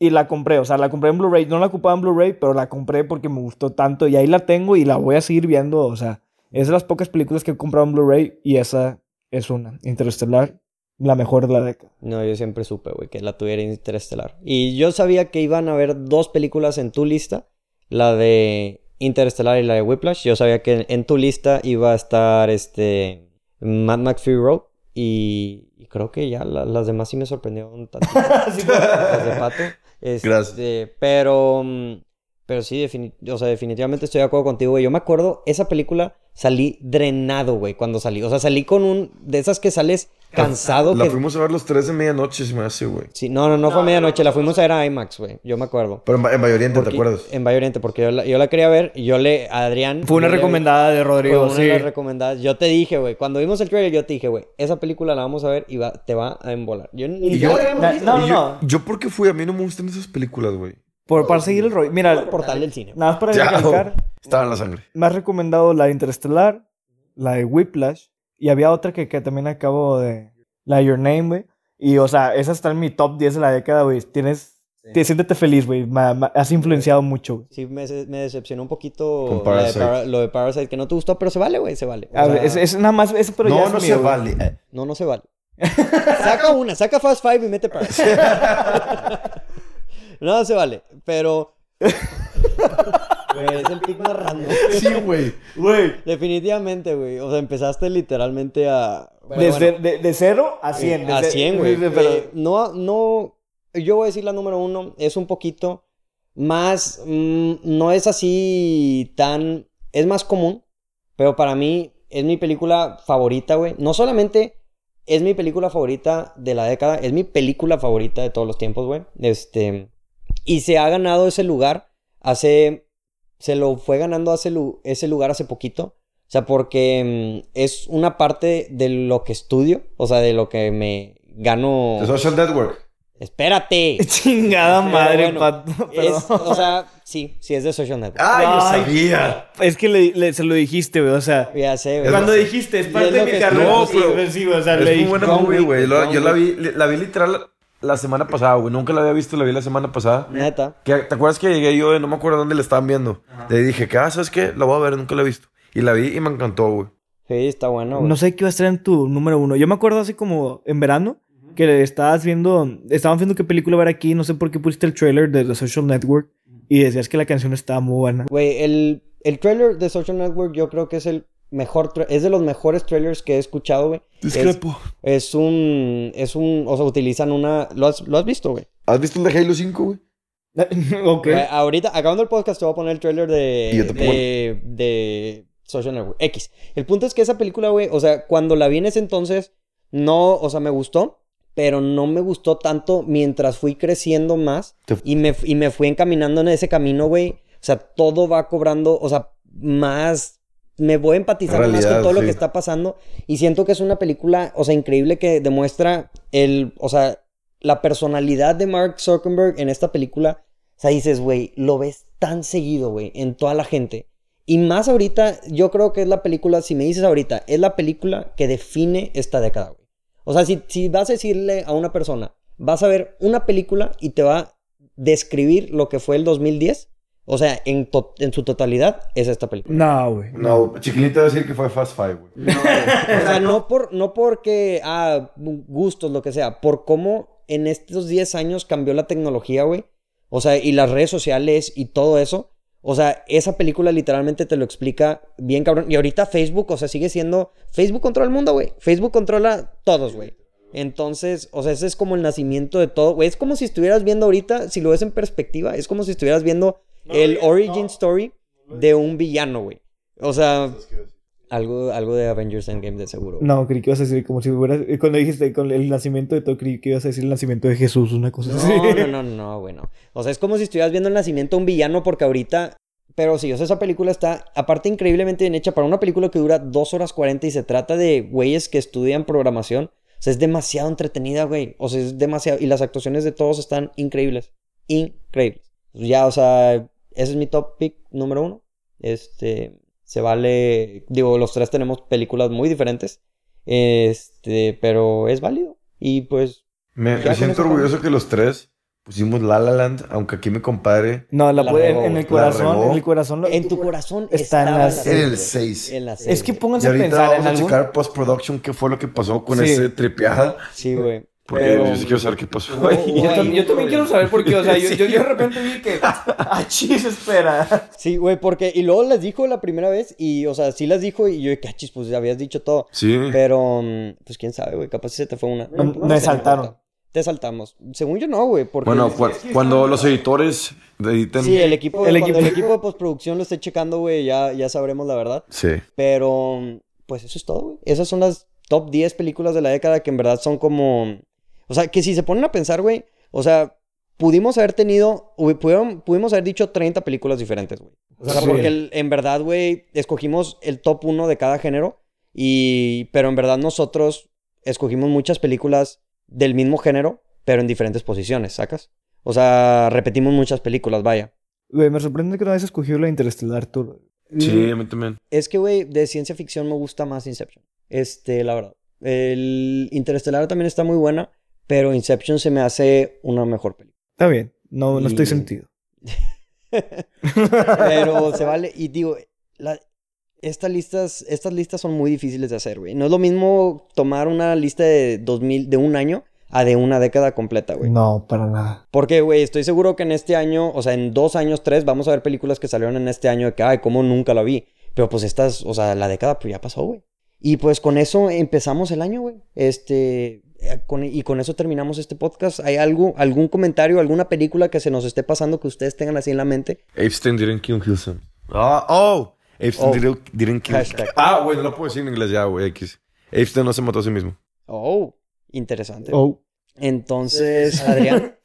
Speaker 3: Y la compré, o sea, la compré en Blu-ray. No la ocupaba en Blu-ray, pero la compré porque me gustó tanto. Y ahí la tengo y la voy a seguir viendo. O sea, es de las pocas películas que he comprado en Blu-ray y esa es una. Interestelar, la mejor de la década.
Speaker 1: No, yo siempre supe, güey, que la tuviera Interestelar. Y yo sabía que iban a haber dos películas en tu lista, la de Interestelar y la de Whiplash. Yo sabía que en tu lista iba a estar este Mad Max Fury Road y, y creo que ya la- las demás sí me sorprendieron tanto.
Speaker 3: Así que-
Speaker 1: las de Pato. Este,
Speaker 2: Gracias.
Speaker 1: Pero, mm, pero sí, defini- o sea, definitivamente estoy de acuerdo contigo, güey. Yo me acuerdo, esa película salí drenado, güey, cuando salí. O sea, salí con un... De esas que sales cansado.
Speaker 2: La
Speaker 1: que
Speaker 2: fuimos a ver los tres de medianoche, se me hace, güey.
Speaker 1: Sí, no, no, no, fue a medianoche, la fuimos a ver a IMAX, güey. Yo me acuerdo.
Speaker 2: Pero en, Ma- en Valle Oriente, ¿te
Speaker 1: Porque-
Speaker 2: acuerdas?
Speaker 1: En Valle Oriente, porque yo la, yo la quería ver y yo le, a Adrián.
Speaker 3: Fue una
Speaker 1: yo le-
Speaker 3: recomendada de
Speaker 1: fue
Speaker 3: Rodrigo,
Speaker 1: una
Speaker 3: sí.
Speaker 1: de las recomendadas. Yo te dije, güey, cuando vimos el trailer, yo te dije, güey, esa película la vamos a ver y va, te va a embolar. Yo ni-
Speaker 2: Y yo-
Speaker 3: Na- No, no,
Speaker 2: Y yo,
Speaker 3: no.
Speaker 2: yo porque fui, a mí no me gustan esas películas, güey.
Speaker 3: Por, para seguir el rollo. Mira,
Speaker 1: por portal del cine.
Speaker 3: nada más para
Speaker 2: Ya,
Speaker 3: recalcar,
Speaker 2: Estaba en la sangre.
Speaker 3: me has recomendado la de Interestelar, la de Whiplash, y había otra que, que también acabo de... La de Your Name, güey. Y, o sea, esa está en mi top 10 de la década, güey. Tienes... te- siéntete feliz, güey. Ma- ma- Has influenciado mucho, güey.
Speaker 1: Sí, me, me decepcionó un poquito
Speaker 2: Con
Speaker 1: la de
Speaker 2: Parasite.
Speaker 1: Para- lo de Parasite, que no te gustó, pero se vale, güey, se vale. O
Speaker 3: A ver,
Speaker 1: sea,
Speaker 3: es, es nada más... Eso, pero ya
Speaker 2: no,
Speaker 3: es
Speaker 2: no
Speaker 3: mío,
Speaker 2: se
Speaker 3: güey.
Speaker 2: vale. Eh,
Speaker 1: No, no se vale. Saca una, saca Fast Five y mete Parasite. no se vale, pero... Güey, es el pick más random.
Speaker 2: Sí, güey.
Speaker 3: Güey.
Speaker 1: Definitivamente, güey. O sea, empezaste literalmente a. Bueno,
Speaker 3: Desde,
Speaker 1: bueno,
Speaker 3: De, de 0 a 100.
Speaker 1: a 100, güey.
Speaker 3: Desde- pero-
Speaker 1: Eh, No, no. Yo voy a decir la número uno. Es un poquito más. mm, no es así tan. Es más común. Pero para mí es mi película favorita, güey. No solamente es mi película favorita de la década, es mi película favorita de todos los tiempos, güey. Este. Y se ha ganado ese lugar hace. Se lo fue ganando hace lu- ese lugar hace poquito. O sea, porque mm, es una parte de lo que estudio, o sea, de lo que me gano.
Speaker 2: The Social Network.
Speaker 1: Espérate.
Speaker 3: Chingada madre, Ah,
Speaker 1: bueno,
Speaker 3: Pato.
Speaker 1: Es-
Speaker 3: perdón.
Speaker 1: o sea, sí, sí es de Social Network.
Speaker 2: ¡Ay, lo
Speaker 3: Ay.
Speaker 2: Ah, sabía!
Speaker 3: Es que le, le- se lo dijiste, güey. O sea,
Speaker 1: Ya sé, güey.
Speaker 3: cuando
Speaker 2: lo-
Speaker 3: dijiste, es
Speaker 1: es
Speaker 3: parte
Speaker 1: lo
Speaker 3: de mi
Speaker 1: que-
Speaker 3: carrera.
Speaker 2: No,
Speaker 3: sí,
Speaker 2: pero-
Speaker 3: güey, sí, güey, o sea, le
Speaker 2: Es muy
Speaker 3: dije-
Speaker 2: buena
Speaker 1: John
Speaker 2: movie,
Speaker 1: Wick,
Speaker 2: güey. La-
Speaker 1: John
Speaker 2: Yo la
Speaker 1: Wick.
Speaker 2: vi, la vi literal la semana pasada, güey. Nunca la había visto, la vi la semana pasada.
Speaker 1: Neta.
Speaker 2: Que- ¿Te acuerdas que llegué yo, eh, no me acuerdo dónde la estaban viendo? Le dije, ¿qué? Ah, ¿Sabes qué? La voy a ver, nunca la he visto. Y la vi y me encantó, güey.
Speaker 1: Sí, está bueno, güey.
Speaker 3: No sé qué iba a estar en tu número uno. Yo me acuerdo así como en verano que estabas viendo, estaban viendo qué película ver aquí. No sé por qué pusiste el trailer de The Social Network y decías que la canción estaba muy buena.
Speaker 1: Güey, el, el trailer de Social Network yo creo que es el mejor, tra- es de los mejores trailers que he escuchado, güey. Discrepo. Es un, es un, o sea, utilizan una, ¿lo has, lo has visto, güey?
Speaker 2: ¿Has visto el de Halo 5, güey?
Speaker 3: ok.
Speaker 1: Güey, Ahorita, acabando el podcast, te voy a poner el trailer de,
Speaker 2: Y yo te pongo
Speaker 1: de, de Social Network X. El punto es que esa película, güey, o sea, cuando la vi en ese entonces, no, o sea, me gustó, pero no me gustó tanto mientras fui creciendo más
Speaker 2: Te-
Speaker 1: y me, y me fui encaminando en ese camino, güey. O sea, todo va cobrando, o sea, más. Me voy empatizando más
Speaker 2: Realidad,
Speaker 1: con todo lo
Speaker 2: sí.
Speaker 1: que está pasando. Y siento que es una película, o sea, increíble que demuestra el, o sea, la personalidad de Mark Zuckerberg en esta película. O sea, dices, güey, lo ves tan seguido, güey, en toda la gente. Y más ahorita, yo creo que es la película, si me dices ahorita, es la película que define esta década, güey. O sea, si, si vas a decirle a una persona, vas a ver una película y te va a describir lo que fue el 2010, o sea, en, to- en su totalidad, es esta película.
Speaker 3: No, güey.
Speaker 2: No, Chiquilita va a decir que fue Fast Five, güey.
Speaker 1: O sea, no, por, no porque, ah, gustos, lo que sea, por cómo en estos 10 años cambió la tecnología, güey. O sea, y las redes sociales y todo eso. O sea, esa película literalmente te lo explica bien cabrón. Y ahorita Facebook, o sea, sigue siendo... Facebook controla el mundo, güey. Facebook controla todos, güey. Entonces, o sea, ese es como el nacimiento de todo, güey. Es como si estuvieras viendo ahorita, si lo ves en perspectiva, es como si estuvieras viendo el origin story de un villano, güey. O sea, algo, algo de Avengers Endgame de seguro.
Speaker 3: No, creí que ibas a decir como si fueras. eh, Cuando dijiste con el nacimiento de todo, creí que ibas a decir el nacimiento de Jesús, una cosa así.
Speaker 1: No, no, no, no, bueno. O sea, es como si estuvieras viendo el nacimiento de un villano porque ahorita... Pero sí, o sea, esa película está, aparte, increíblemente bien hecha para una película que dura 2 horas 40 y se trata de güeyes que estudian programación. O sea, es demasiado entretenida, güey. O sea, es demasiado... Y las actuaciones de todos están increíbles. Increíbles. Ya, o sea, ese es mi top pick número uno. Este... Se vale... Digo, los tres tenemos películas muy diferentes. Este... Pero es válido. Y pues...
Speaker 2: Me,
Speaker 1: Ya
Speaker 2: me siento
Speaker 1: con eso
Speaker 2: orgulloso que los tres Pusimos La La Land, aunque aquí mi compadre
Speaker 3: No, la,
Speaker 1: La
Speaker 3: puede-
Speaker 2: regó,
Speaker 3: en el
Speaker 2: la
Speaker 3: corazón,
Speaker 2: regó.
Speaker 3: en el corazón. lo-
Speaker 1: En tu corazón
Speaker 3: Está en
Speaker 1: estaba
Speaker 3: la
Speaker 1: la
Speaker 3: serie.
Speaker 1: serie.
Speaker 2: En el seis.
Speaker 1: En la serie.
Speaker 3: Es que
Speaker 2: Y
Speaker 3: pónganse a
Speaker 2: ahorita
Speaker 3: pensar
Speaker 2: vamos
Speaker 3: en
Speaker 2: a
Speaker 3: algo.
Speaker 2: checar post-production qué fue lo que pasó con
Speaker 3: Sí.
Speaker 2: ese tripeada.
Speaker 1: Sí, güey.
Speaker 2: Porque
Speaker 1: Pero-
Speaker 2: yo sí quiero saber qué pasó. güey.
Speaker 3: Yo, tam- yo también quiero saber por qué, o sea, yo, yo, yo de repente vi que, ah, chis, espera.
Speaker 1: Sí, güey, porque... Y luego las dijo la primera vez y, o sea, sí las dijo y yo, cachis, pues habías dicho todo.
Speaker 2: Sí.
Speaker 1: Pero, mm, pues quién sabe, güey, capaz se te fue una.
Speaker 3: No, me saltaron.
Speaker 1: Te saltamos. Según yo no, güey, porque...
Speaker 2: Bueno, pues, cu- cuando los editores editen.
Speaker 1: Sí,
Speaker 2: Sí.
Speaker 1: el equipo,
Speaker 3: El
Speaker 1: cuando
Speaker 3: equipo-
Speaker 1: el equipo de postproducción lo esté checando, güey, ya, ya sabremos la verdad. Pero, pues eso es todo, güey. Esas son las top 10 películas de la década que en verdad son como... O sea, que si se ponen a pensar, güey, o sea, pudimos haber tenido, hubi- pudieron- pudimos haber dicho 30 películas diferentes, güey. O sea,
Speaker 3: Sí.
Speaker 1: porque el- en verdad, güey, escogimos el top 1 de cada género y... Pero en verdad nosotros escogimos muchas películas del mismo género, pero en diferentes posiciones, ¿sacas? O sea, repetimos muchas películas, vaya.
Speaker 3: Güey, me sorprende que no hayas escogido la Interestelar tú.
Speaker 2: Sí, a mí también.
Speaker 1: Es que, güey, de ciencia ficción me gusta más Inception. Este, la verdad. El Interestelar también está muy buena, pero Inception se me hace una mejor película.
Speaker 3: Está bien, no, no estoy
Speaker 1: Y-
Speaker 3: sentido.
Speaker 1: Pero se vale. Y digo, la- estas, listas, estas listas son muy difíciles de hacer, güey. No es lo mismo tomar una lista de 2000, de un año a de una década completa, güey.
Speaker 3: No, para nada.
Speaker 1: Porque, güey, estoy seguro que en este año, o sea, en dos años, tres, vamos a ver películas que salieron en este año de que, ay, cómo nunca la vi. Pero pues estas, o sea, la década pues ya pasó, güey. Y pues con eso empezamos el año, güey. Este, eh, con- y con eso terminamos este podcast. ¿Hay algo, algún comentario, alguna película que se nos esté pasando que ustedes tengan así en la mente?
Speaker 2: Epstein didn't kill Hilson. Ah, oh. Epstein
Speaker 1: Oh.
Speaker 2: didn't- didn't kill
Speaker 1: Hashtag.
Speaker 2: Ah, güey, no lo puedo decir en inglés ya, güey. X. Epstein no se mató a sí mismo.
Speaker 1: Oh, interesante.
Speaker 3: Oh.
Speaker 1: Entonces, Adrián,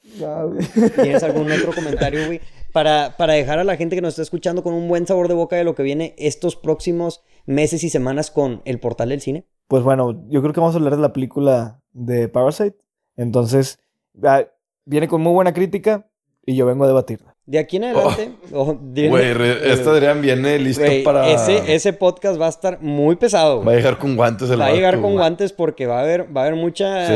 Speaker 1: ¿tienes algún otro comentario, güey? Para, para dejar a la gente que nos está escuchando con un buen sabor de boca de lo que viene estos próximos meses y semanas con el portal del cine.
Speaker 3: Pues bueno, yo creo que vamos a hablar de la película de Parasite. Entonces, ah, viene con muy buena crítica y yo vengo a debatirla.
Speaker 1: De aquí en adelante. oh, dime-
Speaker 2: Güey, re- este Adrián viene listo
Speaker 1: Güey,
Speaker 2: para.
Speaker 1: ese, ese podcast va a estar muy pesado.
Speaker 2: Va a
Speaker 1: güey.
Speaker 2: llegar con guantes el
Speaker 1: Va a
Speaker 2: vato,
Speaker 1: llegar con
Speaker 2: güey.
Speaker 1: guantes porque va a haber, va a haber mucha
Speaker 2: Sí,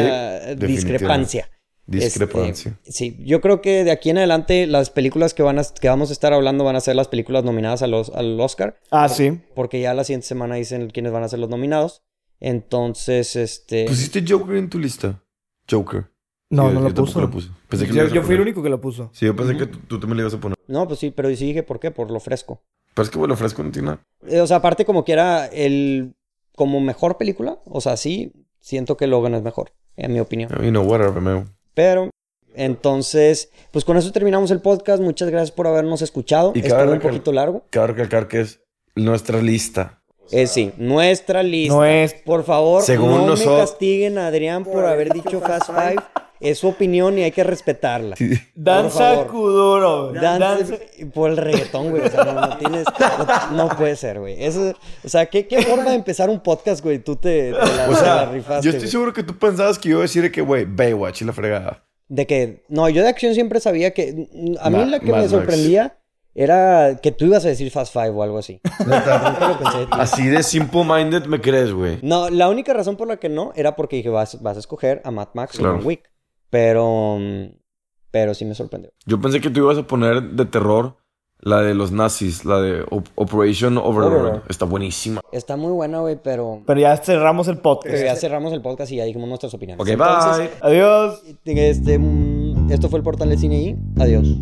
Speaker 1: eh, discrepancia.
Speaker 2: Discrepancia.
Speaker 1: Este, sí, yo creo que de aquí en adelante las películas que, van a, que vamos a estar hablando van a ser las películas nominadas a los, al Oscar,
Speaker 3: Ah, sí.
Speaker 1: porque ya la siguiente semana dicen quiénes van a ser los nominados. Entonces, este...
Speaker 2: ¿Pusiste Joker en tu lista? Joker.
Speaker 3: No,
Speaker 2: Yo- yo
Speaker 3: no lo
Speaker 2: tampoco
Speaker 3: puso.
Speaker 2: la puse. Pensé que lo
Speaker 3: yo,
Speaker 2: ibas a
Speaker 3: yo fui el
Speaker 2: poner.
Speaker 3: único que lo puso.
Speaker 2: Sí, yo pensé que tú, tú también le ibas a poner.
Speaker 1: No, pues sí, pero sí dije, ¿por qué? Por lo fresco.
Speaker 2: Pero es que, güey, lo fresco no tiene nada.
Speaker 1: Eh, O sea, aparte como que era el... Como mejor película, o sea, sí, siento que Logan es mejor, en mi opinión.
Speaker 2: You know, whatever, man.
Speaker 1: Pero, entonces, pues con eso terminamos el podcast. Muchas gracias por habernos escuchado.
Speaker 2: Y
Speaker 1: Estuvo
Speaker 2: cabe
Speaker 1: un
Speaker 2: recal-
Speaker 1: poquito largo.
Speaker 2: Cabe recalcar que es nuestra lista.
Speaker 1: Eh, sí, nuestra lista.
Speaker 3: No es.
Speaker 1: Por favor,
Speaker 2: Según
Speaker 1: no
Speaker 2: nosotros-
Speaker 1: me castiguen a Adrián por haber dicho Fast Five. Es su opinión y hay que respetarla.
Speaker 3: Danza
Speaker 1: favor.
Speaker 3: Kuduro.
Speaker 1: Dance-
Speaker 3: Danza.
Speaker 1: por el reggaetón, güey. O sea, no, no tienes. No, no puede ser, güey. Eso- o sea, ¿qué, qué forma de empezar un podcast, güey? Tú te, te la, te
Speaker 2: O
Speaker 1: la
Speaker 2: sea,
Speaker 1: rifaste.
Speaker 2: yo estoy
Speaker 1: güey.
Speaker 2: seguro que tú pensabas que yo iba a decir de que, güey, Baywatch y la fregada.
Speaker 1: De que, no, yo de acción siempre sabía que. A mí
Speaker 2: Ma-
Speaker 1: la que
Speaker 2: Mad
Speaker 1: me
Speaker 2: Max.
Speaker 1: sorprendía era que tú ibas a decir Fast Five o algo así. Nunca lo pensé de ti.
Speaker 2: Así de simple minded me crees, güey.
Speaker 1: No, la única razón por la que no era porque dije, vas, vas a escoger a Mad Max o
Speaker 2: Claro.
Speaker 1: John Wick. Pero. mm, Pero sí me sorprendió.
Speaker 2: Yo pensé que tú ibas a poner de terror la de los nazis, la de Op- Operation Overlord.
Speaker 1: Overlord.
Speaker 2: Está buenísima.
Speaker 1: Está muy buena, güey, pero.
Speaker 3: Pero ya cerramos el
Speaker 1: pero ya
Speaker 3: podcast.
Speaker 1: cerramos el podcast y ya dijimos nuestras opiniones.
Speaker 2: Ok,
Speaker 1: Entonces,
Speaker 2: bye.
Speaker 3: Adiós.
Speaker 1: Este, mm, esto fue el portal del cine y adiós.